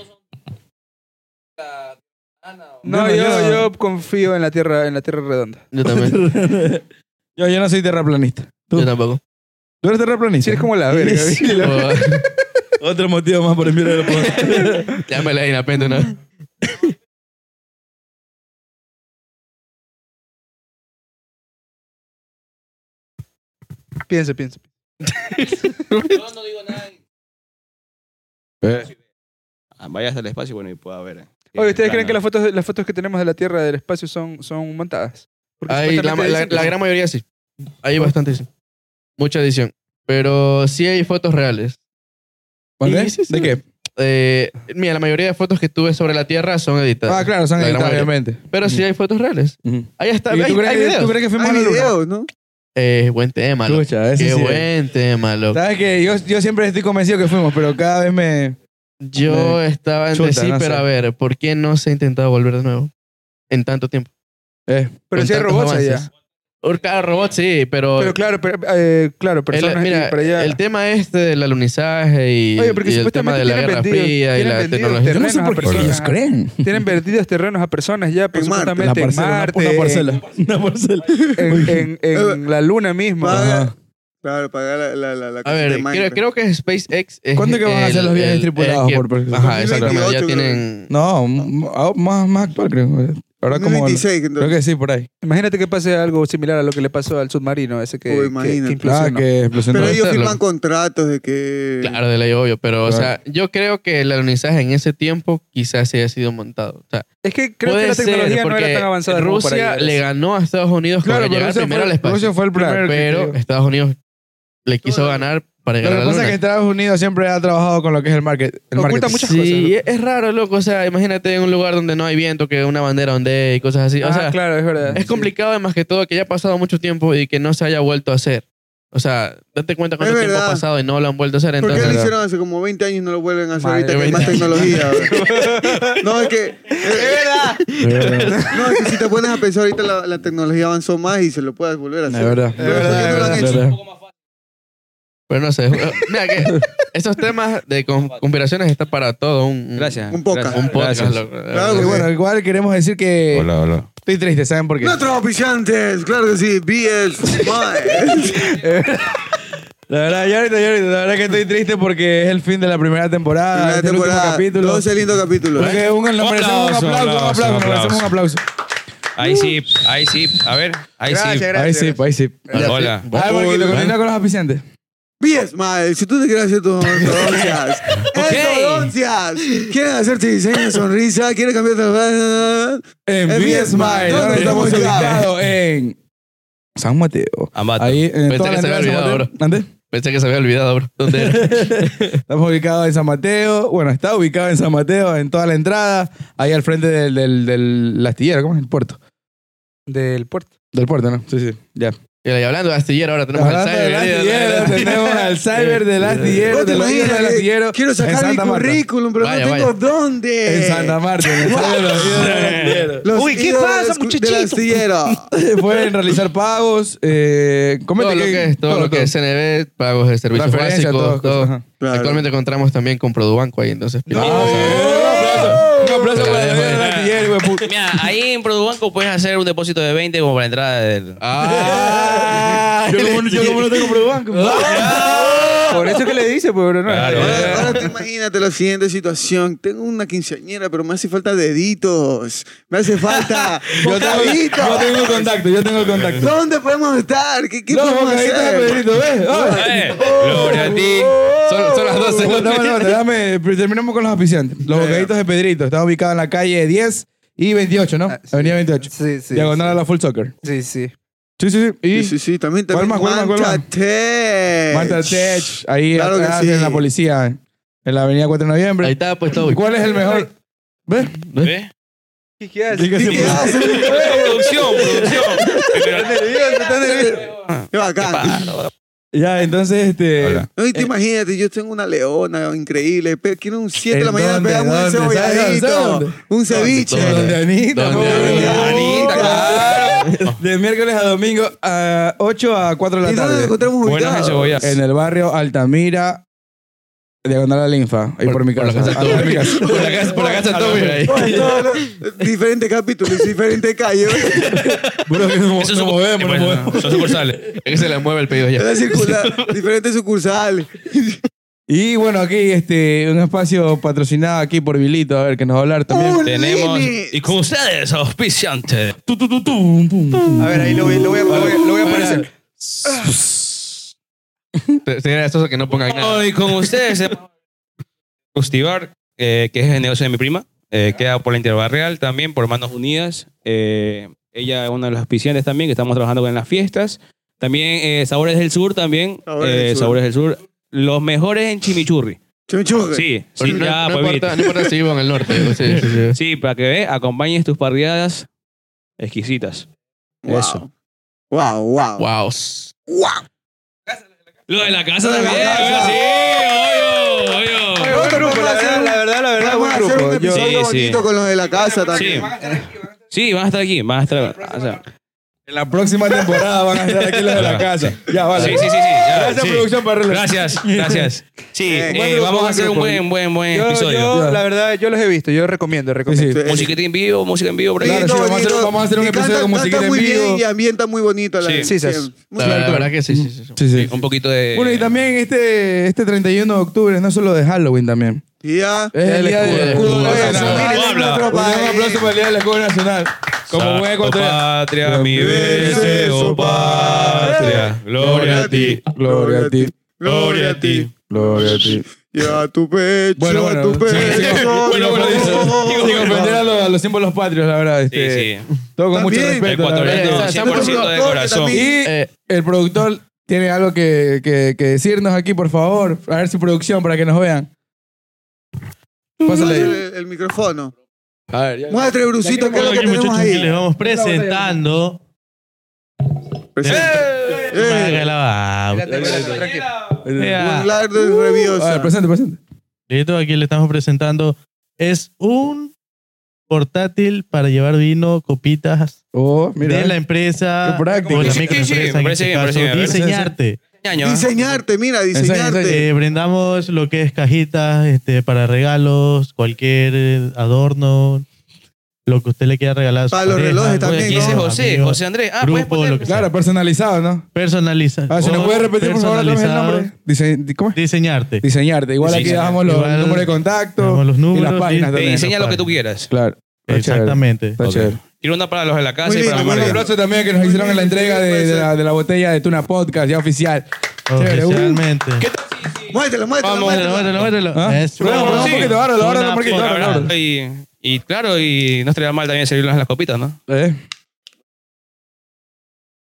S2: No,
S1: Bueno,
S2: yo,
S1: yo-
S2: yo confío en la tierra, en la tierra redonda.
S5: Yo también.
S1: Yo, yo no soy terraplanista. ¿Tú?
S5: Yo tampoco.
S1: ¿Tú eres terraplanista?
S2: Sí, eres como la verga.
S1: Sí.
S2: ¿viste?
S1: Otro motivo más por enviar el
S5: Llámale ahí la pente, ¿no?
S2: Piensa, piensa.
S3: Ah, Vaya hasta el espacio, bueno, y pueda ver. eh.
S2: Oye, ¿ustedes creen que las fotos, las fotos que tenemos de la Tierra, del espacio, son, son montadas? Porque
S5: Hay- la,
S2: supuestamente
S5: la-
S2: dicen que
S5: la
S2: son.
S5: gran mayoría sí. Hay bastante sí. Mucha edición. Pero sí hay fotos reales.
S1: ¿Vale?
S5: Sí, sí, sí.
S1: ¿De qué?
S5: Eh, mira, la mayoría de fotos que tuve sobre la Tierra son editadas.
S1: Ah, claro, son
S5: La gran
S1: editadas,
S5: mayoría.
S1: obviamente.
S5: Pero sí hay fotos reales.
S1: Ujú.
S5: Ahí está.
S1: ¿Y
S5: Hay,
S1: tú, crees
S5: hay
S1: que,
S5: videos.
S1: ¿Tú crees que fuimos a
S4: Hay
S1: la luna?
S4: videos, ¿no?
S5: Eh, buen tema, loco.
S1: Escucha, ese
S5: Qué
S1: sí es.
S5: buen tema, loco.
S1: ¿Sabes qué? Yo, yo siempre estoy convencido que fuimos, pero cada vez me...
S5: Yo estaba en
S1: chuta,
S5: decir,
S1: no
S5: pero
S1: sé.
S5: a ver, ¿por qué no se ha intentado volver de nuevo? En tanto tiempo.
S1: Eh,
S2: Pero
S5: Con
S2: si hay
S5: tantos
S2: robots allá.
S5: avances. Or- Claro, robots sí, pero...
S2: Pero claro, pero, eh, claro,
S5: el-
S2: personas
S5: mira,
S2: y para allá.
S5: el tema este del alunizaje y,
S2: Oye, porque
S5: y el tema
S2: supuestamente
S5: de la
S2: tienen
S5: Guerra
S2: vendidos-
S5: Fría y
S2: tienen
S5: la
S2: vendidos
S5: tecnología.
S2: Yo no sé por qué ellos
S1: creen.
S2: Tienen vertidos terrenos a personas ya, pues,
S4: En Marte.
S2: supuestamente en Marte,
S1: una,
S2: en-
S1: parcela. Una parcela.
S2: en, en- en la Luna misma.
S4: Paga-
S1: Eh, Ajá.
S4: Claro, pagar la, la, la, la
S5: A
S4: cuenta de
S5: ver, creo,
S4: Minecraft.
S5: creo que SpaceX es
S1: ¿Cuándo que van a
S5: el-
S1: hacer los viajes
S5: el-
S1: tripulados
S5: el que-
S1: por persona?
S5: Ajá, exactamente. Ya
S4: 2028 creo.
S5: tienen...
S1: No, m- a- más, más actual creo. Ahora como...
S4: 2026,
S1: Creo
S4: entonces.
S1: que sí, por ahí.
S2: Imagínate que pase algo similar a lo que le pasó al submarino ese que,
S4: Uy,
S2: que-
S4: imagínate.
S2: que
S1: Ah,
S2: implosionó.
S1: que explosionó.
S4: Pero ellos
S5: hacerlo.
S4: firman contratos de que...
S5: Claro, de ley obvio, pero o sea, yo creo que el alunizaje en ese tiempo quizás se haya sido montado. O sea,
S2: Es que creo
S5: puede
S2: que la tecnología
S5: ser,
S2: no era
S5: porque
S2: tan avanzada. como para
S5: Rusia
S2: llegar a
S5: le
S2: eso.
S5: ganó a Estados Unidos
S1: Claro,
S5: para
S1: pero
S5: llegar
S1: Rusia
S5: primero
S1: fue-
S5: al espacio.
S1: Rusia fue el primero que
S5: Pero
S1: llegó.
S5: Estados Unidos le quiso ganar
S1: Lo
S5: para llegar
S1: que
S5: a la
S1: pasa
S5: luna.
S1: es que Estados Unidos siempre ha trabajado con lo que es el market. El
S2: Oculta
S1: marketing.
S2: muchas
S5: sí,
S2: cosas,
S5: es raro, loco. O sea, imagínate en un lugar donde no hay viento, que una bandera ondee y cosas así. eh, O
S2: Ah,
S5: sea,
S2: claro, es verdad.
S5: es complicado más que todo que ya ha pasado mucho tiempo y que no se haya vuelto a hacer. O sea, date cuenta cuánto
S4: Es
S5: tiempo
S4: verdad.
S5: ha pasado y no lo han vuelto a hacer.
S4: ¿Por qué
S5: Entonces,
S4: lo hicieron hace como 20 años y no lo vuelven a hacer
S2: Madre,
S4: ahorita que hay
S5: 20
S4: más
S5: años.
S4: tecnología? bro? no, es que... verdad! No, es que si te pones a pensar ahorita la, la tecnología avanzó más y se lo puedes volver a
S1: Es
S4: hacer.
S1: verdad.
S4: Es verdad, es verdad.
S1: Es verdad.
S5: pero no sé. Mira que esos temas de con- conspiraciones está para todo. Un, un-
S3: Gracias.
S4: Un poca.
S5: Un podcast,
S3: Gracias.
S5: loco.
S4: Claro,
S1: Y bueno, igual queremos decir que
S8: Hola, hola.
S1: estoy triste, ¿saben por qué?
S4: Nuestros auspiciantes, claro que sí, BS Mind.
S1: La verdad, yo ahorita, yo ahorita, la verdad que estoy triste porque es el fin de la primera temporada,
S4: Primera
S1: Ah, este es el último
S4: temporada,
S1: capítulo.
S4: 12 lindos capítulos.
S1: Porque un, le
S8: Un
S1: merecemos un
S8: aplauso,
S1: aplauso, un
S8: aplauso,
S1: aplauso, le
S8: aplauso.
S1: merecemos un aplauso.
S3: Ahí sí, ahí sí. A ver, ahí sí.
S1: Ahí sí, ahí sí. A
S3: Hola.
S1: ver, Marquito, continúa con los auspiciantes.
S4: BS Smile, si tú te quieres hacer tus ortodoncias, ortodoncias, quieres hacerte diseño de sonrisa, quieres cambiarte la...
S1: En
S4: En
S1: Vía
S4: Vía Smile,
S1: Smile, ahora
S4: ¿dónde
S1: estamos
S4: estamos
S1: ubicados en San Mateo.
S3: Amate.
S1: Ahí, en
S5: Pensé
S1: toda la
S5: que se
S1: entrada de
S5: había
S1: San
S5: olvidado,
S1: Mateo. ¿Dónde?
S5: Pensé que se había olvidado, bro. ¿Dónde era?
S1: Estamos ubicados en San Mateo. Bueno, está ubicado en San Mateo, en toda la entrada, ahí al frente del, del, del astillero, ¿cómo es? El puerto.
S2: Del puerto.
S1: Del puerto, ¿no? Sí, sí, ya.
S5: Y hablando de astillero, ahora tenemos
S1: Hablando del
S5: Alzheimer.
S1: astillero, tenemos al cyber del astillero,
S4: ¿Vos te
S1: de los hijos
S4: imaginas
S1: del
S4: que
S1: astillero.
S4: Quiero
S1: en
S4: sacar mi
S1: Santa Marta.
S4: currículum, pero
S5: Vaya,
S4: no tengo
S5: vaya.
S4: dónde.
S1: En Santa Marta, en el cyber de los hijos del astillero.
S4: Los
S2: Uy, ¿qué
S4: ídolos
S2: pasa,
S4: del escu-
S2: muchachito?
S4: Del astillero.
S1: Pueden realizar pagos, eh, comete
S5: todo lo que es, todo, lo que es CNB, pagos de servicios
S1: Transferencia, todo,
S5: básicos, todo.
S1: ajá.
S4: Claro.
S5: Actualmente encontramos también con Produbanco ahí, entonces.
S1: ¡Oh! Ah, sí. Un aplauso. Un aplauso para el del astillero, güey, puta.
S3: Mira, ahí en Produbanco puedes hacer un depósito de 20 como para la entrada del...
S5: Ah,
S1: Yo como, yo como no tengo Produbanco. Ah.
S2: Por eso que le dice, pues, bro. No,
S4: Ahora,
S5: eh.
S4: ahora tú imagínate la siguiente situación. Tengo una quinceañera, pero me hace falta deditos. Me hace falta
S1: Yo tengo,
S4: bocaditos.
S1: yo tengo el contacto, yo tengo el contacto.
S4: ¿Dónde podemos estar? ¿Qué, qué
S1: Los
S4: podemos
S1: bocaditos de
S4: hacer?
S1: Pedrito, ¿ves? Uh, Ah.
S3: Eh, Gloria a ti.
S5: son, son las 12.
S1: Aguanta, aguanta, aguanta, dame, pero pues, terminamos con los auspiciantes. Los bocaditos de Pedrito. Está ubicado en la calle 10 y 28,
S4: Ah,
S1: ¿no?
S2: sí.
S1: Avenida 28.
S2: Sí, sí.
S1: Diagonal a la Full Soccer.
S2: Sí, sí.
S1: Sí, sí, sí.
S4: Sí,
S1: Y
S4: sí, sí. También,
S1: ¿Cuál
S4: también.
S1: más, cuál más, cuál más?
S4: Manchate.
S1: Manta Tech, ahí
S4: Claro que
S1: atrás
S4: sí.
S1: en la policía, en la avenida 4 de noviembre.
S5: Ahí está, pues todo.
S1: ¿Y ¿Cuál es el mejor? ¿Ves?
S3: ¿Ves?
S2: ¿Qué, qué hace?
S1: ¿Qué
S4: ¿Qué haces?
S3: Producción, producción.
S4: Qué bacán.
S1: Ya, entonces, este.
S8: Hola.
S4: No, y te imagínate, yo tengo una leona increíble. pe- Quiero un 7 de la
S1: ¿En
S4: mañana,
S1: dónde?
S4: pegamos un
S1: ¿Dónde? ¿Sabes dónde? ¿Sabes
S4: cebolladito,
S1: dónde?
S4: un ceviche.
S1: Donde Anita.
S5: ¿Dónde?
S1: güey.
S3: Anita, claro.
S1: De miércoles a domingo a 8 a 4 de
S4: ¿Y
S1: la
S4: dónde nos
S1: tarde.
S4: encontramos
S3: Buenas
S4: ubicados?
S3: cebollas.
S1: En el barrio Altamira, diagonal a la linfa. Ahí por, mi
S5: por la
S1: casa.
S5: casa
S1: Al lado de
S5: Toby.
S1: mi casa.
S5: Por la casa, por la casa Toby. ahí.
S4: Oye, todos los- diferentes capítulos, diferentes calles.
S1: Bro, que nos,
S3: Eso eh,
S1: nos movemos, nos movemos.
S3: Son sucursales.
S5: Es que se le mueve el pedido ya.
S4: Era circular, diferentes sucursales.
S1: Y bueno, aquí este, un espacio patrocinado aquí por Vilito, a ver, que nos va a hablar también.
S4: Un
S3: Tenemos...
S4: Lini.
S3: Y con ustedes, auspiciante.
S1: Tu, tu, tu, tum, pum, pum.
S2: A ver, ahí lo voy, lo voy a, lo voy a- lo voy a aparecer.
S5: Sería eso que no pongan nada.
S3: Hoy con ustedes... Custibar, eh, que es el negocio de mi prima. eh, queda por la Interbarreal también, por Manos Unidas. Eh, ella es una de las auspiciantes también, que estamos trabajando con las fiestas. También eh, Sabores del Sur, también.
S4: Sabores
S3: eh,
S4: del Sur.
S3: Sabores del Sur. Los mejores en chimichurri.
S4: Chimichurri.
S3: Sí,
S5: Pero
S3: sí,
S5: no,
S3: ya,
S5: no
S3: pues,
S5: importa, no importa si vivo en el norte. digo, Sí, sí, sí.
S3: Sí, para que ve, acompañes tus parrilladas exquisitas.
S4: Wow.
S3: Eso.
S4: Wow, wow.
S5: Wow.
S3: Lo de la casa
S4: Lo de la
S3: también,
S4: casa.
S3: sí, obvio, obvio.
S2: Buen grupo, la
S4: Vamos a hacer
S2: verdad,
S4: un-
S2: la verdad, la verdad,
S4: Vamos
S2: buen
S4: a hacer
S2: grupo.
S4: un
S2: Yo-
S4: episodio
S3: Sí, sí.
S4: bonito con los de la casa
S3: Sí.
S4: también.
S3: Sí, van a estar aquí, van a estar. o sea,
S1: En la próxima temporada van a estar aquí los de la casa. Ya, vale.
S3: Sí, sí, sí, sí. ya,
S1: Gracias,
S3: sí.
S1: producción, para
S3: Gracias, gracias. Sí,
S4: Eh,
S3: eh,
S2: buen grupo,
S3: vamos a
S2: buen
S3: hacer un
S2: grupo.
S3: buen, buen, buen
S2: Yo,
S3: episodio.
S2: yo,
S1: Ya.
S2: la verdad, yo los he visto, yo recomiendo, recomiendo.
S1: Sí, sí.
S3: Musiquita en vivo, música en vivo, por ahí.
S1: Claro, sí,
S4: Lindo,
S1: vamos a hacer-
S4: bonito.
S1: vamos a hacer un
S4: Y
S1: episodio
S4: canta-
S1: con música
S4: canta
S1: en
S4: muy
S1: vivo.
S4: bien y ambienta muy bonito. La
S3: Sí,
S4: sí,
S2: sí, sí.
S5: La, verdad- la verdad que sí, sí, sí. sí.
S1: Sí, sí.
S3: Un poquito de.
S1: Bueno, y también este, este 31 de octubre no es solo de Halloween también.
S4: Ya.
S1: Es el,
S5: El
S1: día del
S5: escudo,
S1: escudo
S5: el escudo.
S1: nacional.
S3: Habla.
S1: Un aplauso para el día del escudo nacional. Como buen
S3: Santo
S1: ecuatoriano.
S3: patria, mi deseo, patria. Gloria a ti,
S1: Gloria a ti.
S3: gloria a ti.
S1: Gloria a ti.
S4: Ya tu pecho,
S1: Bueno, bueno.
S4: a tu pecho.
S1: sí, sí. Bueno, bueno,
S4: no.
S1: digo, sin ofender a los, a los símbolos patrios, la verdad.
S3: Sí,
S1: Este,
S3: sí.
S1: Todo con
S4: Está
S1: mucho
S4: bien.
S1: respeto. la verdad. Eh,
S3: Ecuatoriano,
S5: Está-
S3: 100% de
S4: está-
S3: corazón.
S4: está-
S1: Y
S5: Eh,
S1: el productor tiene algo que, que, que decirnos aquí, por favor. A ver su producción para que nos vean.
S4: Pásale el,
S1: Pásale.
S4: el micrófono.
S1: A ver, ya.
S4: Muestre, Brusito, qué es lo que
S8: Aquí,
S4: tenemos
S8: muchachos, que les
S4: ahí.
S8: vamos presentando.
S4: Presenta.
S8: Maga
S4: Eh,
S8: la Bauta.
S2: Tranquilo, tranquilo.
S8: Vea.
S4: Un largo y
S1: Uh, A ver,
S4: rabioso.
S1: presente, presente.
S8: Listo, aquí le estamos presentando. Es un portátil para llevar vino, copitas
S1: Oh, mira.
S8: de la
S1: Qué
S8: empresa.
S1: práctico.
S8: o ah,
S3: Sí,
S8: la
S3: sí, sí,
S8: microempresa,
S3: me
S8: en
S3: parece
S8: este
S3: bien, me
S8: caso,
S3: parece bien.
S8: Diseñarte.
S3: Ñaño, ¿eh?
S4: Diseñarte, mira, diseñarte.
S8: Eh, brindamos lo que es cajitas este, para regalos, cualquier eh, adorno, lo que usted le quiera regalar. a su
S4: Para los
S8: pareja,
S4: relojes
S8: ¿no?
S4: también,
S3: Aquí dice José,
S8: Amigos,
S3: José Andrés. Ah, puedes
S8: grupo,
S3: poner.
S8: lo que sea.
S1: Claro, personalizado, ¿no?
S8: Personaliza.
S1: Ah, si nos
S8: o
S1: puede repetir, por favor, otra vez el
S8: Oh, personalizado,
S1: nombre. Dise- ¿Cómo es?
S8: Diseñarte.
S1: Diseñarte. Igual aquí
S8: Diseñar.
S1: dejamos los
S8: Igual
S1: números de contacto
S8: dejamos los
S1: y las
S8: números,
S1: páginas
S8: sí.
S3: Te
S1: también.
S3: diseña lo que tú quieras.
S1: Claro. Está
S8: Exactamente.
S1: chévere, Está
S3: Ok.
S1: chévere.
S3: Quiero una para los de la casa
S4: Muy
S3: y
S4: lindo,
S3: para
S1: Un
S4: muy
S3: María.
S4: lindo.
S1: aplauso también que nos hicieron en la entrega de, de la, de la botella de Tuna Podcast, ya oficial. Chévere. Uh,
S8: Oficialmente.
S4: Muéstralo, muéstralo,
S1: Vamos,
S8: Muéstralo,
S4: muéstralo.
S8: muéstralo, muéstralo.
S1: ¿Ah?
S8: Eso.
S1: Bueno, ahora un
S3: sí.
S1: poquito, ahora, ahora, un poquito,
S8: Una
S1: ahora,
S8: foto.
S1: ahora.
S3: Y, y claro, y no estaría mal también servirnos las copitas, ¿no?
S1: Eh.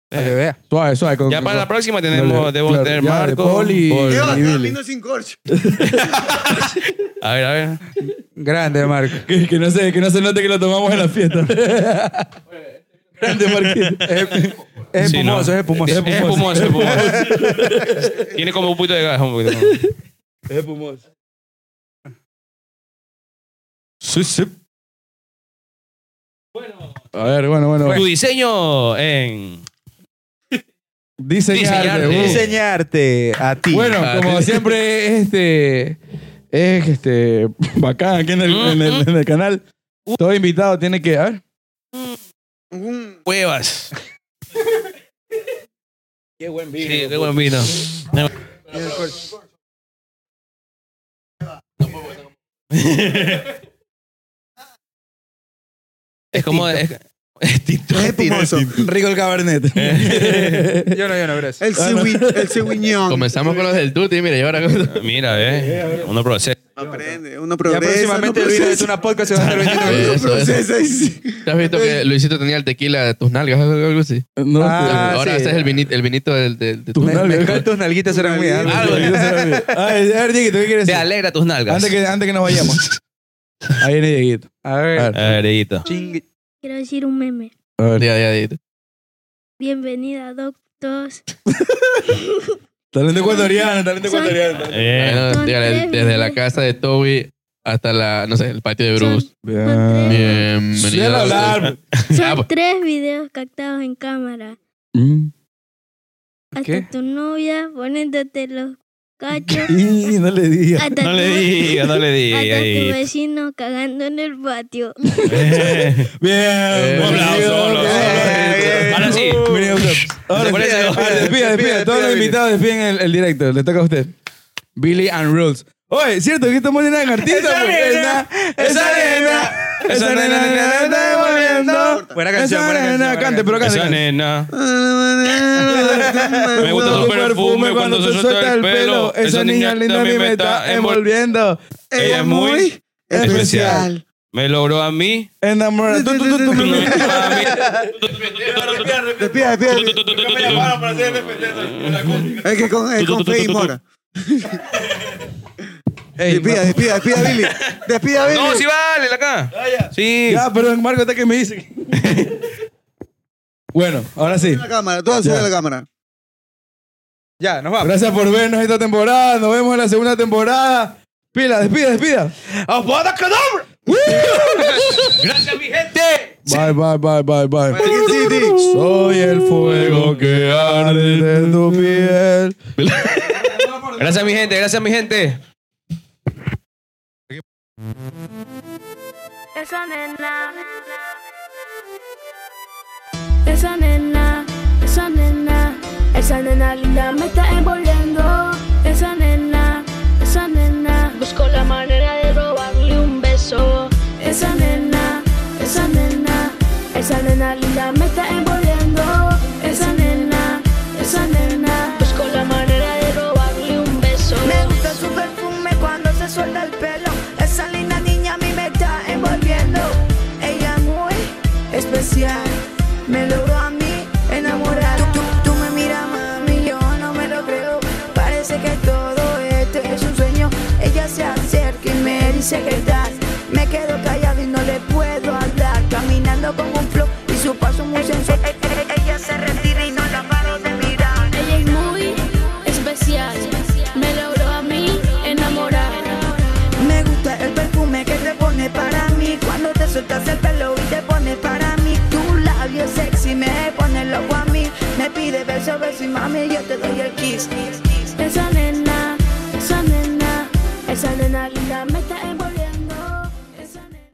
S1: Para que vea. Suave, suave. con-
S3: Ya
S1: con-
S3: para la próxima tenemos,
S1: Claro,
S3: debo
S1: claro,
S3: tener
S1: ya, de
S3: Marco.
S1: Poli.
S3: Poli.
S4: ¿Qué va?
S1: Y Billy.
S4: Vino sin corcho.
S3: A ver, a ver.
S1: Grande, Marco. Que, que no se, que no se note que lo tomamos en la fiesta. Grande, Marquito. Es, es
S3: Sí,
S1: espumoso,
S3: no.
S1: es espumoso.
S3: Es espumoso, es espumoso. Tiene como un poquito de gas, un poquito.
S1: Es espumoso.
S3: Sí, sí.
S1: A ver, bueno, bueno.
S3: Tu diseño en.
S1: Diseñarte.
S3: Diseñarte.
S1: uh.
S2: Diseñarte a ti.
S1: Bueno,
S3: Ah,
S1: como
S3: sí.
S1: siempre, este es este bacán aquí en el, en el- en el canal.
S3: Mm,
S1: Todo invitado tiene que. A ver.
S4: Un-
S3: Cuevas. qué buen vino. Sí, qué buen vino. Es como. Es, es tinto.
S4: Es espumoso.
S1: Rico el cabernet.
S2: Yo no, yo no, gracias.
S4: El cigui- el cigüiñón.
S5: comenzamos con los del Tuti, mira, y ahora con-
S3: Mira, eh. Uno procesa.
S4: Aprende, uno
S2: Ya
S4: progresa.
S2: próximamente
S4: no
S2: el video de
S4: procesa.
S2: una podcast se va a estar
S5: Eso,
S2: vendiendo.
S4: Uno
S5: eso.
S4: procesa y sí.
S5: ¿Te has visto que Luisito tenía el tequila de tus nalgas o algo así?
S1: No,
S2: Ah,
S5: ahora
S2: sí.
S5: haces el vinito, el vinito del, del, de
S1: Tus
S5: tu
S1: nalgas.
S5: nalgas.
S2: Me encantan tus nalguitas, eran muy
S1: Ah,
S2: altas.
S1: bueno, ya se me olvidó. Ay, A ver, Dieguito, ¿qué quieres
S3: Te
S1: decir?
S3: alegra tus nalgas.
S1: Antes que, antes que nos vayamos. Ahí viene Dieguito.
S2: A ver.
S1: A ver.
S3: A ver, Dieguito.
S2: Chingue.
S7: Quiero decir un meme.
S1: A ver.
S5: Ya, ya, ya.
S7: Bienvenida, doctos.
S1: Talento ecuatoriano, talento
S7: Son-
S1: ecuatoriano.
S3: Eh,
S8: Bien.
S5: Bueno,
S7: Son
S5: dígale,
S7: tres
S5: desde la
S7: meses.
S5: casa de Toby hasta la, no sé, el patio de Bruce.
S3: Ah.
S7: Son
S1: Bien.
S7: tres-
S5: Bienvenido.
S1: Suelo hablar.
S5: Ah,
S7: Son
S5: pues.
S7: tres videos captados en cámara.
S1: Mm.
S7: Hasta
S1: ¿Qué?
S7: tu novia poniéndote los cachos.
S1: Y no le digas.
S7: Hasta
S3: No le
S7: tu-
S3: diga, no le diga.
S7: Hasta tu
S3: Dieguito.
S7: vecino cagando en el patio.
S1: Bien.
S5: un
S3: aplauso, un aplauso. Ahora sí.
S1: Bienvenido, aplauso. Ahora
S3: Por
S1: sí.
S3: eso-
S1: Ahora Despida, despida. Todos los invitados despiden el, el directo. Le toca a usted. Billy and Rules. Oye, ¿cierto que estamos en la cartita?
S2: Esa arena, esa arena,
S1: Esa nena, nena, está volviendo.
S2: Buena canción,
S1: Esa
S2: buena
S1: nena,
S2: canción,
S1: Cante, pero
S2: buena
S1: cante.
S3: Esa
S1: cante.
S3: nena.
S4: Me
S3: Me gusta
S1: Tu
S3: su perfume cuando se suelta el pelo.
S1: Esa niña linda a mí me está envolviendo.
S4: Ella es muy especial.
S3: Me logró a mí.
S1: Enamorado. Tú, tú, tú, tú, tú.
S4: Despida, despida. despida. Es que con, es con Fe y Mora.
S1: Ey,
S4: Despida, despida, despida, Billy. Despida, Billy.
S3: No, sí vale, la acá. Sí.
S1: Ya, pero en Marco está que me dice. bueno, ahora sí.
S4: la cámara, todas sube
S1: Ya.
S4: la cámara.
S2: Ya, nos vamos.
S1: Gracias por vernos esta temporada. Nos vemos en la segunda temporada. Pila, despida, despida.
S3: Gracias, mi gente.
S1: Bye, bye, bye, bye, bye.
S4: Chicken City.
S1: Soy el fuego que arde en tu piel.
S3: Gracias, mi gente. Gracias, mi gente.
S7: Esa nena. Esa nena, esa nena, esa nena linda me está envolviendo. Esa nena, esa nena, busco la manera de robarle un beso. Esa nena, esa nena, esa nena linda me está envolviendo. Esa nena, esa nena, busco la manera de robarle un beso.
S6: Me gusta su perfume cuando se suelta el pelo. Esa linda niña a mí me está envolviendo. Ella es muy especial. Me logró a mí enamorar. Tú, tú, tú me miras, mami, yo no me lo creo. Parece que todo esto es un sueño. Ella se acerca y me dice que estás. Me quedo callado y no le puedo hablar. Caminando con un flow y su paso muy sensual. Ella se retira y no la paro de mirar.
S7: Ella es muy especial. Me logró a mí enamorar.
S6: Me gusta el perfume que te pone para mí Cuando te sueltas el pelo y te pone para mí Tu labio sexy me pone loco a mí Me pide beso, beso y mami yo te doy el kiss, kiss, kiss.
S7: Esa nena, esa nena, esa nena linda me está envolviendo.